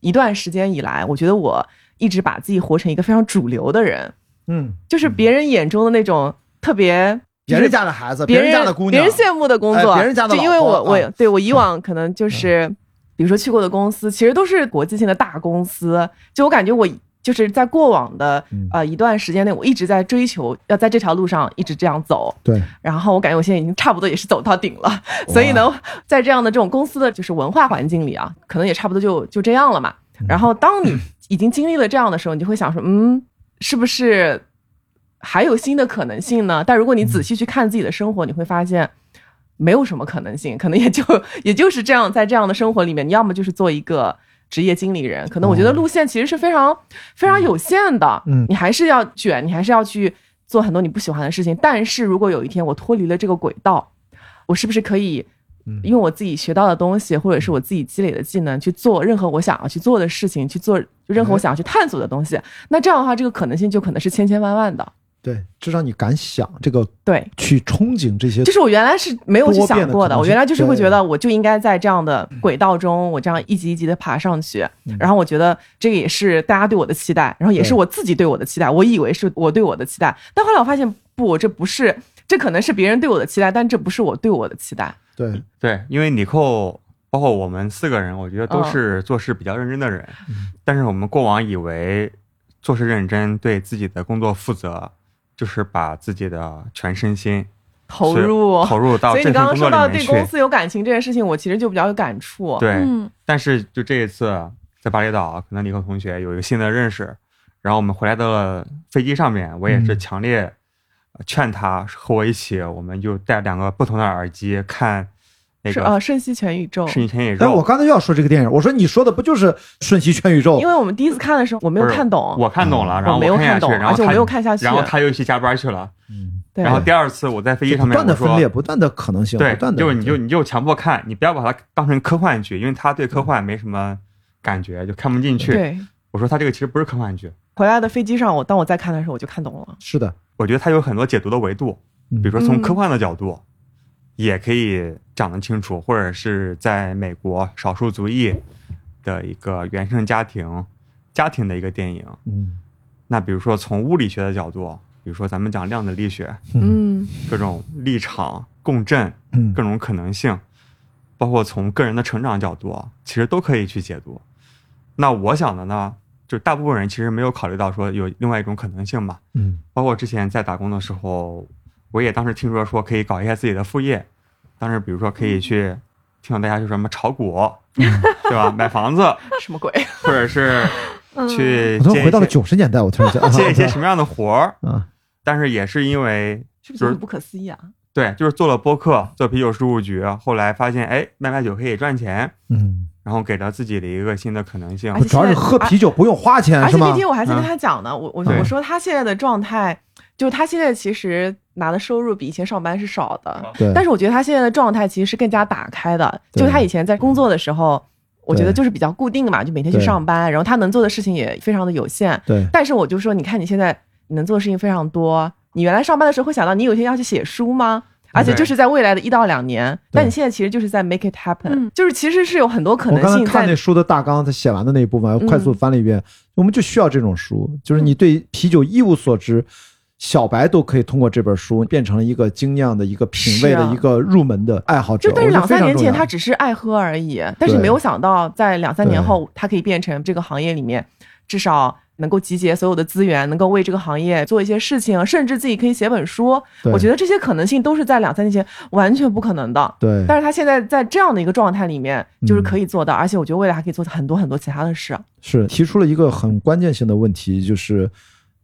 Speaker 3: 一段时间以来，我觉得我一直把自己活成一个非常主流的人，
Speaker 2: 嗯，
Speaker 3: 就是别人眼中的那种特别。
Speaker 2: 别人家的孩子，
Speaker 3: 别
Speaker 2: 人
Speaker 3: 人
Speaker 2: 家的姑
Speaker 3: 别
Speaker 2: 娘
Speaker 3: 人，羡慕的工作，
Speaker 2: 哎别人家的
Speaker 3: 就
Speaker 2: 老
Speaker 3: 因为我
Speaker 2: 婆
Speaker 3: 我、
Speaker 2: 啊嗯
Speaker 3: 对我以往可能就是，比如说去过的公司，其实都是国际性的大公司，就我感觉我。就是在过往的
Speaker 2: 嗯
Speaker 3: 呃一段时间内，我一直在追求要在这条路上一直这样走，
Speaker 2: 对，
Speaker 3: 然后我感觉我现在已经差不多也是走到顶了，所以呢，在这样的这种公司的就是文化环境里啊，可能也差不多就就这样了嘛。
Speaker 2: 嗯
Speaker 3: 然后当你已经经历了这样的时候，你就会想说，嗯，是不是还有新的可能性呢？但如果你
Speaker 2: 嗯
Speaker 3: 仔细去看自己的生活，你会发现。没有什么可能性，可能也就 也就是这样，在这样的生活里面，你要么就是做一个职业经理人，可能我觉得路线其实是非常、非常有限的，
Speaker 2: 哦嗯
Speaker 3: 你还是要卷，你还是要去做很多你不喜欢的事情。但是如果有一天我脱离了这个轨道，我是不是可以
Speaker 2: 嗯
Speaker 3: 用我自己学到的东西，或者是我自己积累的技能去做任何我想要去做的事情，去做任何我想要去探索的东西。那这样的话，这个可能性就可能是千千万万的。
Speaker 2: 对，至少你敢想这个，
Speaker 3: 对，
Speaker 2: 去憧憬这些
Speaker 3: 就，是我原来是没有去
Speaker 2: 多
Speaker 3: 想过
Speaker 2: 变的可能
Speaker 3: 的，
Speaker 2: 性
Speaker 3: 我原来就是会
Speaker 2: 对
Speaker 3: 觉得我就应该在这样的轨道中，我这样一级一级的爬上去
Speaker 2: 嗯。
Speaker 3: 然后我觉得这个也是大家对我的期待，然后也是
Speaker 2: 对
Speaker 3: 我自己对我的期待，我以为是我对我的期待，但后来我发现不，我这不是，这可能是别人对我的期待，但这不是我对我的期待。
Speaker 2: 对，
Speaker 1: 对，因为你扣包括我们四个人，我觉得都
Speaker 3: 嗯
Speaker 1: 是做事比较认真的人，但是我们过往以为做事认真，对自己的工作负责，就是把自己的全身心
Speaker 3: 投
Speaker 1: 所以
Speaker 3: 入，
Speaker 1: 投入到
Speaker 3: 所以
Speaker 1: 这份
Speaker 3: 你刚刚
Speaker 1: 工作
Speaker 3: 说到
Speaker 1: 里
Speaker 3: 对
Speaker 1: 面
Speaker 3: 公
Speaker 1: 去。
Speaker 3: 司有感情这件事情，我其实就比较有感触。
Speaker 1: 对，
Speaker 4: 嗯，
Speaker 1: 但是就这一次啊在巴厘岛，可能李克同学有一个新的认识，然后我们回来的飞机上面，我也是
Speaker 2: 嗯
Speaker 1: 强烈呃劝他和我一起，我们就带两个不同的耳机看那
Speaker 3: 是
Speaker 1: 个
Speaker 3: 呃，
Speaker 1: 《
Speaker 3: 《瞬息全宇宙》。
Speaker 1: 是一天野肉》。
Speaker 2: 哎，我刚才又要说这个电影，我说你说的不就是《瞬息全宇宙
Speaker 3: 因》？为我们第一次看的时候，我没有
Speaker 1: 不是
Speaker 3: 看懂，
Speaker 1: 我看懂了，
Speaker 3: 嗯
Speaker 1: 然后
Speaker 3: 我没有
Speaker 1: 看下
Speaker 3: 看懂
Speaker 1: 去，然后
Speaker 3: 而且
Speaker 1: 他
Speaker 3: 我没有看下去
Speaker 1: 然后他又去加班去了。
Speaker 2: 嗯，
Speaker 3: 对
Speaker 1: 然后第二次我在飞机
Speaker 2: 就
Speaker 1: 上
Speaker 2: 不
Speaker 1: 面
Speaker 2: 断的
Speaker 1: 我
Speaker 2: 分
Speaker 1: 说
Speaker 2: 裂，，不断的可能性，
Speaker 1: 对
Speaker 2: 不断，的，
Speaker 1: 就是你就你就强迫看，你不要把它当成科幻剧，因为他对科幻没什么感觉，就看不进去。
Speaker 3: 对，
Speaker 1: 我说他这个其实不是科幻剧，
Speaker 3: 回来的飞机上，我当我再看的时候，我就看懂了。
Speaker 2: 是的，
Speaker 1: 我觉得它有很多解读的维度，
Speaker 2: 嗯
Speaker 1: 比如说从
Speaker 4: 嗯
Speaker 1: 科幻的角度，也可以讲得清楚，或者是在美国少数族裔的一个原生家庭家庭的一个电影。
Speaker 2: 嗯，
Speaker 1: 那比如说从物理学的角度，比如说咱们讲量子力学，
Speaker 3: 嗯，
Speaker 1: 各种立场、共振、
Speaker 2: 嗯
Speaker 1: 各种可能性，包括从个人的成长角度啊，其实都可以去解读。那我想的呢，就大部分人其实没有考虑到说有另外一种可能性嘛。
Speaker 2: 嗯
Speaker 1: 包括之前在打工的时候，我也当时听说说可以搞一些自己的副业，当时比如说可
Speaker 3: 嗯
Speaker 1: 以去听到大家就什么炒股，对吧？买房子，
Speaker 3: 什么鬼？
Speaker 1: 或者是
Speaker 4: 嗯
Speaker 1: 去
Speaker 2: 我突
Speaker 1: 接
Speaker 2: 然回
Speaker 1: 一
Speaker 2: 到了
Speaker 1: 些
Speaker 2: 九十年代，我突然 间
Speaker 1: 接一些什么样的活儿。
Speaker 2: 啊，
Speaker 1: 但是也是因为
Speaker 3: 是
Speaker 1: 就是
Speaker 3: 不
Speaker 1: 是
Speaker 3: 很不可思议啊？
Speaker 1: 对，就是做了播客，做啤酒事务局，后来发现哎，卖卖酒可以赚钱，
Speaker 2: 嗯，
Speaker 1: 然后给了自己的一个新的可能性
Speaker 3: 而。且
Speaker 2: 主要是喝啤酒不用花钱
Speaker 3: 而
Speaker 1: 嗯
Speaker 2: 是
Speaker 3: 且那
Speaker 2: 吗？
Speaker 3: 天我还在跟他讲呢，我我
Speaker 2: 对
Speaker 3: 我说他现在的状态，就是他现在其实拿的收入比以前上班是少
Speaker 1: 嗯
Speaker 3: 的，
Speaker 2: 对，
Speaker 3: 但是我觉得他现在的状态其实是更加打开的。
Speaker 2: 对
Speaker 3: 就他以前在工作的时候，我觉得就是比较固定的嘛，就每天去
Speaker 2: 对
Speaker 3: 上班，然后他能做的事情也非常的有限。
Speaker 2: 对
Speaker 3: 但是我就说，你看你现在你能做的事情非常多，你原来上班的时候会想到你有一天要去写书吗？而且就是在未来的一到两年，但你现在其实就是在 make it happen，
Speaker 4: 嗯
Speaker 3: 就是其实是有很多可
Speaker 2: 我
Speaker 3: 能
Speaker 2: 刚才
Speaker 3: 性
Speaker 2: 看
Speaker 3: 在
Speaker 2: 那书的大纲，他写完的那一部分，我
Speaker 3: 嗯
Speaker 2: 快速翻了一遍。我们就需要这种书，就是你对啤酒一无所知，小白都可以通过这本书变成一个精酿的一个品味
Speaker 3: 是
Speaker 2: 的
Speaker 3: 啊
Speaker 2: 一个入门的爱好者。
Speaker 3: 就但是
Speaker 2: 我觉
Speaker 3: 两
Speaker 2: 得非
Speaker 3: 三
Speaker 2: 常
Speaker 3: 年
Speaker 2: 重
Speaker 3: 前
Speaker 2: 要
Speaker 3: 他只是爱喝而已，但是
Speaker 2: 对
Speaker 3: 没有想到在两三年
Speaker 2: 对
Speaker 3: 后，他可以变成这个行业里面至少能够集结所有的资源，能够为这个行业做一些事情，甚至自己可以写本书。
Speaker 2: 对
Speaker 3: 我觉得这些可能性都是在两三年前完全不可能的。
Speaker 2: 对，
Speaker 3: 但是他现在在这样的一个状态里面，就是
Speaker 2: 嗯
Speaker 3: 可以做到，而且我觉得未来还可以做很多很多其他 的事。啊
Speaker 2: 是提出了一个很关键性的问题，就是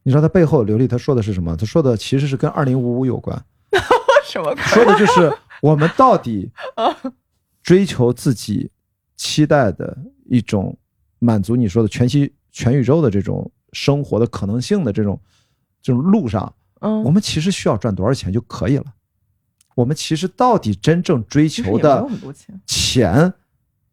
Speaker 2: 你知道他背后刘丽他说的是什么？他说的其实是跟二零五五有关，
Speaker 3: 什么？
Speaker 2: 说的 就是我们到底
Speaker 3: 哦
Speaker 2: 追求自己期待的一种满足你说的全息全宇宙的这种生活的可能性的这种这种路上，我
Speaker 3: 嗯，
Speaker 2: 们其实需要赚多少钱就可以了。我们其实到底真正追
Speaker 3: 其实
Speaker 2: 求
Speaker 3: 也没
Speaker 2: 的
Speaker 3: 有很多钱。
Speaker 2: 钱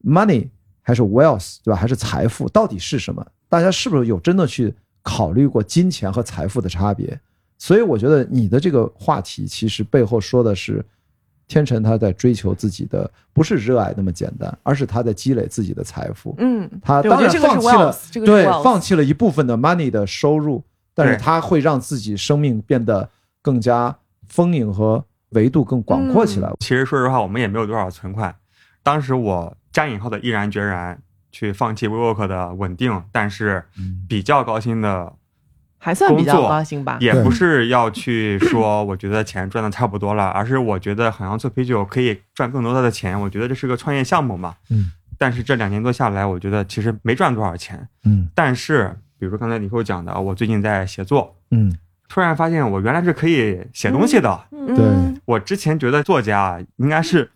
Speaker 2: money 还是 wealth 对吧？还是财富到底是什么？大家是不是有真的去考虑过金钱和财富的差别？所以我觉得你的这个话题其实背后说的是，天成他在追求自己的不是热爱那么简单，而是他在积累自己的财富。
Speaker 3: 嗯，
Speaker 2: 他
Speaker 3: 对我
Speaker 2: 当
Speaker 3: 觉得
Speaker 2: 然
Speaker 3: 这个是
Speaker 2: 放弃了
Speaker 3: wealth，这个是
Speaker 2: 对
Speaker 3: wealth
Speaker 2: 放弃了一部分的 money 的收入，但是
Speaker 1: 对
Speaker 2: 他会让自己生命变得更加丰盈和维度更广阔起来。
Speaker 1: 其实说实话，我们也没有多少存款。当时我加引号的毅然决然去放弃 WeWork 的稳定，但是
Speaker 3: 嗯
Speaker 1: 比较高薪的，
Speaker 3: 还算比较
Speaker 1: 工作
Speaker 3: 高兴吧。
Speaker 1: 也
Speaker 2: 对
Speaker 1: 不是要去说 我觉得钱赚的差不多了，而是我觉得好像做啤酒可以赚更多的钱。我觉得这是个创业项目嘛。
Speaker 2: 嗯。
Speaker 1: 但是这两年多下来，我觉得其实没赚多少钱。
Speaker 2: 嗯
Speaker 1: 但是，比如说刚才李寇讲的，哦我最近在写作，
Speaker 2: 嗯，
Speaker 1: 突然发现我原来是可以写东西的。
Speaker 4: 嗯
Speaker 2: 对
Speaker 1: 我之前觉得作家应该是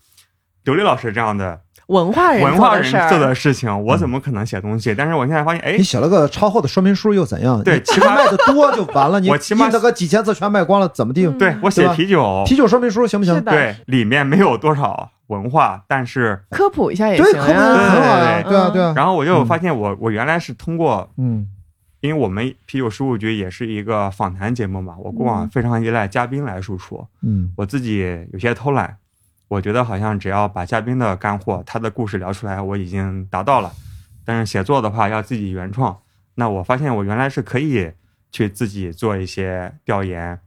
Speaker 1: 刘丽老师这样的
Speaker 3: 文化人
Speaker 1: 文
Speaker 3: 做
Speaker 1: 化
Speaker 3: 的
Speaker 1: 人
Speaker 3: 事儿
Speaker 1: 做的事情，我怎么可能写东西？但是我现在发现，哎
Speaker 2: 嗯你，写了个超厚的说明书又怎样？
Speaker 1: 对
Speaker 2: 你
Speaker 1: 起码
Speaker 2: 卖的多就完了，你
Speaker 1: 我起码哦
Speaker 2: 印了个几千字全卖光了，怎么地？
Speaker 4: 嗯
Speaker 1: 对我写
Speaker 2: 对吧
Speaker 1: 啤酒，
Speaker 2: 啤酒说明书行不行
Speaker 3: 是？的
Speaker 1: 对里面没有多少文化，但是
Speaker 3: 科普一下也
Speaker 2: 对，
Speaker 3: 行啊
Speaker 2: 科
Speaker 3: 嗯
Speaker 2: 普
Speaker 3: 呀、
Speaker 1: 对
Speaker 2: 很好呀，
Speaker 1: 对
Speaker 2: 对啊，对啊，
Speaker 1: 然后我就
Speaker 2: 嗯
Speaker 1: 发现我、我原来是通过，
Speaker 2: 嗯
Speaker 1: 因为我们啤酒事务局也是一个访谈节目嘛，我过往
Speaker 3: 嗯
Speaker 1: 非常依赖嘉宾来输出，
Speaker 2: 嗯
Speaker 1: 我自己有些偷懒，我觉得好像只要把嘉宾的干货、他的故事聊出来，我已经达到了。但是写作的话要自己原创，那我发现我原来是可以去自己做一些调研、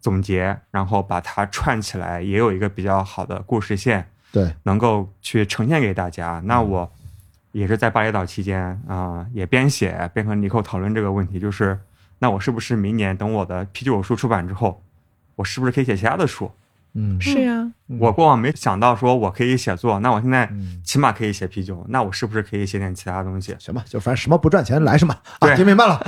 Speaker 1: 总结，然后把它串起来，也有一个比较好的故事线，
Speaker 2: 对，
Speaker 1: 能够去呈现给大家。那
Speaker 2: 嗯
Speaker 1: 我也是在巴厘岛期间啊、也边写边和尼寇讨论这个问题，就是那我是不是明年等我的啤酒书出版之后，我是不是可以写其他的书？
Speaker 2: 嗯
Speaker 3: 是呀、
Speaker 1: 我过往没想到说我可以写作，那我现在
Speaker 2: 嗯
Speaker 1: 起码可以写啤酒，那我是不是可以写点其他东
Speaker 2: ？
Speaker 1: 西
Speaker 2: 行吧，就反正什么不赚钱来什么啊，
Speaker 1: 对
Speaker 2: 听明白了，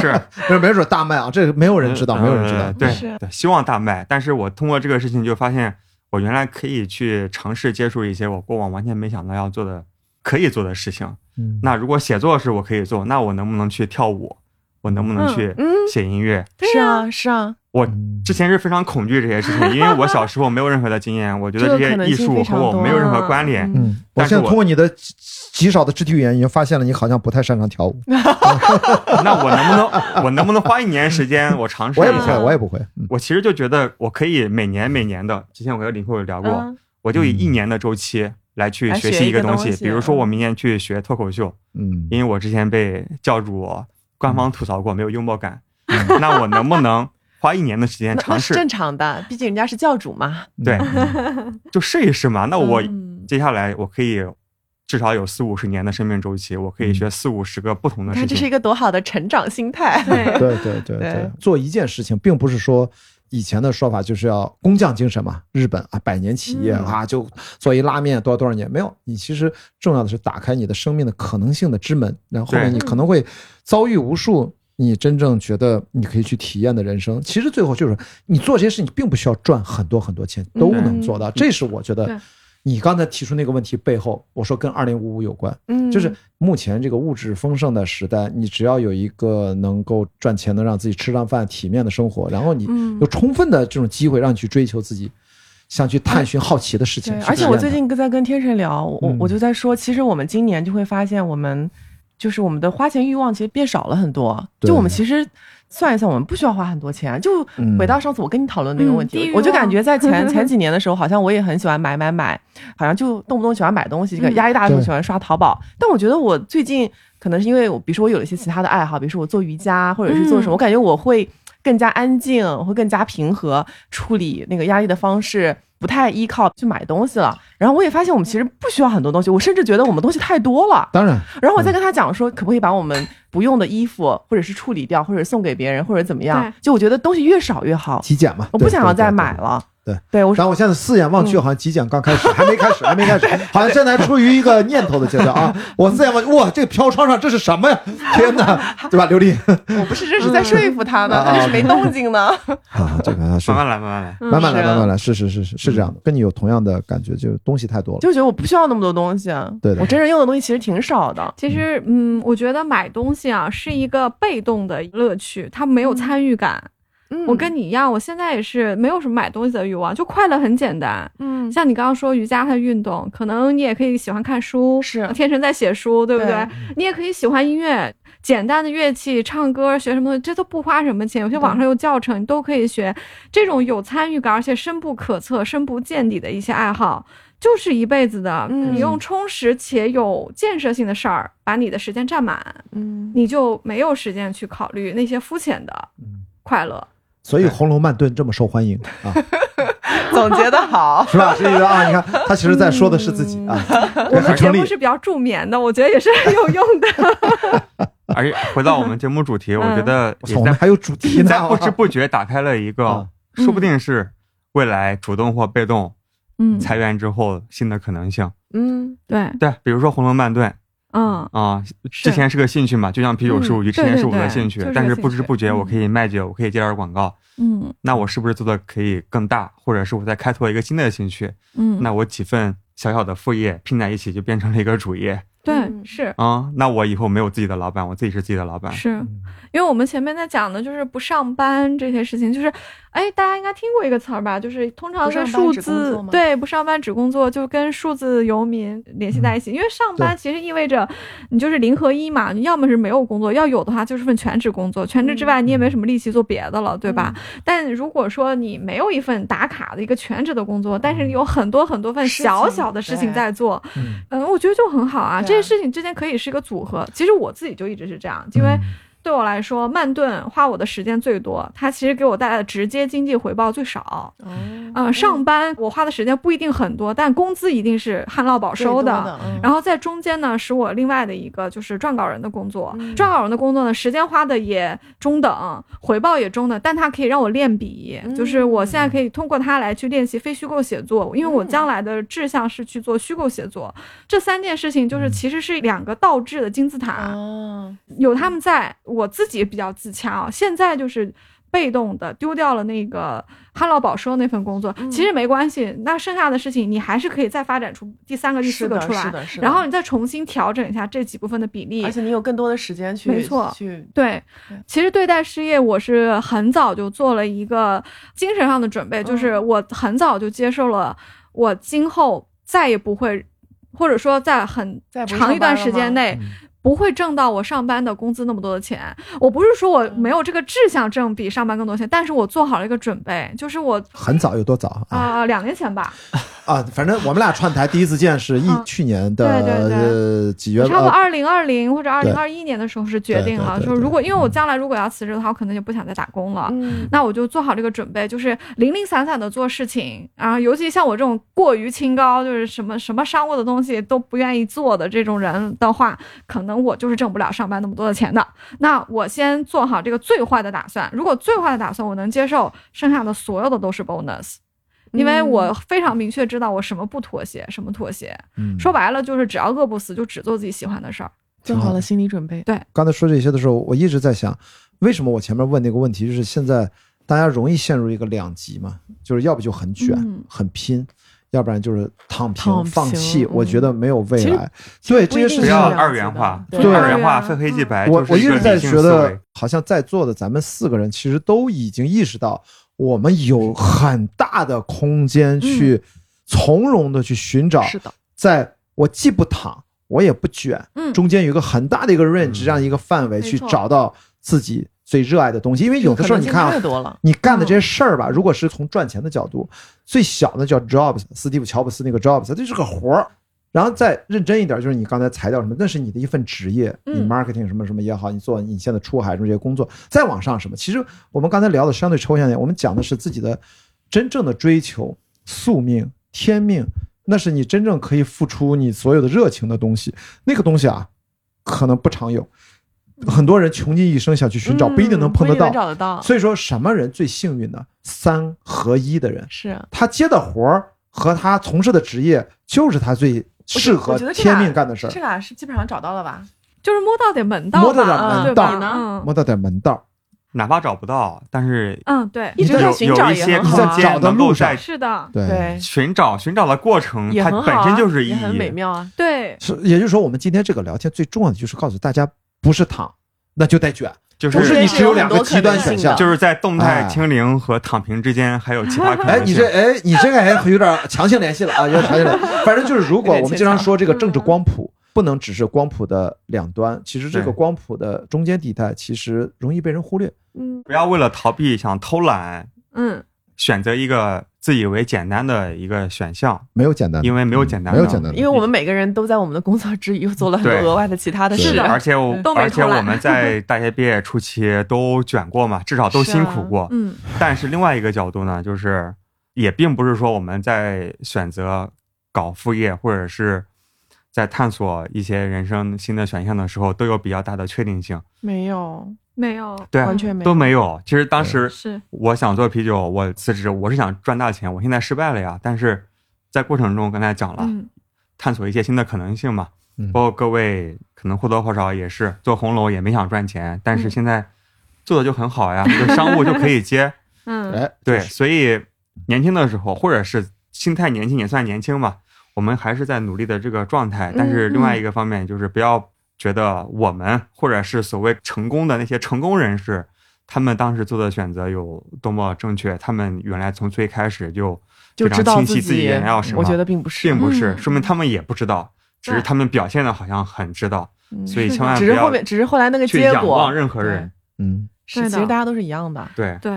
Speaker 1: 是，
Speaker 2: 没没准大卖啊，这个没有人知道，没有人知道
Speaker 1: 呃，对
Speaker 4: 是
Speaker 1: 对，希望大卖。但是我通过这个事情就发现，我原来可以去尝试接触一些我过往完全没想到要做的、可以做的事情。
Speaker 2: 嗯
Speaker 1: 那如果写作是我可以做，那我能不能去跳舞？我能不能
Speaker 4: 嗯
Speaker 1: 去
Speaker 3: 嗯
Speaker 1: 写音乐？
Speaker 4: 对
Speaker 3: 是
Speaker 4: 呀
Speaker 3: 啊，是啊，
Speaker 1: 我
Speaker 2: 嗯
Speaker 1: 之前是非常恐惧这些事情，因为我小时候没有任何的经验，我觉得这
Speaker 3: 这个可
Speaker 1: 些
Speaker 3: 能
Speaker 1: 艺
Speaker 3: 性
Speaker 1: 术
Speaker 3: 非
Speaker 1: 和
Speaker 3: 常
Speaker 1: 我
Speaker 3: 多
Speaker 1: 没有任何
Speaker 4: 啊
Speaker 1: 关联。
Speaker 4: 嗯
Speaker 2: 嗯，我
Speaker 1: 但是
Speaker 2: 现在
Speaker 1: 我
Speaker 2: 通过你的极极少的肢体语言，已经发现了你好像不太擅长跳 舞，
Speaker 1: 那我能不能，我能不能花一年时间，我尝试
Speaker 2: 我也不
Speaker 1: 一
Speaker 2: 会，
Speaker 1: 下？
Speaker 2: 我也不会，嗯
Speaker 1: 我其实就觉得我可以每年每年的，之前我和林慧有聊过，
Speaker 3: 嗯
Speaker 1: 我就以一年的周期来去
Speaker 3: 来
Speaker 1: 学
Speaker 3: 学
Speaker 1: 习
Speaker 3: 一
Speaker 1: 一个
Speaker 3: 个
Speaker 1: 东
Speaker 3: 东
Speaker 1: 西。
Speaker 3: 西
Speaker 1: 比如说，我
Speaker 3: 嗯
Speaker 1: 明年去学脱口秀，
Speaker 2: 嗯
Speaker 1: 因为我之前被教主官方吐槽过没有幽默感，
Speaker 2: 嗯
Speaker 1: 那我能不能花一年的时间
Speaker 3: 那那
Speaker 1: 尝
Speaker 3: 是
Speaker 1: 试
Speaker 3: 正？常的，毕竟人家是教主嘛。
Speaker 1: 对
Speaker 2: 嗯
Speaker 1: 就试一试嘛。那我
Speaker 4: 嗯
Speaker 1: 接下来我可以至少有四五十年的生命周期，我可以学四五十个不同的
Speaker 3: 你
Speaker 1: 事
Speaker 3: 看，这是
Speaker 1: 情
Speaker 3: 一。个多好的成长心态。
Speaker 4: 对，
Speaker 2: 对对对对
Speaker 3: 对，
Speaker 2: 做一件事情，并不是说以前的说法就是要工匠精神嘛，日本啊百年企业
Speaker 4: 嗯
Speaker 2: 啊，就做一拉面多少多少年，没有，你其实重要的是打开你的生命的可能性的之门，然后后面
Speaker 1: 对
Speaker 2: 你可能会遭遇无数。你真正觉得你可以去体验的人生，其实最后就是你做这些事情，并不需要赚很多很多钱，都能做到。这是我觉得
Speaker 4: 嗯对
Speaker 2: 你刚才提出那个问题背后，我说跟二零五五有关，
Speaker 3: 嗯，
Speaker 2: 就是目前这个物质丰盛的时代，你只要有一个能够赚钱、能让自己吃上饭、体面的生活，然后你
Speaker 4: 嗯
Speaker 2: 有充分的这种机会让你去追求自己，想去探寻好奇的事情
Speaker 3: 对。
Speaker 2: 是，
Speaker 3: 而且我
Speaker 2: 这
Speaker 3: 最
Speaker 2: 样的
Speaker 3: 近在跟天神聊，我、
Speaker 2: 嗯
Speaker 3: 我就在说，其实我们今年就会发现，我们就是我们的花钱欲望其实变少了很多。
Speaker 2: 对
Speaker 3: 就我们其实算一算，我们不需要花很多钱。啊就
Speaker 2: 嗯
Speaker 3: 回到上次我跟你讨论那个问
Speaker 4: 嗯低
Speaker 3: 题，
Speaker 4: 欲望
Speaker 3: 我就感觉 在前前几年的时候，好像我也很喜欢买买买，好像就动不动喜欢买东西，这个
Speaker 4: 嗯
Speaker 3: 压力大的时候
Speaker 2: 对
Speaker 3: 喜欢刷淘宝。但我觉得我最近可能是因为我，比如说我有一些其他的爱好，比如说我做瑜伽或者是做什么，
Speaker 4: 嗯
Speaker 3: 我感觉我会更加安静，我会更加平和处理那个压力的方式，不太依靠去买东西了。然后我也发现我们其实不需要很多东西，我甚至觉得我们东西太多了。
Speaker 2: 当然，
Speaker 3: 然后我再跟他讲说，可不可以把我们不用的衣服，或者是处理掉，或者送给别人，或者怎么样
Speaker 4: 对？
Speaker 3: 就我觉得东西越少越好，
Speaker 2: 极简嘛，
Speaker 3: 我
Speaker 2: 对
Speaker 3: 不想要再买。
Speaker 2: 对对对
Speaker 3: 了。嗯
Speaker 2: 对对
Speaker 3: 对，我
Speaker 2: 然后我现在四眼望去，好像极简刚开始，还没开始，还没开始，好像现在还处于一个念头的阶段啊！我四眼望，哇，这个飘窗上这是什么呀？天哪，对吧，刘丽
Speaker 3: 我不是这是在说服他呢，
Speaker 2: 嗯
Speaker 3: 他就是没动静呢。
Speaker 2: 啊，这个是嗯
Speaker 1: 慢慢来，慢慢来。
Speaker 4: 嗯
Speaker 2: 慢慢来，
Speaker 3: 是啊
Speaker 2: 慢慢来，是是是是是这样的，跟你有同样的感觉，就是东西太多了。
Speaker 3: 就觉得我不需要那么多东西。
Speaker 2: 对的
Speaker 3: 我真正用的东西其实挺少的。
Speaker 4: 其实，嗯，我觉得买东西啊是一个被动的乐趣，它没有参与感。
Speaker 3: 嗯
Speaker 4: 我跟你一样，我现在也是没有什么买东西的欲望，就快乐很简单。
Speaker 3: 嗯
Speaker 4: 像你刚刚说瑜伽和运动，可能你也可以喜欢看书，
Speaker 3: 是
Speaker 4: 天神在写书，对不对？
Speaker 3: 对
Speaker 4: 你也可以喜欢音乐，简单的乐器、唱歌、学什么东西，这都不花什么钱。有些网上有教程，你都可以学。这种有参与感，而且深不可测、深不见底的一些爱好，就是一辈子的。
Speaker 3: 嗯
Speaker 4: 你用充实且有建设性的事儿把你的时间占满，
Speaker 3: 嗯，
Speaker 4: 你就没有时间去考虑那些肤浅的快 乐。
Speaker 2: 所以《
Speaker 1: 对
Speaker 2: 红楼梦》顿这么受欢迎 啊，。
Speaker 3: 总结的好
Speaker 2: 是吧？是一个啊，你看他其实在说的是自己啊，
Speaker 4: 嗯我
Speaker 2: 对
Speaker 4: 们
Speaker 2: 很
Speaker 4: 节
Speaker 2: 成立
Speaker 4: 目。是比较助眠的，我觉得也是很有用的。
Speaker 1: 而且回到我们节目主 题，我
Speaker 4: 嗯
Speaker 1: 觉得
Speaker 2: 我
Speaker 1: 也
Speaker 2: 操，我
Speaker 1: 在
Speaker 2: 们还有主题呢
Speaker 1: 在，不知不觉打开了一个
Speaker 2: 啊，
Speaker 1: 说不定是未来主动或被动
Speaker 4: 嗯
Speaker 1: 裁员之后新的可能性。
Speaker 3: 嗯，
Speaker 4: 对，
Speaker 1: 对，比如说红楼梦顿
Speaker 4: 嗯，
Speaker 1: 啊，
Speaker 4: 是
Speaker 1: 之前是个兴趣嘛，就像啤酒
Speaker 4: 嗯
Speaker 1: 事务局之
Speaker 4: 对
Speaker 1: 前
Speaker 4: 对
Speaker 1: 是我的
Speaker 4: 对
Speaker 1: 兴趣
Speaker 4: 就是，
Speaker 1: 但
Speaker 4: 个
Speaker 1: 是
Speaker 4: 兴
Speaker 1: 不知
Speaker 4: 趣
Speaker 1: 不觉我
Speaker 4: 嗯
Speaker 1: 可以卖酒，我可以接点广告，
Speaker 4: 嗯
Speaker 1: 那我是不是做的可以更大？或者是我再开拓一个新的兴趣？
Speaker 4: 嗯，
Speaker 1: 那我几份小小的副业拼在一起就变成了一个主业
Speaker 4: 对
Speaker 3: 嗯
Speaker 4: 是。
Speaker 1: 啊、那我以后没有自己的老啊板，我自己是自己的老板。
Speaker 4: 是因为我们前面在讲的就是不上班这些事情，就是哎，大家应该听过一个词儿吧？就是通常跟
Speaker 3: 不上班
Speaker 4: 数
Speaker 3: 只工
Speaker 4: 字
Speaker 3: 作吗
Speaker 4: 对不上班只工作，就跟数字游民联系在一起。因为上班其实意味着你就是零和一嘛，你要么是没有工作，要有的话就是份全职工作，全职
Speaker 3: 嗯
Speaker 4: 之外你也没什么力气做别的了，对吧？但如果说你没有一份打卡的一个全职的工作，但是你有很多很多份
Speaker 3: 事
Speaker 4: 小
Speaker 3: 情
Speaker 4: 小的事情
Speaker 3: 对
Speaker 4: 在做，
Speaker 2: 嗯
Speaker 4: 嗯，我觉得就很好啊。
Speaker 3: 对啊
Speaker 4: 这些事情之间可以是一个组合。其实我自己就一直是这样，因
Speaker 2: 嗯
Speaker 4: 为对我来说，慢炖花我的时间最多，它其实给我带来的直接经济回报最少。
Speaker 3: 哦，
Speaker 4: 嗯、上班我花的时间不一定很多，但工资一定是旱涝保收的。然后在中间呢，是我另外的一个就是撰稿人的工作。
Speaker 3: 嗯
Speaker 4: 撰稿人的工作呢，时间花的也中等，回报也中等，但它可以让我练笔，
Speaker 3: 嗯
Speaker 4: 就是我现在可以通过它来去练习非虚构写作，因为
Speaker 3: 嗯
Speaker 4: 我将来的志向是去做虚构写作。这三件事情就是其实是两个倒置的金字塔，
Speaker 3: 哦，
Speaker 4: 有他们在，我自己比较自洽啊。现在就是被动的丢掉了那个旱涝保收那份工作，
Speaker 3: 嗯
Speaker 4: 其实没关系，那剩下的事情你还是可以再发展出第三个、第四
Speaker 3: 是
Speaker 4: 个
Speaker 3: 的，
Speaker 4: 出来
Speaker 3: 是，的，是的。
Speaker 4: 然后你再重新调整一下这几部分的比例
Speaker 3: 而。且你有更多的时间去，
Speaker 4: 没错
Speaker 3: 去
Speaker 4: 对
Speaker 3: 对，
Speaker 4: 其实对待失业，我是很早就做了一个精神上的准备，就是
Speaker 3: 嗯
Speaker 4: 我很早就接受了，我今后再也不会，或者说在很
Speaker 3: 再不上班
Speaker 4: 长一段时间
Speaker 3: 了吗
Speaker 4: 内。不会挣到我上班的工资那么多的钱，我不是说我
Speaker 3: 嗯
Speaker 4: 没有这个志向挣比上班更多钱，但是我做好了一个准备，就是我
Speaker 2: 很早有多早啊
Speaker 4: 啊、两年前吧，
Speaker 2: 啊！反正我们俩串台第一次见是一
Speaker 4: 嗯
Speaker 2: 去年的
Speaker 4: 对对对
Speaker 2: 呃几月
Speaker 4: 差不多
Speaker 2: 呃
Speaker 4: 二零二零或者二零二一年的时候是决定了，
Speaker 2: 对对对
Speaker 4: 说
Speaker 2: 对
Speaker 4: 如果因为我将来如果要辞职的话，我可能就不想再打工了。
Speaker 3: 嗯，
Speaker 4: 那我就做好这个准备，就是零零散散的做事情，然后尤其像我这种过于清高，就是什么什么商务的东西都不愿意做的这种人的话，可能我就是挣不了上班那么多的钱的。那我先做好这个最坏的打算，如果最坏的打算我能接受，剩下的所有的都是 bonus。因为我非常明确知道我什么不妥协，什么妥协。
Speaker 2: 嗯
Speaker 4: 说白了就是只要饿不死，就只做自己喜欢的事儿。
Speaker 3: 做好了心理准备，
Speaker 2: 刚才说这些的时候，我一直在想，为什么我前面问那个问题，就是现在大家容易陷入一个两极嘛，就是要不就很卷、
Speaker 4: 嗯
Speaker 2: 很拼，要不然就是躺平、
Speaker 3: 躺平
Speaker 2: 放弃、
Speaker 3: 嗯
Speaker 2: 我觉得没有未
Speaker 3: 其实
Speaker 2: 来。对这些事
Speaker 1: 不
Speaker 3: 是
Speaker 2: 情
Speaker 1: 要
Speaker 3: 这，样
Speaker 1: 二
Speaker 3: 子
Speaker 1: 元
Speaker 3: 的
Speaker 1: 化，
Speaker 3: 对嗯
Speaker 4: 对
Speaker 1: 二元化
Speaker 4: 啊
Speaker 1: 非黑即白，
Speaker 2: 我
Speaker 1: 就
Speaker 2: 我
Speaker 1: 是
Speaker 2: 一
Speaker 1: 个
Speaker 2: 直在
Speaker 1: 理性
Speaker 2: 觉
Speaker 1: 思
Speaker 2: 得
Speaker 1: 维。，
Speaker 2: 好像在座的咱们四个人其实都已经意识到，我们有很大的空间去从容的去寻找，
Speaker 3: 是的，
Speaker 2: 在我既不躺，我也不卷，
Speaker 4: 嗯，
Speaker 2: 中间有一个很大的一个 range
Speaker 1: 嗯
Speaker 2: 这样一个范围
Speaker 4: 没
Speaker 2: 去
Speaker 4: 错
Speaker 2: 找到自己最热爱的东西。因为有的时候你
Speaker 3: 可
Speaker 2: 看
Speaker 3: 能性太
Speaker 2: 啊，
Speaker 3: 多了，
Speaker 2: 你干的这些事儿吧，如果是从赚钱的角度，最小的叫 jobs，斯蒂夫乔布斯那个 jobs，这就是个活儿。然后再认真一点，就是你刚才裁掉什么，那是你的一份职业，
Speaker 4: 嗯
Speaker 2: 你 marketing 什么什么也好，你做你现在出海什么这些工作，再往上什么，其实我们刚才聊的相对抽象一点，我们讲的是自己的真正的追求、宿命、天命，那是你真正可以付出你所有的热情的东西，那个东西啊，可能不常有。很多人穷尽一生想去寻找，
Speaker 3: 嗯
Speaker 2: 不一定能碰得
Speaker 3: 不一
Speaker 2: 到
Speaker 3: 定能。找得到，
Speaker 2: 所以说，什么人最幸运呢？三合一的人，
Speaker 3: 是
Speaker 2: 他接的活儿和他从事的职业，就是他最适合
Speaker 3: 我觉得这俩
Speaker 2: 天命干的事儿
Speaker 3: 这。俩是基本上找到了吧？
Speaker 4: 就是摸到点门道吧，
Speaker 2: 摸到点门
Speaker 4: 嗯对
Speaker 2: 道
Speaker 4: 吧？嗯
Speaker 2: 摸到点门道儿，
Speaker 1: 哪怕找不到，但是
Speaker 4: 嗯，对，
Speaker 3: 一直
Speaker 1: 有
Speaker 3: 在寻找
Speaker 1: 有一
Speaker 3: 也
Speaker 1: 些空
Speaker 3: 很好啊
Speaker 2: 你在找
Speaker 1: 间
Speaker 2: 的
Speaker 1: 能够
Speaker 2: 路上
Speaker 1: 在
Speaker 4: 是的，
Speaker 2: 对，
Speaker 3: 对，
Speaker 1: 寻找寻找的过程，
Speaker 3: 也
Speaker 1: 嗯它
Speaker 3: 很好
Speaker 1: 本
Speaker 3: 啊，
Speaker 1: 身就是意
Speaker 3: 也很美
Speaker 1: 义。
Speaker 3: 妙啊，
Speaker 4: 对，
Speaker 2: 是也就是说，我们今天这个聊天最重要的就是告诉大家，不是躺，那就得卷，
Speaker 1: 就
Speaker 2: 不是
Speaker 1: 是
Speaker 2: 你只有两个极端选项
Speaker 3: 啊。
Speaker 1: 就是在动态
Speaker 2: 哎
Speaker 1: 清零和躺平之间，还有其他可
Speaker 2: 哎，
Speaker 1: 能
Speaker 2: 你
Speaker 1: 性。
Speaker 2: 这哎，你这个还有点强行联系了啊，有点强行联系。 反正就是，如果我们经常说
Speaker 3: 嗯
Speaker 2: 这个政治光谱。不能只是光谱的两端，其实这个
Speaker 1: 对
Speaker 2: 光谱的中间地带其实容易被人忽略。
Speaker 4: 嗯
Speaker 1: 不要为了逃避想偷懒，
Speaker 4: 嗯。
Speaker 1: 选择一个自以为简单的一个选项，
Speaker 2: 没有简单的，
Speaker 1: 因为没有简单
Speaker 2: 嗯没
Speaker 1: 的，
Speaker 2: 有简单的，
Speaker 3: 因为我们每个人都在我们的工作之余又 做了很多
Speaker 1: 对
Speaker 3: 额外的其他的
Speaker 2: 是
Speaker 3: 事
Speaker 4: 的，
Speaker 1: 而且我
Speaker 3: 嗯
Speaker 4: 都没
Speaker 1: 而且
Speaker 4: 偷懒
Speaker 1: 我们在大学毕业初期都卷过嘛，至少都
Speaker 3: 是啊
Speaker 1: 辛苦过。
Speaker 4: 嗯
Speaker 1: 但是另外一个角度呢，就是也并不是说我们在选择搞副业或者是在探索一些人生新的选项的时候都有比较大的确定性，
Speaker 3: 没有，
Speaker 4: 没有，
Speaker 1: 对，啊
Speaker 3: 完全没有，
Speaker 1: 都没有。其实当时
Speaker 4: 是
Speaker 1: 我想做啤酒，我辞职，我是想赚大钱，我现在失败了呀。但是在过程中，刚才讲了，
Speaker 4: 嗯
Speaker 1: 探索一些新的可能性嘛
Speaker 2: 嗯。
Speaker 1: 包括各位可能或多或少也是做红楼也没想赚钱，但是
Speaker 4: 嗯
Speaker 1: 现在做的就很好 呀，就商务就可以接。
Speaker 4: 嗯，
Speaker 2: 哎，
Speaker 1: 对，所以年轻的时候，或者是心态年轻也算年轻嘛，我们还是在努力的这个状态。但
Speaker 3: 嗯
Speaker 1: 是另外一个方面就是不要觉得我们或者是所谓成功的那些成功人士，他们当时做的选择有多么正确，他们原来从最开始就
Speaker 3: 就
Speaker 1: 非常
Speaker 3: 知道
Speaker 1: 清晰
Speaker 3: 自
Speaker 1: 己原来要什么。
Speaker 3: 我觉得并不是，
Speaker 1: 并不是，
Speaker 4: 嗯
Speaker 1: 说明他们也不知道，只是
Speaker 4: 对
Speaker 1: 他们表现的好像很知道，
Speaker 3: 嗯
Speaker 1: 所以
Speaker 4: 是
Speaker 1: 千万
Speaker 3: 只
Speaker 1: 不
Speaker 3: 是后
Speaker 1: 要
Speaker 3: 面，只是后来那个
Speaker 1: 去
Speaker 3: 结
Speaker 1: 仰
Speaker 3: 果
Speaker 1: 望，任何人。
Speaker 2: 嗯，
Speaker 3: 是
Speaker 4: 对
Speaker 3: 其
Speaker 4: 的
Speaker 3: 实大家都是一样的。
Speaker 1: 对，
Speaker 4: 对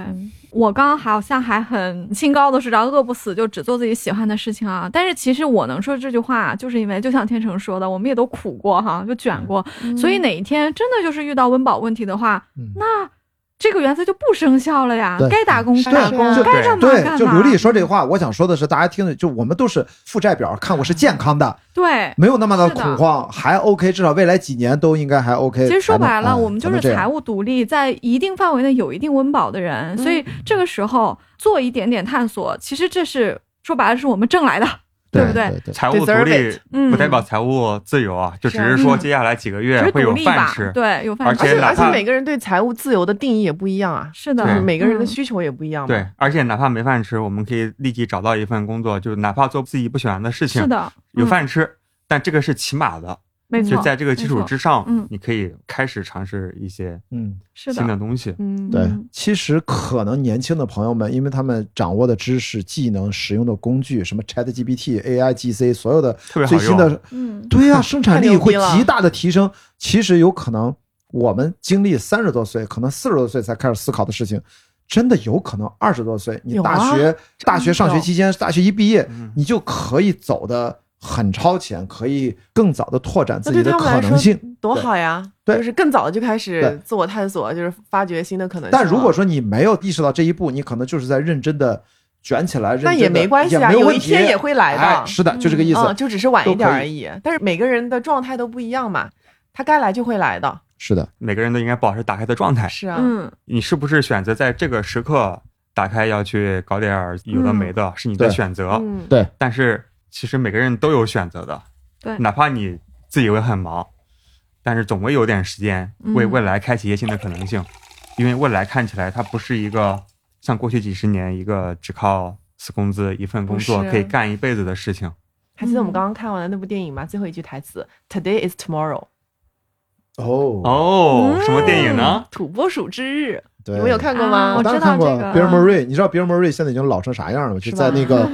Speaker 4: 我刚刚好像还很清高的知道饿不死就只做自己喜欢的事情啊，但是其实我能说这句话，就是因为就像天成说的，我们也都苦过哈，就卷过，所以哪一天真的就是遇到温饱问题的话，
Speaker 2: 嗯
Speaker 4: 那这个原则就不生效了呀
Speaker 2: 对，
Speaker 4: 该打工
Speaker 2: 是
Speaker 4: 打工
Speaker 3: 啊，
Speaker 4: 该干嘛
Speaker 2: 对
Speaker 4: 干嘛。，
Speaker 2: 就刘丽说这话，我想说的是，大家听着，就我们都是负债表看过是健康的，
Speaker 4: 对，
Speaker 2: 没有那么的
Speaker 4: 是的
Speaker 2: 恐慌，还 OK，至少未来几年都应该还 OK
Speaker 3: 呃
Speaker 2: 才能。
Speaker 4: 其实说白
Speaker 3: 啊
Speaker 4: 了，
Speaker 2: 嗯
Speaker 4: 我们
Speaker 2: 才
Speaker 4: 就是
Speaker 2: 能这样
Speaker 4: 财务独立，在一定范围内有一定温饱的人，所
Speaker 1: 嗯
Speaker 4: 以这个时候做一点点探索，其实这是说白了是我们 挣来的，对不对
Speaker 2: 对对
Speaker 1: 财务独
Speaker 3: Deserve
Speaker 1: 立
Speaker 3: it
Speaker 4: 嗯，
Speaker 1: 不代表财务自由啊，就只是
Speaker 3: 是
Speaker 1: 说
Speaker 4: 嗯
Speaker 1: 接下来几个月
Speaker 4: 只是
Speaker 1: 啊会
Speaker 4: 独
Speaker 1: 有
Speaker 4: 立
Speaker 1: 饭
Speaker 4: 吧
Speaker 1: 吃，，
Speaker 4: 对，有饭
Speaker 1: 而
Speaker 4: 吃，
Speaker 3: 而且
Speaker 1: 且哪
Speaker 3: 而且
Speaker 1: 怕
Speaker 3: 每个人对财务自由的定义也不一样啊，
Speaker 4: 是的
Speaker 1: 对，
Speaker 3: 每个人的
Speaker 4: 嗯
Speaker 3: 需求也不一样嘛。
Speaker 1: 对，而且哪怕没饭吃，我们可以立即找到一份工作，就哪怕做自己不喜欢的事
Speaker 4: 是
Speaker 1: 情，
Speaker 4: 的，
Speaker 1: 有
Speaker 4: 嗯，
Speaker 1: 饭吃，但这个是起码的，
Speaker 4: 没
Speaker 1: 就
Speaker 4: 错，
Speaker 1: 在这个基础
Speaker 4: 没错
Speaker 1: 之上
Speaker 4: 嗯，
Speaker 1: 你可以开始尝试一些
Speaker 2: 嗯，
Speaker 4: 是
Speaker 1: 新
Speaker 4: 的，
Speaker 1: 的东西。
Speaker 3: 嗯，
Speaker 2: 对
Speaker 4: 嗯。
Speaker 2: 其实可能年轻的朋友们，因为他们掌握的知识、技能、使用的工具，什么 Chat GPT、AI、GC，所有的
Speaker 1: 特别好
Speaker 2: 最
Speaker 1: 用
Speaker 2: 新的，
Speaker 4: 嗯，
Speaker 2: 对呀、生产
Speaker 3: 太
Speaker 2: 力
Speaker 3: 牛逼
Speaker 2: 会
Speaker 3: 了
Speaker 2: 极大的提升。其实有可能我们经历三十多岁，可能四十多岁才开始思考的事情，真的有可能二十多岁，你
Speaker 3: 有啊
Speaker 2: 大学、大学
Speaker 3: 真的
Speaker 2: 上学期间，大学一毕业
Speaker 1: 嗯，
Speaker 2: 你就可以走的很超前，可以更早的拓展自
Speaker 3: 那
Speaker 2: 己
Speaker 3: 对
Speaker 2: 的
Speaker 3: 他们
Speaker 2: 可
Speaker 3: 来
Speaker 2: 能
Speaker 3: 说
Speaker 2: 性。
Speaker 3: 多好呀！
Speaker 2: 对
Speaker 3: 就是更早就开
Speaker 2: 对
Speaker 3: 始自我探索，就是发掘新的可能性了。
Speaker 2: 但如果说你没有意识到这一步，你可能就是在认真的卷起来，认
Speaker 3: 那
Speaker 2: 真
Speaker 3: 也
Speaker 2: 地
Speaker 3: 没关系啊，
Speaker 2: 也没有
Speaker 3: 有
Speaker 2: 问
Speaker 3: 一
Speaker 2: 题
Speaker 3: 天也会来
Speaker 2: 哎
Speaker 3: 的。
Speaker 2: 是的，就这个意思。
Speaker 3: 嗯，就只是晚一点
Speaker 2: 都可
Speaker 3: 而已。但是每个人的状态都不一样嘛，他该来就会来的。
Speaker 2: 是的，
Speaker 1: 每个人都应该保持打开的状
Speaker 2: 哎
Speaker 1: 态。
Speaker 3: 是啊，
Speaker 4: 嗯，
Speaker 1: 你是不是选择在这个时刻打开要去搞点儿有的没的，是你的
Speaker 2: 对
Speaker 1: 选择。
Speaker 3: 嗯，
Speaker 2: 对
Speaker 1: 但是其实每个人都有选择的，
Speaker 4: 对
Speaker 1: 哪怕你自己会很忙，但是总会有点时间为
Speaker 4: 嗯
Speaker 1: 未来开启一些新的可能性，因为未来看起来它不是一个像过去几十年一个只靠死工资一份工作
Speaker 3: 不是
Speaker 1: 可以干一辈子的事情。
Speaker 3: 还记得我们刚刚看完的那部电影吗？最后一句台词：“Today is tomorrow。
Speaker 2: 哦，
Speaker 1: 哦，
Speaker 4: 嗯
Speaker 1: 什么电影呢？”
Speaker 3: 土拨鼠之日，
Speaker 2: 对，
Speaker 3: 你们有看过
Speaker 4: 啊
Speaker 3: 吗
Speaker 2: 我？
Speaker 4: 我
Speaker 2: 当时
Speaker 4: 知道
Speaker 2: 看过
Speaker 4: 这个
Speaker 2: Bill
Speaker 4: 啊
Speaker 2: Murray，你知道 Bill Murray 现在已经老成啥样了吗？就是在
Speaker 3: 嗯吧
Speaker 2: 那 个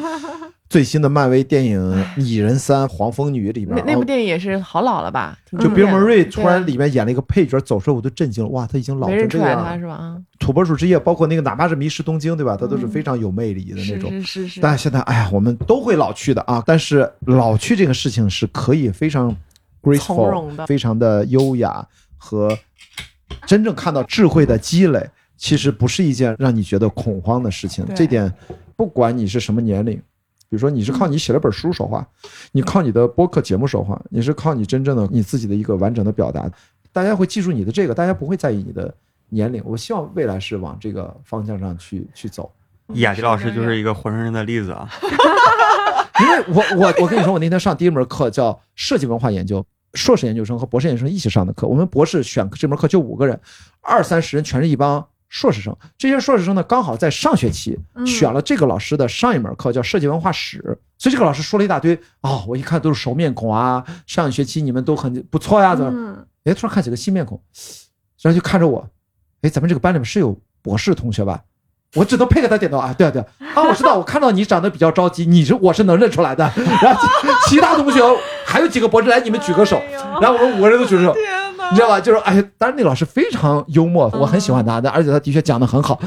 Speaker 2: 最新的漫威电影《蚁人三：黄蜂女》里边
Speaker 3: 那，那部
Speaker 2: 哦
Speaker 3: 电影也是好老了吧？挺
Speaker 2: 就
Speaker 3: 经
Speaker 2: Bill
Speaker 3: 典的
Speaker 2: Murray 突然
Speaker 3: 对
Speaker 2: 里面演了一个配角，走出来我都震惊了，哇，他已经
Speaker 3: 啊
Speaker 2: 老
Speaker 3: 没
Speaker 2: 成
Speaker 3: 认
Speaker 2: 这
Speaker 3: 出
Speaker 2: 个
Speaker 3: 来
Speaker 2: 样
Speaker 3: 他
Speaker 2: 了。
Speaker 3: 是吧？啊，
Speaker 2: 土拨鼠之夜，包括那个哪怕是迷失东京，对吧？他都是
Speaker 4: 嗯
Speaker 2: 非常有魅力的那
Speaker 3: 是
Speaker 2: 种。
Speaker 3: 是是是。
Speaker 2: 但现在，哎呀，我们都会老去的啊。但是老去这个事情是可以非常
Speaker 3: 从容
Speaker 2: graceful，
Speaker 3: 的
Speaker 2: 非常的优雅和真正看到智慧的积累，其实不是一件让你觉得恐慌的事情。
Speaker 3: 对
Speaker 2: 这点，不管你是什么年龄，比如说你是靠你写了本书说话，你靠你的播客节目说话，你是靠你真正的你自己的一个完整的表达，大家会记住你的这个，大家不会在意你的年龄。我希望未来是往这个方向上去去走。
Speaker 1: 雅迪 E 老师就是一个活生生的例子啊。
Speaker 2: 因为我我我跟你说，我那天上第一门课叫设计文化研究，硕士研究生和博士研究生一起上的课。我们博士选这门课就五个人，二三十人全是一帮硕士生。这些硕士生呢，刚好在上学期
Speaker 4: 嗯
Speaker 2: 选了这个老师的上一门课叫设计文化史，所以这个老师说了一大堆哦，我一看都是熟面孔啊，上一学期你们都很不错呀，怎么？
Speaker 4: 嗯
Speaker 2: 哎，突然看几个新面孔，然后就看着我，哎，咱们这个班里面是有博士同学吧？我只能配合他点头啊，对啊对啊，啊，我知道，我看到你长得比较着急，你是我是能认出来的。然后其其他同学还有几个博士来，你们举个手，
Speaker 3: 哎呦
Speaker 2: 然后我们五个人都举着手，
Speaker 3: 天哪
Speaker 2: 你知道吧？就是哎呀，当然那个老师非常幽默，我很喜欢
Speaker 3: 嗯
Speaker 2: 他的，而且他的确讲得很好。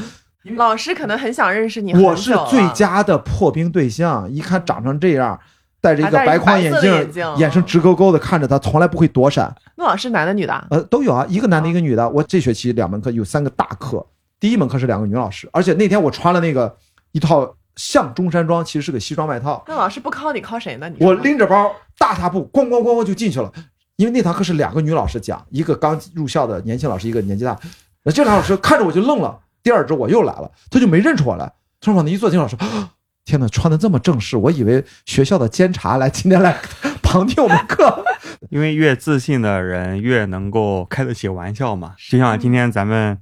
Speaker 3: 老师可能很想认识你很久了，啊
Speaker 2: 我是最佳的破冰对象，一看长成这样，戴着一个
Speaker 3: 还戴着
Speaker 2: 白框眼
Speaker 3: 白色
Speaker 2: 镜，
Speaker 3: 的眼镜
Speaker 2: 眼神直勾勾的看着他，从来不会躲闪。
Speaker 3: 那老师男的女的啊？
Speaker 2: 呃，都有啊，一个男
Speaker 4: 哦
Speaker 2: 的，一个女的。我这学期两门课有三个大课，第一门课是两个女老师，而且那天我穿了那个一套像中山装，其实是个西装外套，
Speaker 3: 那老师不靠你，靠谁呢？你说
Speaker 2: 我拎着包大踏步咣咣咣咣就进去了，因为那堂课是两个女老师讲，一个刚入校的年轻老师，一个年纪大，那这俩老师看着我就愣了。第二周我又来了，他就没认出我来，他往那一坐，金老师。啊天哪，穿的这么正式，我以为学校的监察来今天来 旁听我们课。
Speaker 1: 因为越自信的人越能够开得起玩笑嘛。就像今天咱们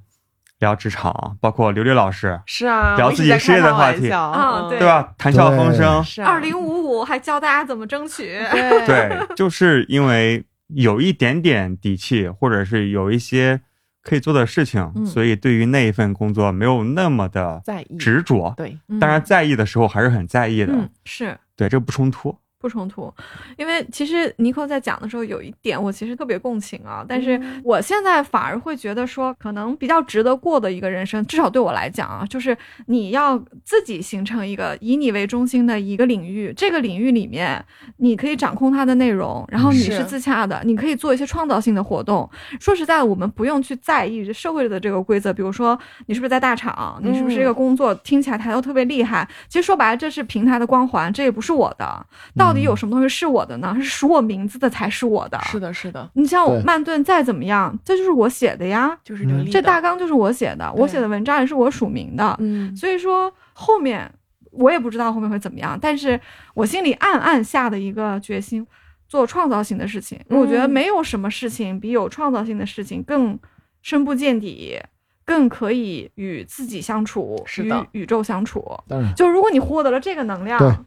Speaker 1: 聊职场，包括刘丽老师，
Speaker 3: 是啊，
Speaker 1: 聊
Speaker 3: 我一直
Speaker 1: 自己
Speaker 3: 在
Speaker 1: 事业
Speaker 3: 开
Speaker 1: 的
Speaker 3: 他
Speaker 1: 话
Speaker 3: 玩
Speaker 1: 题嗯
Speaker 3: 笑
Speaker 4: 啊
Speaker 3: 嗯
Speaker 4: 对
Speaker 1: 对吧？谈笑风生，
Speaker 3: 是啊
Speaker 4: 二零五五还教大家怎么争取，
Speaker 3: 对
Speaker 1: 对，就是因为有一点点底气，或者是有一些可以做的事情，
Speaker 4: 嗯
Speaker 1: 所以对于那一份工作没有那么的
Speaker 3: 在意，
Speaker 1: 执着。
Speaker 3: 对，
Speaker 4: 嗯
Speaker 1: 当然，在意的时候还是很在意的，
Speaker 4: 嗯，是
Speaker 1: 对，这不冲突。
Speaker 4: 不冲突，因为其实尼克在讲的时候有一点我其实特别共情啊，但是我现在反而会觉得说，可能比较值得过的一个人生，至少对我来讲啊，就是你要自己形成一个以你为中心的一个领域，这个领域里面你可以掌控它的内容，然后你
Speaker 3: 是
Speaker 4: 是自洽的，你可以做一些创造性的活动。说实在的，我们不用去在意社会的这个规则，比如说你是不是在大厂，你是不是这个工作听起来抬头特别厉害，其实说白了这是平台的光环，这也不是我的。到底有什么东西是我的呢？是署我名字的才是我的。
Speaker 3: 嗯是的，是的，
Speaker 4: 你像我
Speaker 2: 对
Speaker 4: 曼顿再怎么样，这就是我写的呀，
Speaker 3: 就是这个
Speaker 2: 嗯
Speaker 3: 力
Speaker 4: 这
Speaker 3: 道
Speaker 4: 大，纲就是我写的，
Speaker 3: 对
Speaker 4: 我写的文章也是我署名的。
Speaker 3: 嗯，
Speaker 4: 所以说后面我也不知道后面会怎么样，但是我心里暗暗下的一个决心，做创造性的事情。
Speaker 3: 嗯
Speaker 4: 我觉得没有什么事情比有创造性的事情更深不见底，更可以与自己相处，
Speaker 3: 是的
Speaker 4: 与宇宙相处。
Speaker 2: 当然，
Speaker 4: 就如果你获得了这个能
Speaker 2: 对
Speaker 4: 量，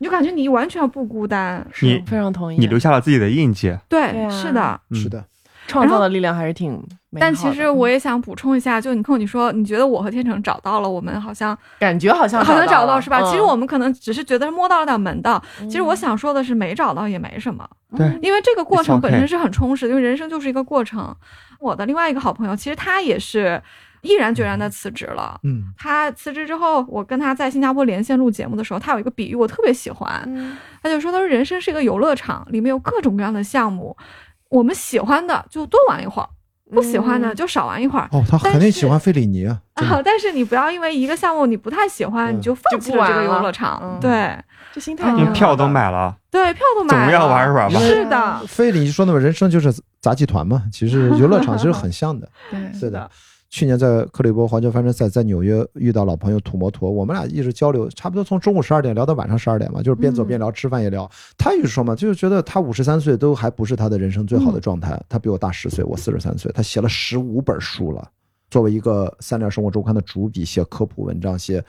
Speaker 4: 你就感觉你完全不孤单。
Speaker 3: 是
Speaker 1: 你
Speaker 3: 非常同意，
Speaker 1: 你留下了自己的印记，
Speaker 4: 对，
Speaker 3: 对啊
Speaker 4: 是的。
Speaker 1: 嗯
Speaker 2: 是的，
Speaker 3: 创造的力量还是挺美好的，
Speaker 4: 但其实我
Speaker 3: 也
Speaker 4: 也想补充一下，就你跟你说，你觉得我和天成找到了，我们好像
Speaker 3: 感觉好像
Speaker 4: 好像找
Speaker 3: 到
Speaker 4: 到
Speaker 3: 了
Speaker 4: 是吧？
Speaker 3: 嗯
Speaker 4: 其实我们可能只是觉得摸到了点门道。其实我想说的是，没找到也没什么，
Speaker 1: 对
Speaker 4: 因为这个过程
Speaker 1: It's okay
Speaker 4: 本身是很充实的，因为人生就是一个过程。我的另外一个好朋友，其实他也是毅然决然的辞职了。
Speaker 2: 嗯，
Speaker 4: 他辞职之后，我跟他在新加坡连线录节目的时候，他有一个比喻我特别喜欢，
Speaker 3: 嗯
Speaker 4: 他就说：“他说人生是一个游乐场，里面有各种各样的项目，我们喜欢的就多玩一会儿，不喜欢
Speaker 3: 嗯
Speaker 4: 的就少玩一会儿。
Speaker 2: 哦，他肯
Speaker 4: 但
Speaker 2: 定
Speaker 4: 是
Speaker 2: 喜欢费里尼啊，真的
Speaker 4: 啊， 但是你不要因为一个项目你不太喜欢，
Speaker 2: 嗯
Speaker 4: 你就放弃
Speaker 3: 就不玩
Speaker 4: 这个游
Speaker 3: 了
Speaker 4: 乐场。
Speaker 3: 嗯
Speaker 4: 对
Speaker 3: 这心态
Speaker 4: 嗯
Speaker 3: 挺好
Speaker 1: 你
Speaker 3: 的
Speaker 1: 票都，买了，
Speaker 4: 对，票都买
Speaker 1: 总
Speaker 4: 了，
Speaker 1: 要玩一玩吧。
Speaker 3: 嗯
Speaker 4: 是的，
Speaker 2: 费里尼说的嘛，人生呃就是杂技团嘛，其实游乐场其实很像的，
Speaker 3: 对
Speaker 2: 对的
Speaker 4: 的。
Speaker 2: 去年在克里伯环球帆船赛，在纽约遇到老朋友土摩托，我们俩一直交流，差不多从中午十二点聊到晚上十二点嘛，就是边走边聊，吃饭也聊。他一直说嘛，就是觉得他五十三岁都还不是他的人生最好的状态，他比我大十岁，我四十三岁，他写了十五本书了。作为一个《三联生活周刊》的主笔，写科普文章，写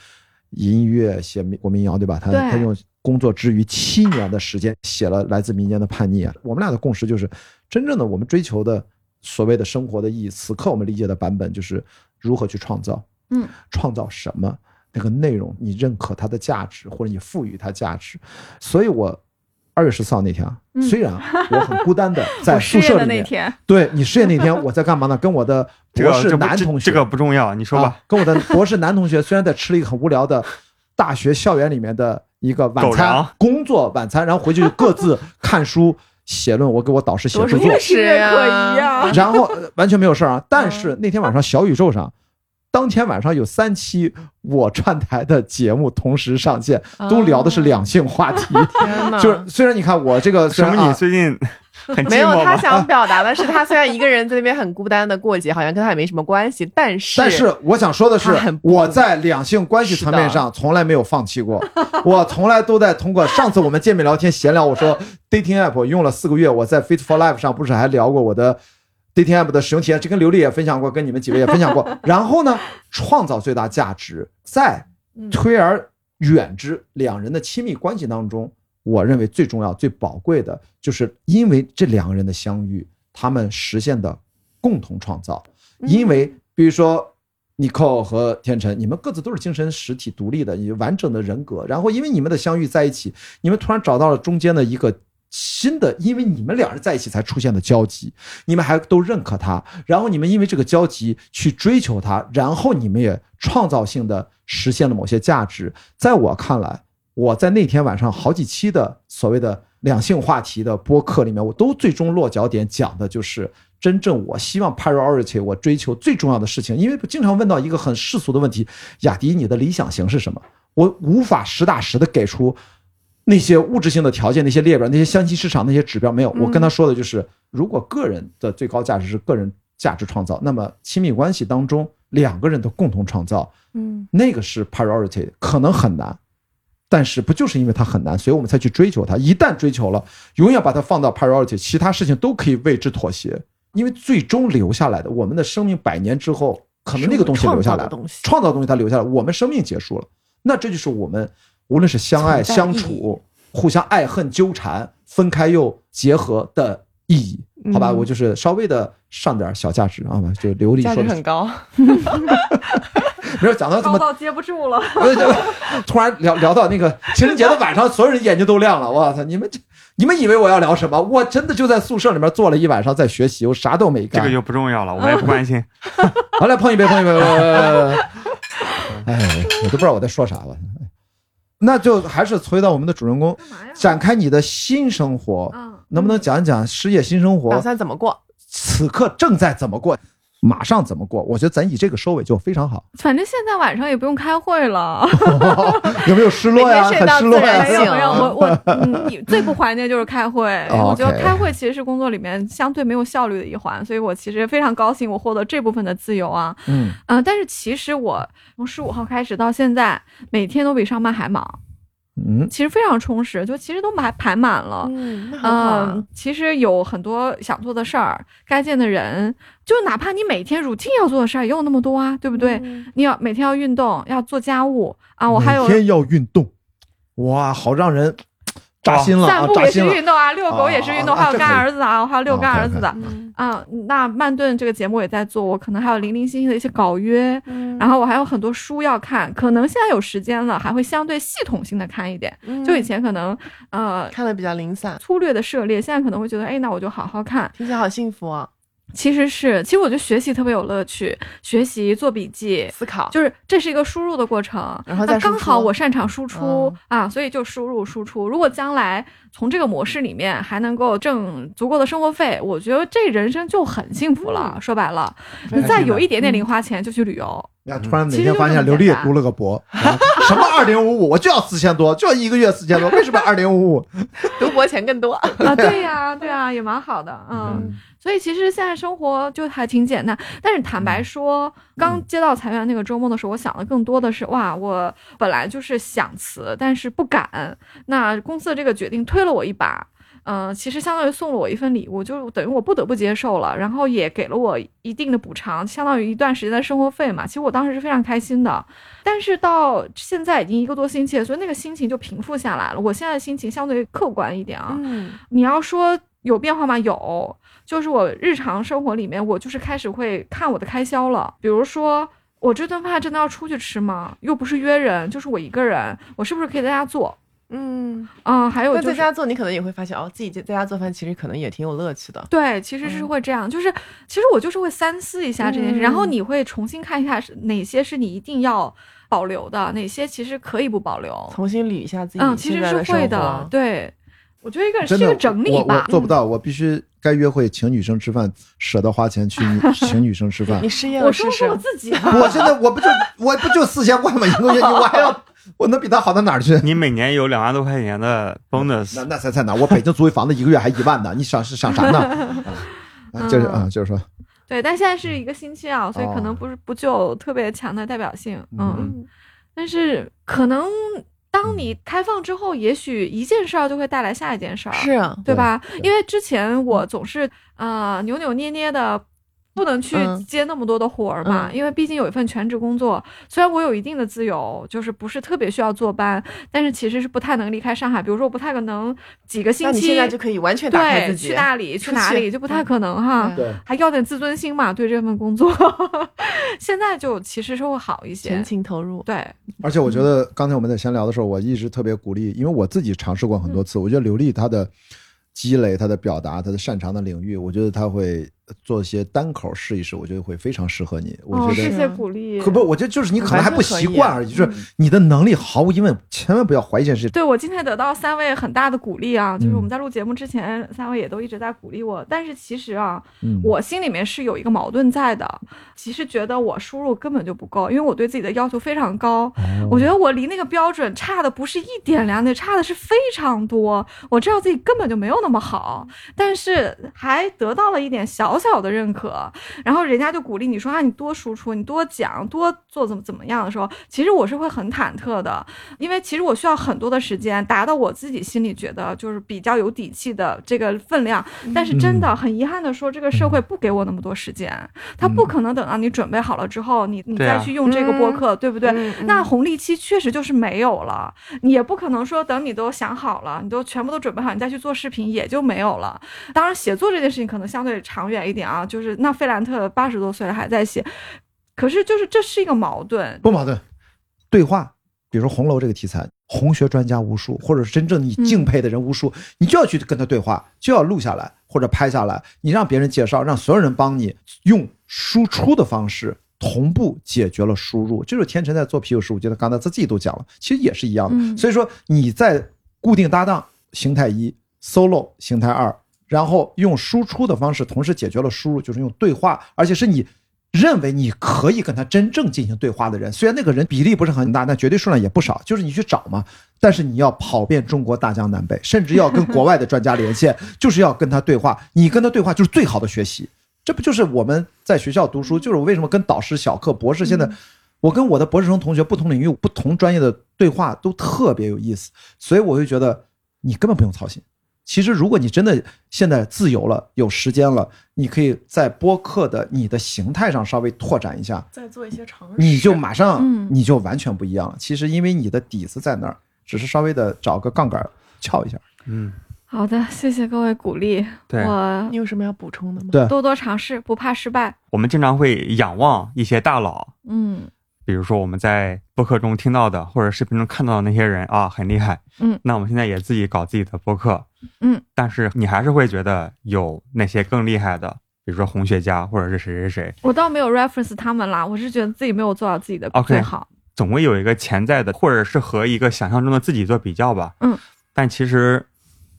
Speaker 2: 音乐，写民国民谣，对吧？他
Speaker 4: 对
Speaker 2: 他用工作之余七年的时间写了来自民间的叛逆。我们俩的共识就是，真正的我们追求的所谓的生活的意义，此刻我们理解的版本就是如何去创造，
Speaker 4: 嗯，
Speaker 2: 创造什么那个内容，你认可它的价值，或者你赋予它价值。所以我二月十四号那天啊，
Speaker 4: 嗯
Speaker 2: 虽然我很孤 单的在
Speaker 4: 我失
Speaker 2: 宿
Speaker 4: 业
Speaker 2: 舍
Speaker 4: 的
Speaker 2: 里
Speaker 4: 那
Speaker 2: 面，
Speaker 4: 天，
Speaker 2: 对你失业那天我在干嘛呢？跟我的
Speaker 1: 这
Speaker 2: 博
Speaker 1: 个
Speaker 2: 士
Speaker 1: 这不
Speaker 2: 男
Speaker 1: 这
Speaker 2: 同学，
Speaker 1: 这个不重要，你说
Speaker 2: 啊
Speaker 1: 吧。
Speaker 2: 跟我的博士男同学虽然在吃了一个很无聊的大学校园里面的一个晚
Speaker 1: 狗
Speaker 2: 餐
Speaker 1: 粮
Speaker 2: 工作晚餐，然后回去就各 自看书写论文，我给我导师写著
Speaker 3: 多
Speaker 2: 作
Speaker 3: 数，
Speaker 4: 是
Speaker 3: 呀
Speaker 4: 可疑啊
Speaker 2: 然后呃完全没有事儿啊。但是
Speaker 3: 嗯
Speaker 2: 那天晚上小宇宙上，当天晚上有三期我串台的节目同时上线，都聊的是两性话题。
Speaker 3: 哦天哪，
Speaker 2: 就是虽然你看我这个虽
Speaker 1: 什
Speaker 2: 然
Speaker 1: 么？
Speaker 2: 啊
Speaker 1: 你最近很
Speaker 3: 没
Speaker 1: 寂
Speaker 3: 有
Speaker 1: 寞
Speaker 3: 他
Speaker 1: 吗？
Speaker 3: 想表 达的是，他虽然一个人在那边很孤单的过节，好像跟他也没什么关系，但是
Speaker 2: 但是我想说的是
Speaker 3: 他很，不
Speaker 2: 我在两性关系层面上从来没有放弃过， 我从来都在通过上次我们见面聊天闲聊，我说 dating app 我用了四个月，我在 Fit for Life 上不是还聊过我的 dating app 的使用体验，这跟刘丽也分享过，跟你们几位也分享过。然后呢，创造最大价值，在推而远之两人的亲密关系当中，我认为最重要、最宝贵的就是因为这两个人的相遇，他们实现的共同创造。因为比如说 Nicole 和天辰，你们各自都是精神实体独立的、有完整的人格，然后因为你们的相遇在一起，你们突然找到了中间的一个。新的，因为你们两人在一起才出现的交集，你们还都认可他，然后你们因为这个交集去追求他，然后你们也创造性的实现了某些价值。在我看来，我在那天晚上好几期的所谓的两性话题的播客里面，我都最终落脚点讲的就是真正我希望 priority 我追求最重要的事情，因为经常问到一个很世俗的问题：雅迪，你的理想型是什么？我无法实打实的给出那些物质性的条件、那些列表、那些相亲市场那些指标没有。我跟他说的就是，如果个人的最高价值是个人价值创造，那么亲密关系当中两个人的共同创造，
Speaker 3: 嗯，
Speaker 2: 那个是 priority，可能很难。但是不就是因为它很难，所以我们才去追求它。一旦追求了，永远把它放到 priority，其他事情都可以为之妥协，因为最终留下来的，我们的生命百年之后，可能那个东西留下来
Speaker 3: 是我们创造的东西
Speaker 2: 创造的东西它留下来，我们生命结束了，那这就是我们无论是相爱
Speaker 3: 存在
Speaker 2: 相
Speaker 3: 意义
Speaker 2: 处、互相爱恨纠缠、分开又结合的意义。好吧，
Speaker 4: 嗯
Speaker 2: 我就是稍微的上点小价值啊，就刘丽
Speaker 3: 价
Speaker 2: 说
Speaker 3: 值
Speaker 2: 的
Speaker 3: 很高，
Speaker 2: 没有讲到怎
Speaker 4: 高
Speaker 2: 么
Speaker 4: 到接不住 了。
Speaker 2: 呃，就突然聊聊到那个情人节的晚上，所有人眼睛都亮了。我操，你们这，你们以为我要聊什么？我真的就在宿舍里面坐了一晚上，在学习，我啥都没
Speaker 1: 这
Speaker 2: 干。
Speaker 4: 啊
Speaker 1: 个就不重要了，我 也不关心。
Speaker 2: 好，来碰一杯，碰一杯。 呃哎，我都不知道我在说啥了。那就还是回到我们的主人公，
Speaker 4: 干嘛呀？
Speaker 2: 展开你的新生活，
Speaker 4: 嗯，
Speaker 2: 能不能讲一讲失业新生
Speaker 3: 打
Speaker 2: 活？
Speaker 3: 算怎么过？
Speaker 2: 此刻正在怎么过？马上怎么过？我觉得咱以这个收尾就非常好。
Speaker 4: 反正现在晚上也不用开会了。
Speaker 2: 有没有失落呀？
Speaker 3: 每天
Speaker 2: 很
Speaker 3: 睡到
Speaker 2: 失落
Speaker 3: 自
Speaker 2: 呀。
Speaker 3: 然
Speaker 4: 没？有
Speaker 3: 醒
Speaker 4: 没有，我我嗯，你最不怀念就是开会
Speaker 2: 哦
Speaker 4: 我觉得
Speaker 2: OK
Speaker 4: 开会其实是工作里面相对没有效率的一环，所以我其实非常高兴我获得这部分的自由啊。
Speaker 2: 嗯，
Speaker 4: 嗯、但是其实我从十五号开始到现在，每天都比上班还忙，
Speaker 2: 嗯，
Speaker 4: 其实非常充实，就其实都排排满了。
Speaker 3: 嗯，那很好
Speaker 4: 嗯，其实有很多想做的事儿，该见的人，就哪怕你每天 routine 要做的事儿也有那么多啊，对不
Speaker 3: 嗯
Speaker 4: 对？你要每天要运动，要做家务啊，我还有
Speaker 2: 每天要运动，哇，好让人扎心了
Speaker 4: 散
Speaker 2: 啊，
Speaker 4: 步
Speaker 2: 扎
Speaker 4: 也是
Speaker 2: 心了。
Speaker 4: 运动啊，遛狗也是运动，
Speaker 2: 啊啊啊
Speaker 4: 还有干儿子啊，我还有遛
Speaker 2: 哦
Speaker 4: 干儿子的
Speaker 3: 嗯
Speaker 4: 啊。那曼顿这个节目也在做，我可能还有零零星星的一些稿约，
Speaker 3: 嗯
Speaker 4: 然后我还有很多书要看，可能现在有时间了，还会相对系统性的看一点。
Speaker 3: 嗯
Speaker 4: 就以前可能呃
Speaker 3: 看的比较零散，
Speaker 4: 粗略的涉猎，现在可能会觉得，哎，那我就好好看。
Speaker 3: 听起来好幸福啊！
Speaker 4: 其实是，其实我觉得学习特别有乐趣，学习做笔记。
Speaker 3: 思考
Speaker 4: 就是这是一个输入的过程，
Speaker 3: 然后再
Speaker 4: 那刚
Speaker 3: 输出嗯
Speaker 4: 好我擅长输出、啊，所以就输入输出。如果将来从这个模式里面还能够挣足够的生活费，我觉得这人生就很幸福了。
Speaker 3: 嗯
Speaker 4: 说白了，你再有一点点零花钱就去旅 游，
Speaker 2: 呀，突然哪天发现刘丽
Speaker 4: 嗯其实就这么简
Speaker 2: 也
Speaker 4: 单
Speaker 2: 读了个博，啊什么二零五五，我就要四千多，就要一个月四千多，为什么二零五五？
Speaker 4: 嗯
Speaker 3: 读博钱更多，
Speaker 4: 啊，对呀、对呀、也蛮好的，嗯。
Speaker 1: 嗯
Speaker 4: 所以其实现在生活就还挺简单，但是坦白说，刚接到裁员那个周末的时候，我想的更多的是，哇，我本来就是想辞，但是不敢，那公司的这个决定推了我一把。嗯、其实相当于送了我一份礼物，就等于我不得不接受了，然后也给了我一定的补偿，相当于一段时间的生活费嘛。其实我当时是非常开心的，但是到现在已经一个多星期了，所以那个心情就平复下来了。我现在的心情相对客观一点啊，
Speaker 3: 嗯，
Speaker 4: 你要说有变化吗？有，就是我日常生活里面，我就是开始会看我的开销了，比如说。我这顿饭真的要出去吃吗？又不是约人，就是我一个人，我是不是可以在家做？
Speaker 3: 嗯，
Speaker 4: 嗯，还有
Speaker 3: 那
Speaker 4: 就
Speaker 3: 在
Speaker 4: 是，
Speaker 3: 家做，你可能也会发现哦，自己在家做饭其实可能也挺有乐趣的。
Speaker 4: 对，其实是会这样，就是其实我就是会三思一下这件事，
Speaker 3: 嗯
Speaker 4: 然后你会重新看一下是哪些是你一定要保留的，哪些其实可以不保留。
Speaker 3: 重新捋一下自己
Speaker 4: 哦嗯，其
Speaker 3: 现
Speaker 4: 实
Speaker 3: 在
Speaker 4: 是
Speaker 3: 生
Speaker 4: 会的
Speaker 3: 活，，
Speaker 4: 对。我觉得一个是
Speaker 2: 真
Speaker 4: 一
Speaker 2: 的
Speaker 4: 个整理
Speaker 2: 我
Speaker 4: 吧嗯
Speaker 2: 我，做不到，我必须该约会请女生吃饭，舍得花钱去 女请女生吃饭
Speaker 3: 你。失业
Speaker 4: 我
Speaker 3: 了
Speaker 4: 说
Speaker 3: 试
Speaker 4: 说
Speaker 3: 试
Speaker 4: 我。自己啊吧，
Speaker 2: 我真的我不就我不就四千块吗？一个月，我还要我能比他好到哪儿去？
Speaker 1: 你每年有两万多块钱的
Speaker 2: 那
Speaker 1: bonus，
Speaker 2: 那才在哪？我北京租一房子一个月还一万呢，你想是想啥呢？ 啊，就是啊，就是说，
Speaker 4: 对，但现在
Speaker 3: 嗯
Speaker 4: 是一个星期啊，所以可
Speaker 2: 哦
Speaker 4: 能不是不具有特别强的代表性，
Speaker 2: 嗯
Speaker 4: 嗯，但是可能
Speaker 3: 嗯
Speaker 4: 当你开放之后，也许一件事儿就会带来下一件事儿，
Speaker 3: 是嗯啊，
Speaker 4: 对吧？
Speaker 2: 对
Speaker 4: 因为之前我总是啊扭扭捏捏的。不能去
Speaker 3: 嗯
Speaker 4: 接那么多的活儿嘛，
Speaker 3: 嗯
Speaker 4: 因为毕竟有一份全职工作。虽然我有一定的自由，就是不是特别需要坐班，但是其实是不太能离开上海。比如说，我不太可能几个星
Speaker 3: 那你
Speaker 4: 期
Speaker 3: 现在就可以完全打开
Speaker 4: 对
Speaker 3: 自己
Speaker 4: 去。大理去
Speaker 3: 出
Speaker 4: 哪
Speaker 3: 去
Speaker 4: 里就不太可能哈。
Speaker 3: 嗯
Speaker 2: 对，
Speaker 4: 还要点自尊心嘛，对这份工作， 现在就其实是会好一些
Speaker 3: 全。情投入，
Speaker 4: 对，
Speaker 2: 而且我觉得刚才我们在闲聊的时候，我一直特别鼓励，因为我自己尝试过很多次，我觉得刘丽她的积累、她的表达、她的擅长的领域，我觉得她会做一些单口试一试，我觉得会非常适合你。我
Speaker 4: 哦，
Speaker 2: 觉
Speaker 4: 谢
Speaker 2: 得。
Speaker 4: 谢鼓励。
Speaker 2: 可不，我觉得就是你可能啊还不习惯而已，
Speaker 3: 完
Speaker 2: 就
Speaker 3: 全
Speaker 2: 是你的能力毫无疑问，千万不要怀疑这件事。
Speaker 4: 对我今天得到三位很大的鼓励啊，就是
Speaker 2: 嗯
Speaker 4: 我们在录节目之前，三位也都一直在鼓励我。但是其实啊，
Speaker 2: 嗯，
Speaker 4: 我心里面是有一个矛盾在的，其实觉得我输入根本就不够，因为我对自己的要求非常
Speaker 2: 哦
Speaker 4: 高。我觉得我离那个标准差的不是一点两点，差的是非常多。我知道自己根本就没有那么好，但是还得到了一点小小的认可，然后人家就鼓励你说啊，你多输出，你多讲，多做怎么怎么样的时候，其实我是会很忐忑的，因为其实我需要很多的时间达到我自己心里觉得就是比较有底气的这个分量。
Speaker 3: 嗯
Speaker 4: 但是真的很遗憾的说，这个社会不给我那么多时间，他不可能等到你准备好了之后，你你
Speaker 1: 对啊
Speaker 4: 再去用这个播客，对不对？
Speaker 3: 嗯嗯
Speaker 4: 那红利期确实就是没有了，你也不可能说等你都想好了，你都全部都准备好，你再去做视频也就没有了。当然，写作这件事情可能相对长远一点啊，就是那费兰特八十多岁了还在写，可是就是这是一个矛盾，
Speaker 2: 不矛盾。对话，比如说红楼这个题材，红学专家无数，或者是真正你敬佩的人无数，你就要去跟他对话，就要录下来或者拍下来，你让别人介绍，让所有人帮你用输出的方式。同步解决了输入，这就是天成在做啤酒十五阶的。刚才他自己都讲了，其实也是一样的。
Speaker 4: 嗯
Speaker 2: 所以说你在固定搭档形态一，solo 形态二，然后用输出的方式同时解决了输入，就是用对话，而且是你认为你可以跟他真正进行对话的人，虽然那个人比例不是很大，但绝对数量也不少，就是你去找嘛。但是你要跑遍中国大江南北，甚至要跟国外的专家连线，就是要跟他对话。你跟他对话就是最好的学习，这不就是我们在学校读书，就是我为什么跟导师、小课、博士现在。我跟我的博士生同学不同领域、不同专业的对话都特别有意思，所以我就觉得你根本不用操心。其实，如果你真的现在自由了、有时间了，你可以在播客的你的形态上稍微拓展一下，
Speaker 3: 再做一些尝试，
Speaker 2: 你就马上
Speaker 4: 嗯
Speaker 2: 你就完全不一样了。其实，因为你的底子在那儿，只是稍微的找个杠杆撬一下。
Speaker 1: 嗯，
Speaker 4: 好的，谢谢各位鼓励，
Speaker 1: 对
Speaker 4: 我
Speaker 3: 你有什么要补充的吗？
Speaker 2: 对
Speaker 4: 多多尝试，不怕失败。
Speaker 1: 我们经常会仰望一些大佬，
Speaker 4: 嗯
Speaker 1: 比如说我们在播客中听到的或者视频中看到的那些人啊，很厉害。
Speaker 4: 嗯，
Speaker 1: 那我们现在也自己搞自己的播客。
Speaker 4: 嗯，
Speaker 1: 但是你还是会觉得有那些更厉害的，比如说红学家或者是谁谁谁，
Speaker 4: 我倒没有 reference 他们啦，我是觉得自己没有做到自己的
Speaker 1: OK
Speaker 4: 最好。
Speaker 1: 总会有一个潜在的，或者是和一个想象中的自己做比较吧。
Speaker 4: 嗯，
Speaker 1: 但其实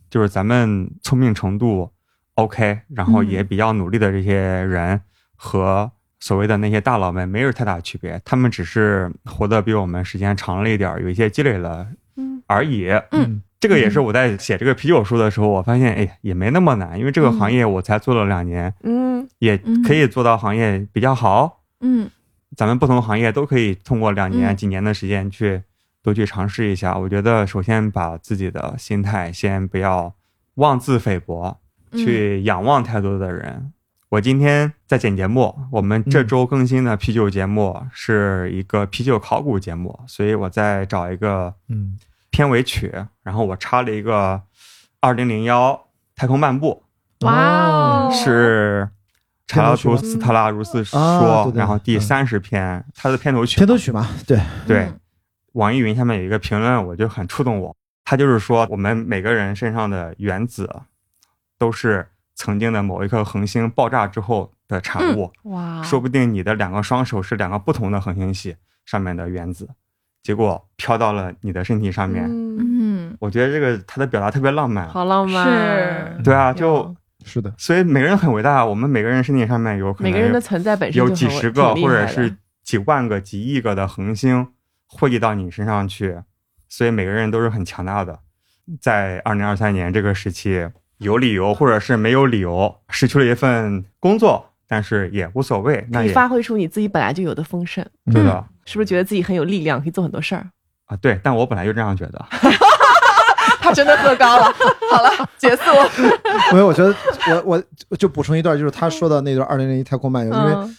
Speaker 1: 就是咱们聪明程度 OK，然后也比较努力的这些人和所谓的那些大佬们没有太大区别，他们只是活得比我们时间长了一点儿，有一些积累了
Speaker 3: 嗯
Speaker 1: 而已。
Speaker 2: 嗯，
Speaker 1: 这个也是我在写这个啤酒书的时候，我发现哎也没那么难，因为这个行业我才做了两年，
Speaker 3: 嗯，
Speaker 1: 也可以做到行业比较好。
Speaker 4: 嗯
Speaker 1: 咱们不同行业都可以通过两年、
Speaker 4: 嗯
Speaker 1: 几年的时间去多去尝试一下。我觉得，首先把自己的心态先不要妄自菲薄，
Speaker 4: 嗯
Speaker 1: 去仰望太多的人。我今天在剪节目，我们
Speaker 2: 嗯
Speaker 1: 这周更新的啤酒节目是一个啤酒考古节目，所以我在找一个
Speaker 2: 嗯
Speaker 1: 片尾曲，然后我插了一个二零零幺太空漫步，
Speaker 4: 哇
Speaker 2: 嗯
Speaker 4: 哦
Speaker 1: 是查拉图斯特拉如斯说，
Speaker 2: 啊对对
Speaker 1: 然后第
Speaker 2: 嗯
Speaker 1: 三十篇，它的片头曲嘛，
Speaker 2: 片头曲嘛，对，
Speaker 1: 对，网易云下面有一个评论，我就很触动我。他就是说，我们每个人身上的原子都是曾经的某一颗恒星爆炸之后的
Speaker 3: 嗯
Speaker 1: 产物，
Speaker 3: 哇，
Speaker 1: 说不定你的两个双手是两个不同的恒星系上面的原子，结果飘到了你的身体上面。
Speaker 3: 嗯，
Speaker 4: 嗯
Speaker 1: 我觉得这个他的表达特别浪漫，
Speaker 3: 好浪漫，
Speaker 1: 对啊，
Speaker 3: 有
Speaker 1: 就。
Speaker 2: 是的，
Speaker 1: 所以每个人很伟大，我们每个人身体上面有可能
Speaker 3: 每个人的存在本身
Speaker 1: 有
Speaker 3: 就
Speaker 1: 几
Speaker 3: 很
Speaker 1: 十个
Speaker 3: 挺厉
Speaker 1: 或者
Speaker 3: 害的
Speaker 1: 是几万个、几亿个的恒星汇集到你身上去，所以每个人都是很强大的。在二零二三年这个时期，有理由或者是没有理由失去了一份工作，但是也无所谓，那
Speaker 3: 可以
Speaker 1: 也
Speaker 3: 发挥出你自己本来就有的丰盛，
Speaker 4: 嗯
Speaker 1: 对的
Speaker 3: 是不是觉得自己很有力量，可以做很多 事儿？
Speaker 1: 啊。对，但我本来就这样觉得。
Speaker 3: 他真的喝高 了，好了，结束。
Speaker 2: 因为我觉得我我就补充一段，就是他说的那段二零零一太空漫游，因为
Speaker 3: 嗯，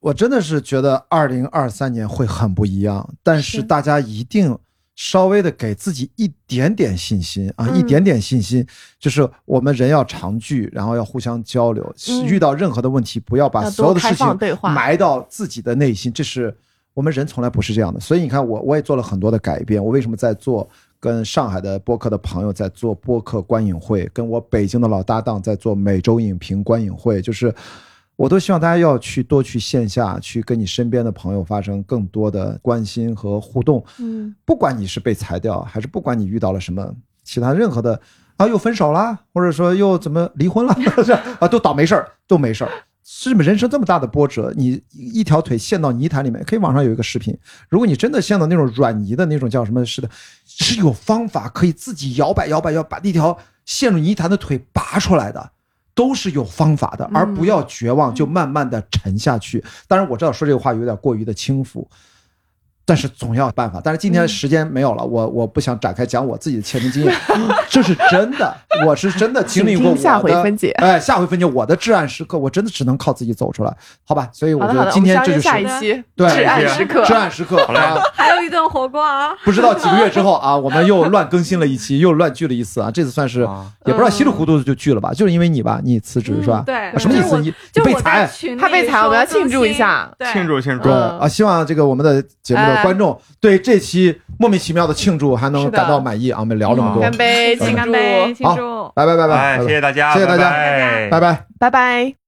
Speaker 2: 我真的是觉得二零二三年会很不一样，但是
Speaker 4: 是
Speaker 2: 大家一定稍微的给自己一点点信心啊，
Speaker 3: 嗯
Speaker 2: 一点点信心，就是我们人要常聚，然后要互相交流，
Speaker 3: 嗯
Speaker 2: 遇到任何的问题不要把
Speaker 3: 要
Speaker 2: 所有
Speaker 3: 多
Speaker 2: 的事
Speaker 3: 开
Speaker 2: 情
Speaker 3: 放对话，
Speaker 2: 埋到自己的内心，这是我们人从来不是这样的。所以你看我，我也做了很多的改变。我为什么在做跟上海的播客的朋友在做播客观影会，跟我北京的老搭档在做每周影评观影会，就是我都希望大家要去多去线下，去跟你身边的朋友发生更多的关心和互动。
Speaker 3: 嗯，
Speaker 2: 不管你是被裁掉，还是不管你遇到了什么其他任何的啊，又分手啦，或者说又怎么离婚了， 是吧啊，都倒霉事儿，都没事儿。是人生这么大的波折，你一条腿陷到泥潭里面，可以网上有一个视频。如果你真的陷到那种软泥的那种叫什么似的，是有方法可以自己摇摆摇摆摇摆把那条陷入泥潭的腿拔出来的。都是有方法的，
Speaker 3: 嗯
Speaker 2: 而不要绝望，就慢慢的沉下去。当然，我知道说这个话有点过于的轻浮，但是总要有办法。但是今天时间没有了，我我不想展开讲我自己的切身 经验，这是真的，我是真的经历过我的。
Speaker 3: 请听下回分解
Speaker 2: 哎，下回分解我的至暗时刻，我真的只能靠自己走出来，好吧？所以我
Speaker 3: 好
Speaker 2: 觉
Speaker 3: 的好
Speaker 2: 得
Speaker 3: 的，
Speaker 2: 今天
Speaker 3: 我
Speaker 2: 这就
Speaker 3: 们
Speaker 2: 是
Speaker 3: 相约下一期
Speaker 2: 对
Speaker 3: 至暗时刻
Speaker 2: 至。暗时刻。好啊
Speaker 1: 嘞
Speaker 2: 吧
Speaker 4: 还有一顿火锅啊！
Speaker 2: 不知道几个月之后啊，我们又乱更新了一期，又乱聚了一次啊。这次算是
Speaker 1: 啊
Speaker 2: 也不知道稀里糊涂的就聚了吧，就是因为你吧，你辞职是吧？
Speaker 4: 嗯对
Speaker 2: 啊什么意
Speaker 4: 就是
Speaker 2: 思？
Speaker 4: 我
Speaker 2: 你你
Speaker 4: 就
Speaker 2: 被
Speaker 4: 我
Speaker 2: 裁？
Speaker 4: 在群里
Speaker 3: 他被裁我们要
Speaker 4: 说
Speaker 3: 庆祝一下
Speaker 4: 更新
Speaker 1: 庆。祝庆
Speaker 2: 对
Speaker 1: 祝，
Speaker 3: 嗯
Speaker 2: 啊，希望这个我们的节目的
Speaker 3: 哎
Speaker 2: 观众对这期莫名其妙的庆祝还能
Speaker 3: 是的
Speaker 2: 感到满意啊。我们聊这么多，
Speaker 3: 干杯，
Speaker 4: 对
Speaker 3: 庆
Speaker 4: 干
Speaker 3: 祝，
Speaker 4: 哎杯，庆
Speaker 2: 好
Speaker 4: 祝！
Speaker 2: 拜拜拜拜
Speaker 1: 哎，
Speaker 2: 拜
Speaker 1: 谢
Speaker 2: 拜
Speaker 1: 谢大家，
Speaker 2: 谢谢大家
Speaker 1: 拜拜
Speaker 2: 拜拜。
Speaker 3: 拜拜。